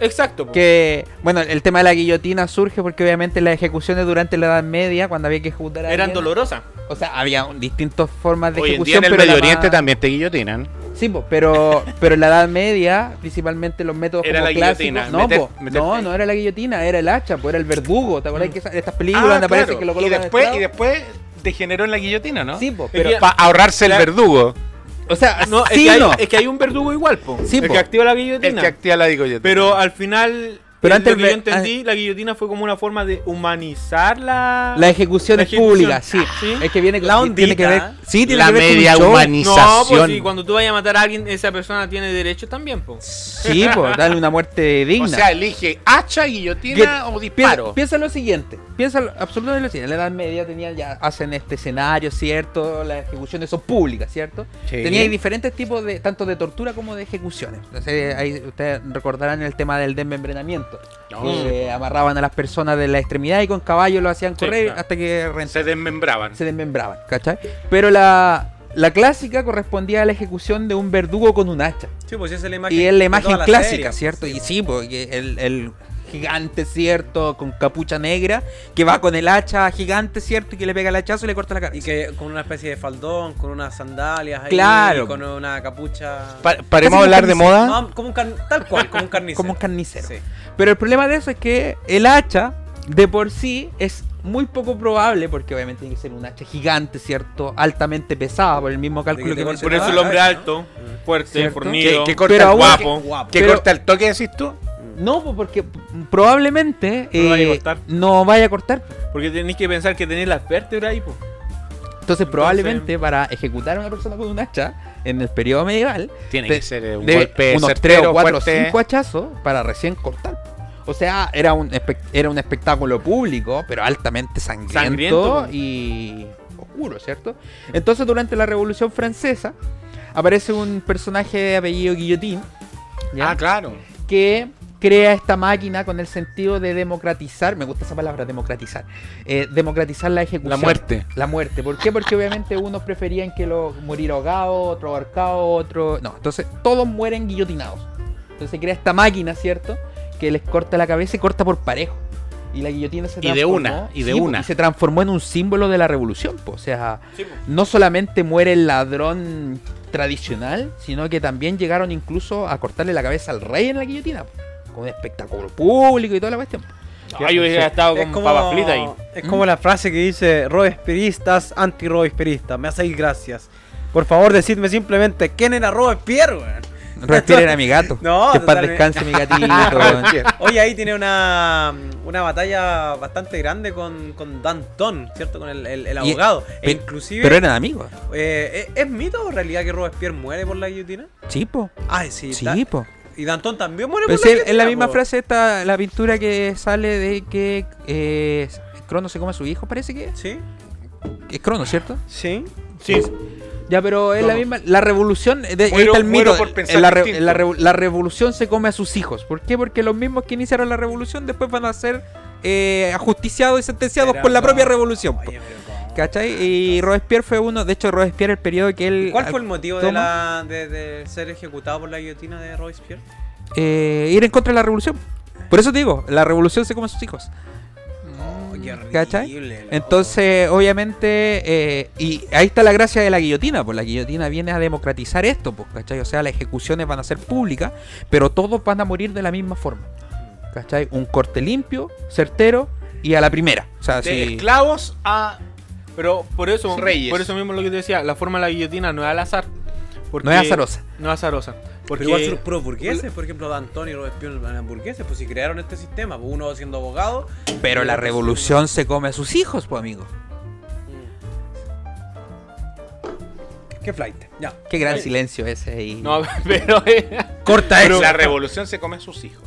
[SPEAKER 8] Exacto. po.
[SPEAKER 6] Que, bueno, el tema de la guillotina surge porque obviamente las ejecuciones durante la Edad Media, cuando había que ejecutar a
[SPEAKER 8] Eran
[SPEAKER 6] alguien-
[SPEAKER 8] dolorosas.
[SPEAKER 6] O sea, había un- distintas formas de
[SPEAKER 7] Hoy en día en
[SPEAKER 6] ejecución.
[SPEAKER 7] el
[SPEAKER 6] pero la
[SPEAKER 7] Medio Oriente
[SPEAKER 6] más-
[SPEAKER 7] también te guillotinan.
[SPEAKER 6] Sí, po, pero, pero en la Edad Media, principalmente los métodos
[SPEAKER 7] Era
[SPEAKER 6] como
[SPEAKER 7] la
[SPEAKER 6] clásicos-
[SPEAKER 7] guillotina,
[SPEAKER 6] No,
[SPEAKER 7] meter-
[SPEAKER 6] po,
[SPEAKER 7] meterte
[SPEAKER 6] no,
[SPEAKER 7] ahí.
[SPEAKER 6] no era la guillotina, era el hacha, po, era el verdugo. ¿Te acuerdas que esa- de estas películas donde aparece que lo
[SPEAKER 7] Ah, y
[SPEAKER 6] colocan en
[SPEAKER 7] después,
[SPEAKER 6] estrado?
[SPEAKER 7] y después degeneró en la guillotina, ¿no?
[SPEAKER 6] Sí, po,
[SPEAKER 8] Es que-
[SPEAKER 6] pero...
[SPEAKER 7] Para ahorrarse el
[SPEAKER 8] Claro.
[SPEAKER 7] verdugo.
[SPEAKER 6] O sea,
[SPEAKER 8] No, es,
[SPEAKER 6] sí,
[SPEAKER 8] que hay,
[SPEAKER 6] no.
[SPEAKER 8] es que hay un verdugo igual, po.
[SPEAKER 6] Sí,
[SPEAKER 8] el
[SPEAKER 6] po.
[SPEAKER 8] que activa la
[SPEAKER 7] El
[SPEAKER 8] guillotina.
[SPEAKER 7] que activa la guillotina. ah,
[SPEAKER 8] Pero al final,
[SPEAKER 6] Pero
[SPEAKER 8] eh,
[SPEAKER 6] antes
[SPEAKER 8] lo que
[SPEAKER 6] ve- ah,
[SPEAKER 8] yo entendí, la guillotina fue como una forma de humanizar la...
[SPEAKER 6] La ejecución
[SPEAKER 8] La
[SPEAKER 6] es pública, sí.
[SPEAKER 8] ejecución. Ah, sí.
[SPEAKER 6] Es que viene
[SPEAKER 5] La ondita.
[SPEAKER 6] tiene que ver, sí, tiene
[SPEAKER 7] la
[SPEAKER 6] que ver con
[SPEAKER 7] media
[SPEAKER 6] un show.
[SPEAKER 8] No,
[SPEAKER 7] humanización.
[SPEAKER 8] pues sí, cuando tú vayas a matar a alguien, esa persona tiene derecho también, po.
[SPEAKER 6] Sí, pues, darle una muerte digna.
[SPEAKER 7] o sea, elige hacha, guillotina
[SPEAKER 6] Que-
[SPEAKER 7] o
[SPEAKER 6] piensa-
[SPEAKER 7] disparo.
[SPEAKER 6] Piensa lo siguiente, piensa lo- absolutamente lo siguiente. En la Edad Media tenían ya hacen este escenario, ¿cierto? Las ejecuciones son públicas, ¿cierto?
[SPEAKER 7] Sí.
[SPEAKER 6] Tenían diferentes tipos de tanto de tortura como de ejecuciones. Entonces, ahí ustedes recordarán el tema del desmembrenamiento.
[SPEAKER 7] No,
[SPEAKER 6] que amarraban a las personas de la extremidad y con caballos lo hacían
[SPEAKER 7] Sí,
[SPEAKER 6] correr
[SPEAKER 7] claro.
[SPEAKER 6] hasta que rentaban
[SPEAKER 7] Se desmembraban.
[SPEAKER 6] se desmembraban, ¿cachai? Pero la, la clásica correspondía a la ejecución de un verdugo con un hacha.
[SPEAKER 5] sí, pues esa es la imagen.
[SPEAKER 6] Y es la
[SPEAKER 5] de
[SPEAKER 6] imagen
[SPEAKER 5] toda la
[SPEAKER 6] clásica,
[SPEAKER 5] serie.
[SPEAKER 6] ¿cierto? Y sí, porque pues, el, el gigante, ¿cierto? Con capucha negra, que va con el hacha gigante, ¿cierto? Y que le pega el hachazo y le corta la cabeza.
[SPEAKER 5] Y que con una especie de faldón, con unas sandalias ahí,
[SPEAKER 6] Claro.
[SPEAKER 5] con una capucha.
[SPEAKER 6] ¿Paremos a hablar de
[SPEAKER 9] moda?
[SPEAKER 5] Ah, como un car- tal cual, como un carnicero.
[SPEAKER 6] Como un carnicero.
[SPEAKER 5] Sí.
[SPEAKER 6] Pero el problema de eso es que el hacha, de por sí, es muy poco probable, porque obviamente tiene que ser un hacha gigante, ¿cierto? Altamente pesada, por el mismo cálculo
[SPEAKER 5] que
[SPEAKER 6] que
[SPEAKER 5] te
[SPEAKER 6] hemos
[SPEAKER 5] corte
[SPEAKER 8] Por eso el hombre
[SPEAKER 5] Ah,
[SPEAKER 8] alto, fuerte,
[SPEAKER 6] ¿Cierto?
[SPEAKER 8] fornido,
[SPEAKER 7] Que- que corta
[SPEAKER 6] Pero
[SPEAKER 7] el
[SPEAKER 6] aún-
[SPEAKER 7] guapo. Que,
[SPEAKER 6] pero-
[SPEAKER 7] corta el toque, decís tú.
[SPEAKER 6] No, pues, porque probablemente
[SPEAKER 8] No lo vaya a
[SPEAKER 6] eh,
[SPEAKER 8] cortar.
[SPEAKER 6] no vaya a cortar.
[SPEAKER 8] porque tenéis que pensar que tenéis las vértebras ahí, po.
[SPEAKER 6] Entonces, probablemente para ejecutar a una persona con un hacha en el periodo medieval,
[SPEAKER 7] Tiene
[SPEAKER 6] Te-
[SPEAKER 7] que ser eh, un
[SPEAKER 6] debe
[SPEAKER 7] golpe
[SPEAKER 6] unos
[SPEAKER 7] certero,
[SPEAKER 6] 3 o 4
[SPEAKER 7] fuerte.
[SPEAKER 6] 5 hachazos para recién cortar. O sea, era un, espe- era un espectáculo público, pero altamente sangriento,
[SPEAKER 8] Sangriento, po.
[SPEAKER 6] y oscuro, ¿cierto? Entonces, durante la Revolución Francesa, aparece un personaje de apellido Guillotín, ¿ya?
[SPEAKER 7] Ah, claro.
[SPEAKER 6] que crea esta máquina con el sentido de democratizar, me gusta esa palabra, democratizar, eh, democratizar la ejecución.
[SPEAKER 7] La muerte.
[SPEAKER 6] La muerte. ¿Por qué? Porque obviamente unos preferían que lo morir ahogado, otro ahorcado, otro... No, entonces todos mueren guillotinados. Entonces se crea esta máquina, ¿cierto? Que les corta la cabeza y corta por parejo. Y la guillotina se
[SPEAKER 7] Y de
[SPEAKER 6] transformó-
[SPEAKER 7] una, y de
[SPEAKER 6] po,
[SPEAKER 7] una.
[SPEAKER 6] se transformó en un símbolo de la revolución, po. o sea, no solamente muere el ladrón tradicional, sino que también llegaron incluso a cortarle la cabeza al rey en la guillotina, po, con un espectáculo público y toda la cuestión. po.
[SPEAKER 7] pues,
[SPEAKER 8] Ay, yo hubiera estado
[SPEAKER 5] Es
[SPEAKER 8] con
[SPEAKER 5] como,
[SPEAKER 8] papas fritas ahí. Mm.
[SPEAKER 5] es como la frase que dice Robespierristas, anti-Robespierristas. Me hacéis gracias. Por favor, decidme simplemente quién era Robespierre, weón.
[SPEAKER 6] Respiren a mi gato.
[SPEAKER 5] No,
[SPEAKER 6] que en paz
[SPEAKER 5] totalmente.
[SPEAKER 6] descanse mi gatito. weón.
[SPEAKER 5] Oye, ahí tiene una, una batalla bastante grande con, con Danton, ¿cierto? Con el, el- el
[SPEAKER 6] Y-
[SPEAKER 5] abogado. E
[SPEAKER 6] pe-
[SPEAKER 5] inclusive,
[SPEAKER 6] Pero eran amigos.
[SPEAKER 5] eh, ¿es, es mito o realidad que Robespierre muere por la guillotina?
[SPEAKER 6] Sí, po.
[SPEAKER 5] Ah, sí. da-
[SPEAKER 6] Sí, po.
[SPEAKER 5] y Danton también muere
[SPEAKER 6] Pues
[SPEAKER 5] por la
[SPEAKER 6] es, es
[SPEAKER 5] guillotina.
[SPEAKER 6] la misma
[SPEAKER 5] po.
[SPEAKER 6] frase esta, la pintura que sale de que eh, Crono se come a su hijo, parece que es.
[SPEAKER 5] Sí,
[SPEAKER 6] es Crono, ¿cierto?
[SPEAKER 5] sí.
[SPEAKER 8] Sí,
[SPEAKER 6] Ya, pero es la misma. La revolución. De, ahí
[SPEAKER 7] Muero-
[SPEAKER 6] está el
[SPEAKER 7] muero
[SPEAKER 6] mito.
[SPEAKER 7] por
[SPEAKER 6] en
[SPEAKER 7] pensar
[SPEAKER 6] la, re-
[SPEAKER 7] distinto.
[SPEAKER 6] en la revo- la revolución se come a sus hijos. ¿Por qué? Porque los mismos que iniciaron la revolución después van a ser eh, ajusticiados y sentenciados por la propia revolución. po.
[SPEAKER 5] Oye, pero ¿cómo?
[SPEAKER 6] ¿Cachai? Y Robespierre fue uno. De hecho, Robespierre, el periodo que él. ah,
[SPEAKER 5] ¿Cuál fue el motivo de,
[SPEAKER 6] toma?
[SPEAKER 5] la, de, de ser ejecutado por la guillotina de Robespierre?
[SPEAKER 6] eh, ir en contra de la revolución. Por eso te digo, la revolución se come a sus hijos.
[SPEAKER 5] Oh, qué
[SPEAKER 6] Mm, ¿Cachai?
[SPEAKER 5] horrible, loco.
[SPEAKER 6] Entonces, obviamente, eh, y ahí está la gracia de la guillotina, pues la guillotina viene a democratizar esto, pues, ¿cachai? O sea, las ejecuciones van a ser públicas, pero todos van a morir de la misma forma, ¿cachai? Un corte limpio, certero y a la primera. O sea,
[SPEAKER 7] De
[SPEAKER 6] sí.
[SPEAKER 7] esclavos a.
[SPEAKER 8] pero por eso,
[SPEAKER 7] Reyes.
[SPEAKER 8] por eso mismo lo que te decía, la forma de la guillotina no es al azar. porque-
[SPEAKER 6] No es azarosa.
[SPEAKER 8] No es azarosa. Porque
[SPEAKER 5] Pero igual son los puros burgueses, por ejemplo, Danton y Robespierre eran burgueses, pues si crearon este sistema, pues uno siendo abogado.
[SPEAKER 6] Pero la revolución se come a sus hijos, pues, amigo.
[SPEAKER 5] Qué flight. Ya.
[SPEAKER 6] Qué gran silencio ese ahí.
[SPEAKER 8] No, pero eh,
[SPEAKER 6] corta
[SPEAKER 7] Pero Ah. la revolución se come a sus hijos.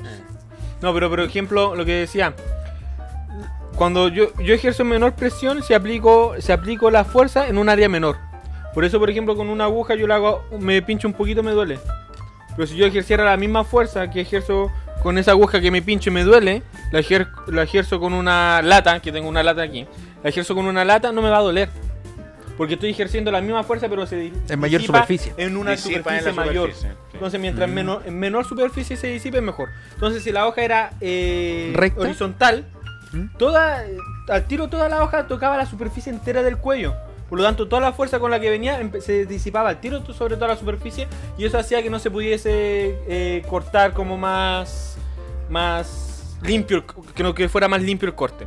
[SPEAKER 8] No, pero por ejemplo, lo que decía. Cuando yo, yo ejerzo menor presión, se aplico, se aplico la fuerza en un área menor. Por eso, por ejemplo, con una aguja yo la hago, me pincho un poquito y me duele. Pero si yo ejerciera la misma fuerza que ejerzo con esa aguja que me pincho y me duele, la, ejer- la ejerzo con una lata, que tengo una lata aquí, la ejerzo con una lata, no me va a doler. Porque estoy ejerciendo la misma fuerza, pero se di-
[SPEAKER 6] En mayor
[SPEAKER 8] disipa
[SPEAKER 6] superficie.
[SPEAKER 8] En una
[SPEAKER 7] Disipa en la
[SPEAKER 8] superficie mayor.
[SPEAKER 7] superficie, sí.
[SPEAKER 8] Entonces, mientras menor, en menor superficie se disipe, mejor. Entonces, si la hoja era eh,
[SPEAKER 6] ¿Recta?
[SPEAKER 8] horizontal,
[SPEAKER 5] ¿Mm?
[SPEAKER 8] toda, al tiro toda la hoja tocaba la superficie entera del cuello. Por lo tanto, toda la fuerza con la que venía empe- se disipaba al tiro to- sobre toda la superficie y eso hacía que no se pudiese eh, cortar como más, más limpio, el co- que, no- que fuera más limpio el corte.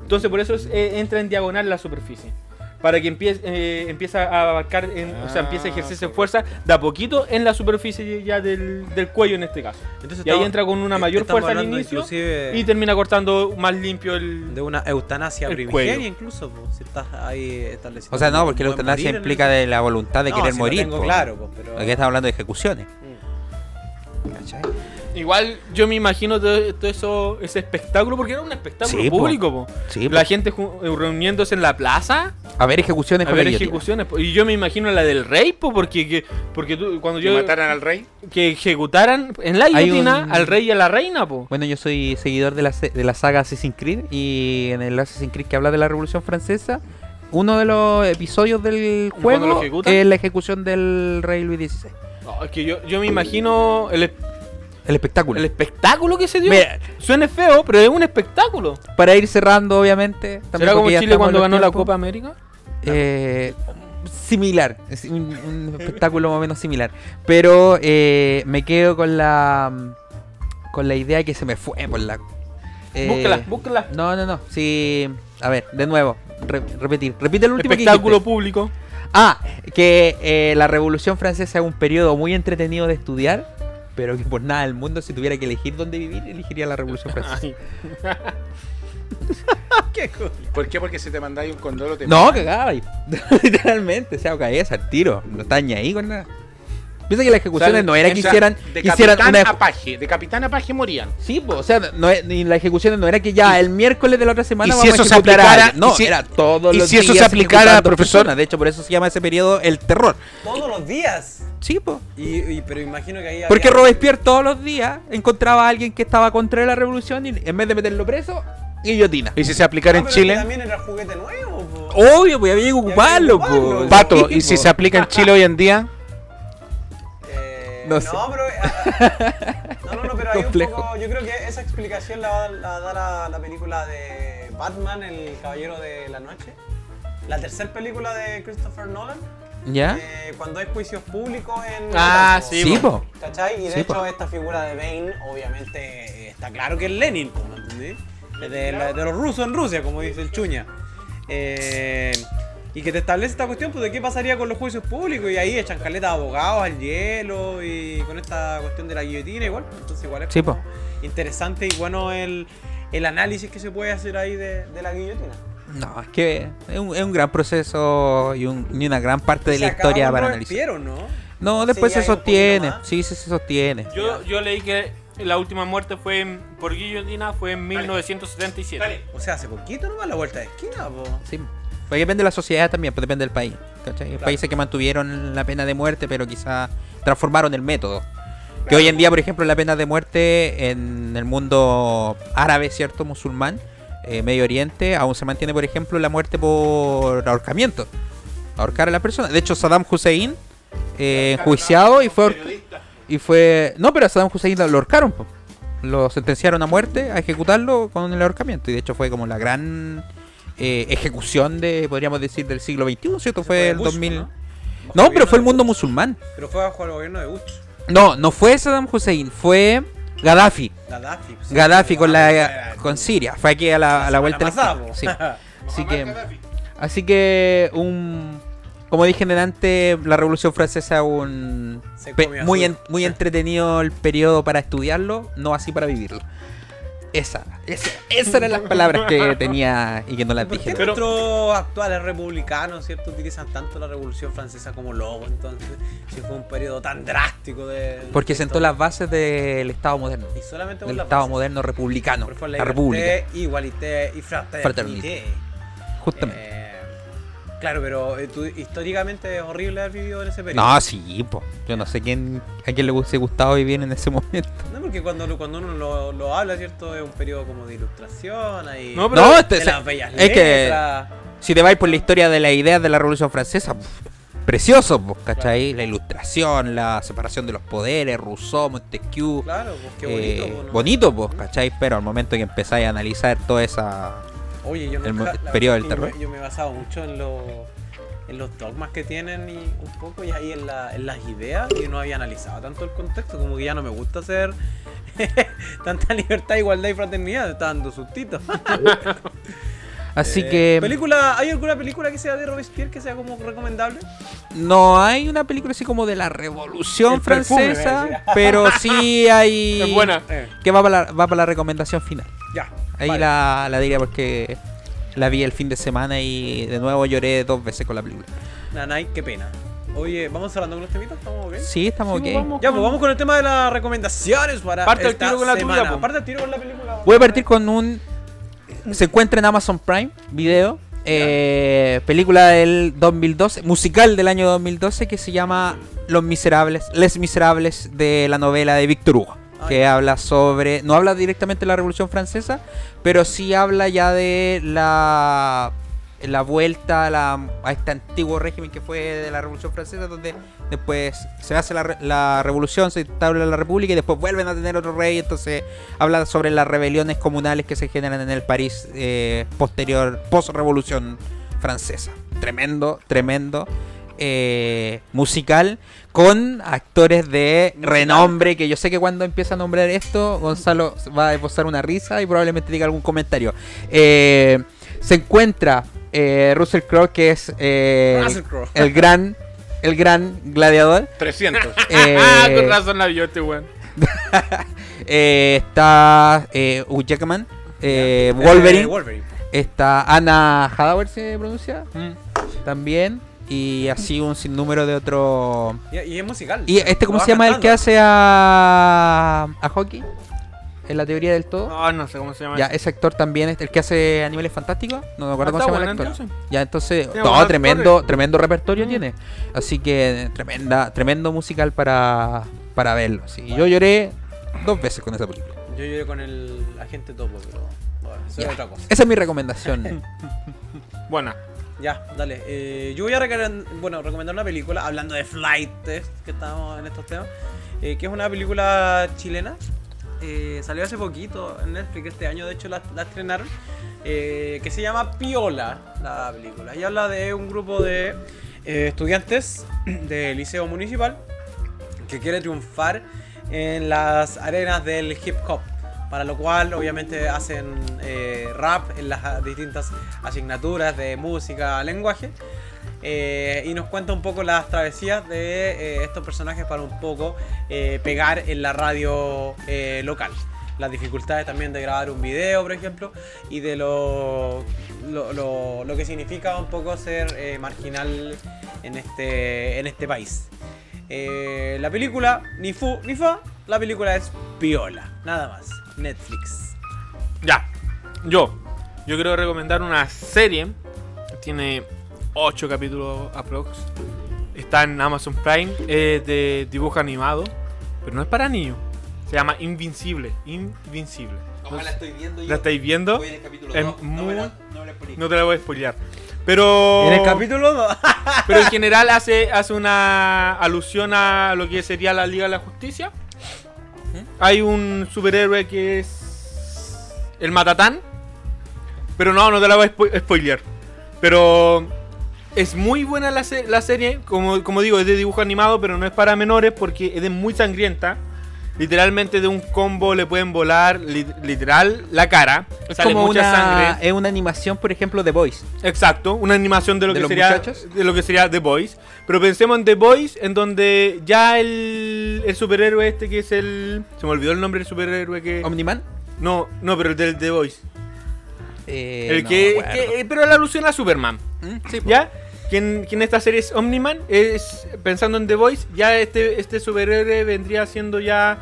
[SPEAKER 8] Entonces, por eso es- eh, entra en diagonal la superficie. Para que empiece, eh, empieza a abarcar, en- o sea,
[SPEAKER 5] Ah,
[SPEAKER 8] empiece a ejercerse fuerza de a poquito en la superficie ya del, del cuello en este caso.
[SPEAKER 5] Entonces
[SPEAKER 8] Y ahí
[SPEAKER 5] estamos-
[SPEAKER 8] entra con una
[SPEAKER 5] eh,
[SPEAKER 8] mayor
[SPEAKER 5] estamos
[SPEAKER 8] fuerza al
[SPEAKER 5] hablando
[SPEAKER 8] inicio
[SPEAKER 5] inclusive
[SPEAKER 8] y termina cortando más limpio el...
[SPEAKER 5] de una eutanasia
[SPEAKER 8] el
[SPEAKER 5] primigenia,
[SPEAKER 8] cuello.
[SPEAKER 5] incluso, pues, si estás ahí estableciendo.
[SPEAKER 6] O sea, no,
[SPEAKER 5] un
[SPEAKER 6] porque la
[SPEAKER 5] buen
[SPEAKER 6] eutanasia
[SPEAKER 5] morir en
[SPEAKER 6] implica
[SPEAKER 5] el-
[SPEAKER 6] de la voluntad de
[SPEAKER 5] No,
[SPEAKER 6] querer
[SPEAKER 5] si lo
[SPEAKER 6] morir.
[SPEAKER 5] tengo
[SPEAKER 6] po.
[SPEAKER 5] claro, pues, pero-
[SPEAKER 6] Aquí estamos hablando de ejecuciones. ¿Cachai?
[SPEAKER 8] Igual yo me imagino todo, todo eso, ese espectáculo, porque era un espectáculo
[SPEAKER 6] Sí, po.
[SPEAKER 8] público. po.
[SPEAKER 6] Sí,
[SPEAKER 8] la
[SPEAKER 6] po.
[SPEAKER 8] gente ju- eh, reuniéndose en la plaza
[SPEAKER 6] A ver ejecuciones
[SPEAKER 8] a
[SPEAKER 6] con
[SPEAKER 8] ver
[SPEAKER 6] la guillotina.
[SPEAKER 8] ejecuciones. po. Y yo me imagino la del rey, po, porque, que- porque tú- cuando
[SPEAKER 7] Que
[SPEAKER 8] yo...
[SPEAKER 7] mataran al rey.
[SPEAKER 8] Que ejecutaran en la
[SPEAKER 6] Hay
[SPEAKER 8] guillotina
[SPEAKER 6] un-
[SPEAKER 8] al rey y a la reina, po.
[SPEAKER 6] Bueno, yo soy seguidor de la, se- de la saga Assassin's Creed y en el Assassin's Creed que habla de la Revolución Francesa, uno de los episodios del
[SPEAKER 8] ¿Cuándo lo
[SPEAKER 6] juego
[SPEAKER 8] ejecutan?
[SPEAKER 6] es la ejecución del rey Luis XVI.
[SPEAKER 8] No, es que yo, yo me imagino el,
[SPEAKER 6] El El espectáculo.
[SPEAKER 8] El espectáculo que se dio.
[SPEAKER 6] Mira.
[SPEAKER 8] Suena feo, pero es un espectáculo.
[SPEAKER 6] Para ir cerrando, obviamente. también
[SPEAKER 8] ¿Será como
[SPEAKER 6] porque ya
[SPEAKER 8] Chile
[SPEAKER 6] estamos
[SPEAKER 8] cuando
[SPEAKER 6] en
[SPEAKER 8] ganó
[SPEAKER 6] los
[SPEAKER 8] la
[SPEAKER 6] tiempos,
[SPEAKER 8] Copa América?
[SPEAKER 6] eh, similar. es Un, un espectáculo más o menos similar. Pero eh, me quedo con la. Con la idea que se me fue por la. eh,
[SPEAKER 8] búscala, búscala.
[SPEAKER 6] No, no, no. Sí. A ver, de nuevo. re- repetir. Repite el último que
[SPEAKER 8] Espectáculo
[SPEAKER 6] dijiste.
[SPEAKER 8] público.
[SPEAKER 6] Ah, que eh, la Revolución Francesa es un periodo muy entretenido de estudiar, pero que por nada del mundo, si tuviera que elegir dónde vivir, elegiría la Revolución Francesa.
[SPEAKER 7] ¿Por qué? Porque si te mandáis un condoro te
[SPEAKER 6] No, cagaba, y- literalmente, o sea, caías al tiro, no estaban ahí con nada. Piensa que las ejecuciones no era que hicieran,
[SPEAKER 7] de
[SPEAKER 6] hicieran
[SPEAKER 7] capitán
[SPEAKER 6] una...
[SPEAKER 7] Apache, de capitán Apache morían.
[SPEAKER 6] Sí, po, o sea, no, es- ni las ejecuciones no era que ya el miércoles de la otra semana
[SPEAKER 4] y si
[SPEAKER 6] vamos a
[SPEAKER 4] eso se
[SPEAKER 6] ejecutar a
[SPEAKER 4] aplicara-
[SPEAKER 6] alguien. No,
[SPEAKER 4] y si-
[SPEAKER 6] era todos
[SPEAKER 4] y
[SPEAKER 6] los
[SPEAKER 4] si eso se
[SPEAKER 6] días
[SPEAKER 4] aplicara,
[SPEAKER 6] ejecutaban dos
[SPEAKER 4] profesor?
[SPEAKER 6] personas. De hecho, por eso se llama ese periodo el terror.
[SPEAKER 5] Todos los días.
[SPEAKER 6] Sí, po.
[SPEAKER 5] Y, y- pero imagino que ahí.
[SPEAKER 6] Porque
[SPEAKER 5] había-
[SPEAKER 6] Robespierre todos los días encontraba a alguien que estaba contra la revolución y en vez de meterlo preso, guillotina.
[SPEAKER 7] ¿Y si se aplicara
[SPEAKER 5] Ah,
[SPEAKER 7] en
[SPEAKER 5] pero que
[SPEAKER 7] Chile?
[SPEAKER 5] También era juguete nuevo. po.
[SPEAKER 6] Obvio, pues había que ocuparlo,
[SPEAKER 5] había que ocuparlo.
[SPEAKER 6] pues.
[SPEAKER 7] Pato, ¿y si se aplica en Chile hoy en día?
[SPEAKER 5] Eh,
[SPEAKER 6] No
[SPEAKER 5] no,
[SPEAKER 6] sé.
[SPEAKER 5] pero. ah, no, no, no, pero hay un
[SPEAKER 6] Complejo.
[SPEAKER 5] poco. Yo creo que esa explicación la va la da la, la película de Batman, El Caballero de la Noche. La tercera película de Christopher Nolan.
[SPEAKER 6] ¿Ya?
[SPEAKER 5] eh, cuando hay juicios públicos en. Irán,
[SPEAKER 8] Ah,
[SPEAKER 5] po.
[SPEAKER 8] sí,
[SPEAKER 6] Sí,
[SPEAKER 8] po.
[SPEAKER 6] po.
[SPEAKER 5] ¿Cachai? Y de
[SPEAKER 6] Sí,
[SPEAKER 5] hecho,
[SPEAKER 6] po.
[SPEAKER 5] esta figura de Bane, obviamente, eh, está claro que es Lenin, po, ¿me entendí? De, la- de los rusos en Rusia, como dice el Chuña. Eh, y que te establece esta cuestión, pues, de qué pasaría con los juicios públicos. Y ahí echan caleta de abogados al hielo y con esta cuestión de la guillotina, igual. pues, Entonces, igual es
[SPEAKER 6] Sí,
[SPEAKER 5] como
[SPEAKER 6] po.
[SPEAKER 5] interesante y bueno el, el análisis que se puede hacer ahí de, de la guillotina.
[SPEAKER 6] No, es que es un, es un gran proceso y, un- y una gran parte de
[SPEAKER 5] Se
[SPEAKER 6] la
[SPEAKER 5] acaba
[SPEAKER 6] historia
[SPEAKER 5] con
[SPEAKER 6] para
[SPEAKER 5] Robespierre,
[SPEAKER 6] analizar.
[SPEAKER 5] ¿no?
[SPEAKER 6] No, después
[SPEAKER 5] Sí,
[SPEAKER 6] se
[SPEAKER 5] hay un
[SPEAKER 6] sostiene.
[SPEAKER 5] poquito más.
[SPEAKER 6] Sí, sí, se sostiene.
[SPEAKER 8] Yo, yo leí que la última muerte fue en- por guillotina fue en 1977.
[SPEAKER 5] O sea, hace poquito nomás la vuelta de esquina, po.
[SPEAKER 6] Sí. Pues depende de la sociedad también, pues depende del país. ¿cachai? Hay
[SPEAKER 5] Claro.
[SPEAKER 6] Países que mantuvieron la pena de muerte, pero quizá transformaron el método. Que hoy en día, por ejemplo, la pena de muerte en el mundo árabe, ¿cierto? Musulmán, eh, Medio Oriente, aún se mantiene, por ejemplo, la muerte por ahorcamiento. Ahorcar a la persona. De hecho, Saddam Hussein, eh, enjuiciado y fue... ahor- Y fue... No, pero a Saddam Hussein lo lo ahorcaron. po. Lo sentenciaron a muerte, a ejecutarlo con el ahorcamiento. Y de hecho fue como la gran eh, ejecución de, podríamos decir, del siglo XXI,
[SPEAKER 5] fue
[SPEAKER 6] ¿cierto? Fue el
[SPEAKER 5] Bush,
[SPEAKER 6] 2000.
[SPEAKER 5] ¿no?
[SPEAKER 6] No,
[SPEAKER 5] Bajo
[SPEAKER 6] pero fue
[SPEAKER 5] gobierno de
[SPEAKER 6] el mundo musulmán.
[SPEAKER 5] Pero fue bajo el gobierno de Bush.
[SPEAKER 6] No, no fue Saddam Hussein, fue Gaddafi.
[SPEAKER 5] Gaddafi. pues,
[SPEAKER 6] Gaddafi
[SPEAKER 5] sí,
[SPEAKER 6] con
[SPEAKER 5] era-
[SPEAKER 6] la con Siria. Fue aquí a la, a la vuelta. de la
[SPEAKER 5] pasada,
[SPEAKER 6] esquina.
[SPEAKER 5] po.
[SPEAKER 6] Sí. Así que, así que un, como dije antes, la Revolución Francesa un
[SPEAKER 5] Se
[SPEAKER 6] pe-
[SPEAKER 5] comió
[SPEAKER 6] muy
[SPEAKER 5] azul.
[SPEAKER 6] en- muy entretenido el periodo para estudiarlo, no así para vivirlo. Esa, esa, esas eran las palabras que tenía y que no las
[SPEAKER 5] ¿Por
[SPEAKER 6] dije.
[SPEAKER 5] qué
[SPEAKER 8] Pero-
[SPEAKER 5] nuestros actuales republicanos, cierto, utilizan tanto la Revolución Francesa como logo? Entonces, si fue un periodo tan drástico de.
[SPEAKER 6] Porque
[SPEAKER 5] de
[SPEAKER 6] sentó
[SPEAKER 5] todo.
[SPEAKER 6] las bases del Estado moderno.
[SPEAKER 5] Y solamente por
[SPEAKER 6] Del
[SPEAKER 5] la
[SPEAKER 6] Estado
[SPEAKER 5] frase.
[SPEAKER 6] moderno republicano.
[SPEAKER 5] Por
[SPEAKER 6] La República.
[SPEAKER 5] Igualité y fraternité.
[SPEAKER 6] Fraternité. Justamente.
[SPEAKER 5] Eh, claro, pero eh, tú- históricamente es horrible haber vivido en ese periodo.
[SPEAKER 6] No, sí, po. Yo no sé quién, a quién le hubiese gustado vivir en ese momento.
[SPEAKER 5] No, porque cuando, lo- cuando uno lo, lo habla, ¿cierto? Es un periodo como de ilustración, ahí.
[SPEAKER 8] No, pero-
[SPEAKER 6] No, este-
[SPEAKER 5] de las bellas
[SPEAKER 6] es que
[SPEAKER 5] letras.
[SPEAKER 6] si te vais por la historia de las ideas de la Revolución Francesa, pf, precioso, po, ¿cachai? La ilustración, la separación de los poderes, Rousseau, Montesquieu.
[SPEAKER 5] Claro, pues qué bonito.
[SPEAKER 6] eh,
[SPEAKER 5] pues, ¿no?
[SPEAKER 6] bonito, po, ¿cachai? Pero al momento que empezáis a analizar toda esa.
[SPEAKER 5] Oye, yo nunca-
[SPEAKER 6] El mo-
[SPEAKER 5] la verdad
[SPEAKER 6] periodo
[SPEAKER 5] es que
[SPEAKER 6] del
[SPEAKER 5] yo
[SPEAKER 6] terror.
[SPEAKER 5] me- Yo, me he basado mucho en, los- en los dogmas que tienen y un poco y ahí en, la- en las ideas y no había analizado tanto el contexto, como que ya no me gusta hacer tanta libertad, igualdad y fraternidad, está dando sustitos.
[SPEAKER 6] Así
[SPEAKER 5] Eh,
[SPEAKER 6] que. mm.
[SPEAKER 5] película, ¿Hay alguna película que sea de Robespierre que sea como recomendable?
[SPEAKER 6] No hay una película así como de la Revolución
[SPEAKER 5] El perfume,
[SPEAKER 6] Francesa,
[SPEAKER 5] me decía.
[SPEAKER 6] pero sí hay.
[SPEAKER 8] Es buena.
[SPEAKER 5] Eh,
[SPEAKER 6] Que va para la, va para la recomendación final.
[SPEAKER 5] ya.
[SPEAKER 6] Ahí
[SPEAKER 5] vale.
[SPEAKER 6] la, la diría porque la vi el fin de semana y de nuevo lloré dos veces con la película.
[SPEAKER 5] Nanay, qué pena. Oye, ¿vamos hablando con los temitas? ¿Estamos bien?
[SPEAKER 6] Sí, estamos
[SPEAKER 8] Sí,
[SPEAKER 6] ok.
[SPEAKER 8] vamos.
[SPEAKER 5] Ya, pues vamos con el tema de las recomendaciones para
[SPEAKER 8] Parte al
[SPEAKER 5] esta
[SPEAKER 8] tiro con la tuya,
[SPEAKER 5] semana.
[SPEAKER 8] po.
[SPEAKER 5] Parte el tiro con la película.
[SPEAKER 6] Voy a partir con un. Se encuentra en Amazon Prime Video. eh, película del 2012, musical del año 2012 que se llama Los Miserables, Les Miserables de la novela de Víctor Hugo, que habla sobre, no habla directamente de la Revolución Francesa, pero sí habla ya de la la vuelta a, la- a este antiguo régimen que fue de la Revolución Francesa, donde después se hace la, re- la revolución, se instaura la república y después vuelven a tener otro rey. Entonces habla sobre las rebeliones comunales que se generan en el París eh, posterior, post-revolución francesa. Tremendo, tremendo. eh, musical con actores de renombre que yo sé que cuando empieza a nombrar esto Gonzalo va a esbozar una risa y probablemente diga algún comentario Eh, se encuentra eh, Russell Crowe que es eh,
[SPEAKER 5] Russell Crowe.
[SPEAKER 6] el gran el gran gladiador
[SPEAKER 7] 300.
[SPEAKER 8] Ah,
[SPEAKER 6] Eh,
[SPEAKER 8] con razón la vio este weón.
[SPEAKER 6] eh, está eh, Hugh Jackman eh, Wolverine,
[SPEAKER 5] Eh, Wolverine.
[SPEAKER 6] está Anna Hathaway se pronuncia también y así un sinnúmero de otros
[SPEAKER 5] Y, y es musical.
[SPEAKER 6] ¿Y este cómo
[SPEAKER 5] Lo va
[SPEAKER 6] se llama el
[SPEAKER 5] cantando.
[SPEAKER 6] que hace a, a Hockey? En la teoría del todo.
[SPEAKER 8] Ah, No, no sé cómo se llama.
[SPEAKER 6] Ya, ese actor también, es el que hace Animales Fantásticos. No me acuerdo
[SPEAKER 8] Ah,
[SPEAKER 6] cómo se llama
[SPEAKER 8] está
[SPEAKER 6] el
[SPEAKER 8] bueno,
[SPEAKER 6] actor.
[SPEAKER 8] entonces.
[SPEAKER 6] Ya, entonces,
[SPEAKER 8] Tiene
[SPEAKER 6] todo
[SPEAKER 8] buenos
[SPEAKER 6] tremendo,
[SPEAKER 8] actores. Mm.
[SPEAKER 6] tremendo repertorio tiene. Así que tremenda, tremendo musical para, para verlo. Sí, Yo lloré dos veces con esa película.
[SPEAKER 5] Yo lloré con el agente topo, pero. Bueno, eso
[SPEAKER 6] Ya.
[SPEAKER 5] es otra cosa.
[SPEAKER 6] Esa es mi recomendación.
[SPEAKER 8] Buena.
[SPEAKER 5] Ya, dale. Eh, yo voy a recomendar, bueno, recomendar una película, hablando de flight test, que estábamos en estos temas, eh, que es una película chilena. eh, salió hace poquito en Netflix este año, de hecho la, la estrenaron, eh, que se llama Piola, la película. Y habla de un grupo de eh, estudiantes del liceo municipal que quiere triunfar en las arenas del hip hop. Para lo cual, obviamente, hacen eh, rap en las distintas asignaturas de música, lenguaje. Eh, y nos cuenta un poco las travesías de eh, estos personajes para un poco eh, pegar en la radio eh, local. Las dificultades también de grabar un video, por ejemplo, y de lo, lo, lo- lo que significa un poco ser eh, marginal en este, en este país. Eh, la película, ni fu ni fa, la película es Piola, nada más, Netflix.
[SPEAKER 8] Ya. Yo. Yo quiero recomendar una serie. Tiene 8 capítulos aprox. Está en Amazon Prime. Es de dibujo animado. Pero no es para niños. Se llama Invincible. Invincible.
[SPEAKER 6] la estoy viendo
[SPEAKER 8] ¿La estáis viendo? Es muy-
[SPEAKER 6] No,
[SPEAKER 8] No te la voy a spoilear. Pero.
[SPEAKER 5] En el capítulo 2.
[SPEAKER 8] Pero en general hace, hace una alusión a lo que sería la Liga de la Justicia. Hay un superhéroe que es el Matatán. Pero no, no te la voy a spo- spoilear. Pero es muy buena la, se- la serie. Como, como digo, es de dibujo animado, pero no es para menores porque es de muy sangrienta. Literalmente de un combo le pueden volar li- literal la cara.
[SPEAKER 6] es
[SPEAKER 8] Sale
[SPEAKER 6] como
[SPEAKER 8] mucha
[SPEAKER 6] una,
[SPEAKER 8] sangre.
[SPEAKER 6] es una animación, por ejemplo, de Voice.
[SPEAKER 8] Exacto, una animación de lo
[SPEAKER 6] ¿De
[SPEAKER 8] que
[SPEAKER 6] los
[SPEAKER 8] sería
[SPEAKER 6] muchachos?
[SPEAKER 8] de lo que sería The Boys, pero pensemos en The Boys en donde ya el, el superhéroe este que es el se me olvidó el nombre del superhéroe que
[SPEAKER 6] Omniman.
[SPEAKER 8] no, no, pero el del The Boys,
[SPEAKER 6] Eh,
[SPEAKER 8] el
[SPEAKER 6] no
[SPEAKER 8] que,
[SPEAKER 6] me acuerdo.
[SPEAKER 8] que- eh, pues. pero la alusión a Superman,
[SPEAKER 6] ¿Mm?
[SPEAKER 8] ¿ya? Que en, que en esta serie es Omniman, es pensando en The Boys, ya este este superhéroe vendría siendo ya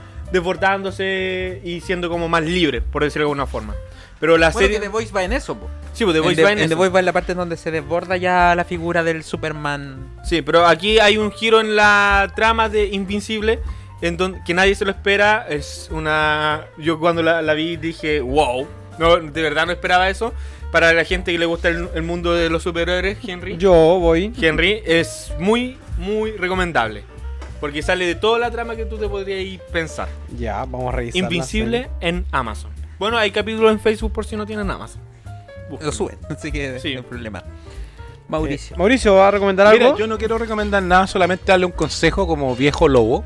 [SPEAKER 8] desbordándose y siendo como más libre, por decirlo de alguna forma. Pero la
[SPEAKER 6] Bueno,
[SPEAKER 8] serie
[SPEAKER 6] que The Voice va en eso, po.
[SPEAKER 8] Sí, pues The
[SPEAKER 6] En
[SPEAKER 8] Boys
[SPEAKER 6] The-
[SPEAKER 8] va en
[SPEAKER 6] en
[SPEAKER 8] eso.
[SPEAKER 6] The Voice va en la parte donde se desborda ya la figura del Superman.
[SPEAKER 8] Sí, pero aquí hay un giro en la trama de Invincible en don- que nadie se lo espera. Es una. Yo cuando la, la vi dije, wow. No, de verdad no esperaba eso. Para la gente que le gusta el, el mundo de los superhéroes, Henry.
[SPEAKER 5] Yo voy.
[SPEAKER 8] Henry es muy, muy recomendable. Porque sale de toda la trama que tú te podrías ir pensar.
[SPEAKER 5] Ya, vamos a revisar.
[SPEAKER 8] Invincible en Amazon. Bueno, hay capítulos en Facebook por si no tienen Amazon.
[SPEAKER 6] Lo
[SPEAKER 8] Búsquenlo.
[SPEAKER 6] suben, así que
[SPEAKER 8] Sí.
[SPEAKER 6] no hay problema. Eh, Mauricio.
[SPEAKER 5] Mauricio, ¿va a recomendar algo?
[SPEAKER 7] Mira, yo no quiero recomendar nada, solamente darle un consejo como viejo lobo.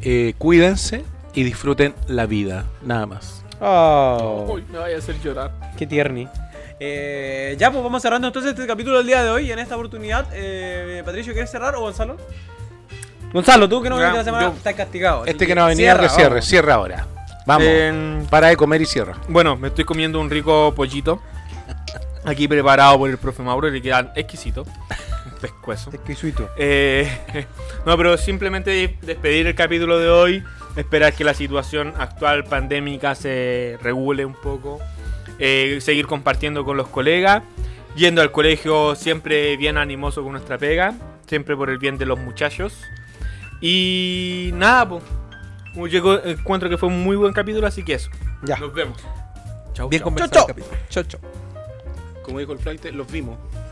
[SPEAKER 7] Eh, cuídense y disfruten la vida, nada más.
[SPEAKER 5] Oh,
[SPEAKER 8] Uy, me vaya a hacer llorar.
[SPEAKER 5] qué tierni. Eh, ya, pues vamos cerrando entonces este capítulo del día de hoy. En esta oportunidad, eh, Patricio, ¿quieres cerrar o Gonzalo? Gonzalo, tú que no
[SPEAKER 8] Ya,
[SPEAKER 5] viniste la semana,
[SPEAKER 8] yo-
[SPEAKER 5] estás castigado. así
[SPEAKER 7] Este que no ha venido,
[SPEAKER 5] cierra,
[SPEAKER 7] que cierre,
[SPEAKER 5] vamos.
[SPEAKER 7] cierra ahora. Vamos,
[SPEAKER 8] Eh,
[SPEAKER 7] para de comer y cierra.
[SPEAKER 8] Bueno, me estoy comiendo un rico pollito. Aquí preparado por el profe Mauro y le quedan exquisito. Un pescuezo.
[SPEAKER 5] Exquisito.
[SPEAKER 8] Eh, no, pero simplemente despedir el capítulo de hoy. Esperar que la situación actual pandémica se regule un poco. eh, seguir compartiendo con los colegas. Yendo al colegio siempre bien animoso con nuestra pega. Siempre por el bien de los muchachos. Y nada, pues. Yo encuentro que fue un muy buen capítulo, así que eso.
[SPEAKER 5] Ya.
[SPEAKER 8] Nos vemos.
[SPEAKER 6] Bien
[SPEAKER 8] chau.
[SPEAKER 6] conversado el capítulo. Chau, chau.
[SPEAKER 7] como dijo el flight, los vimos.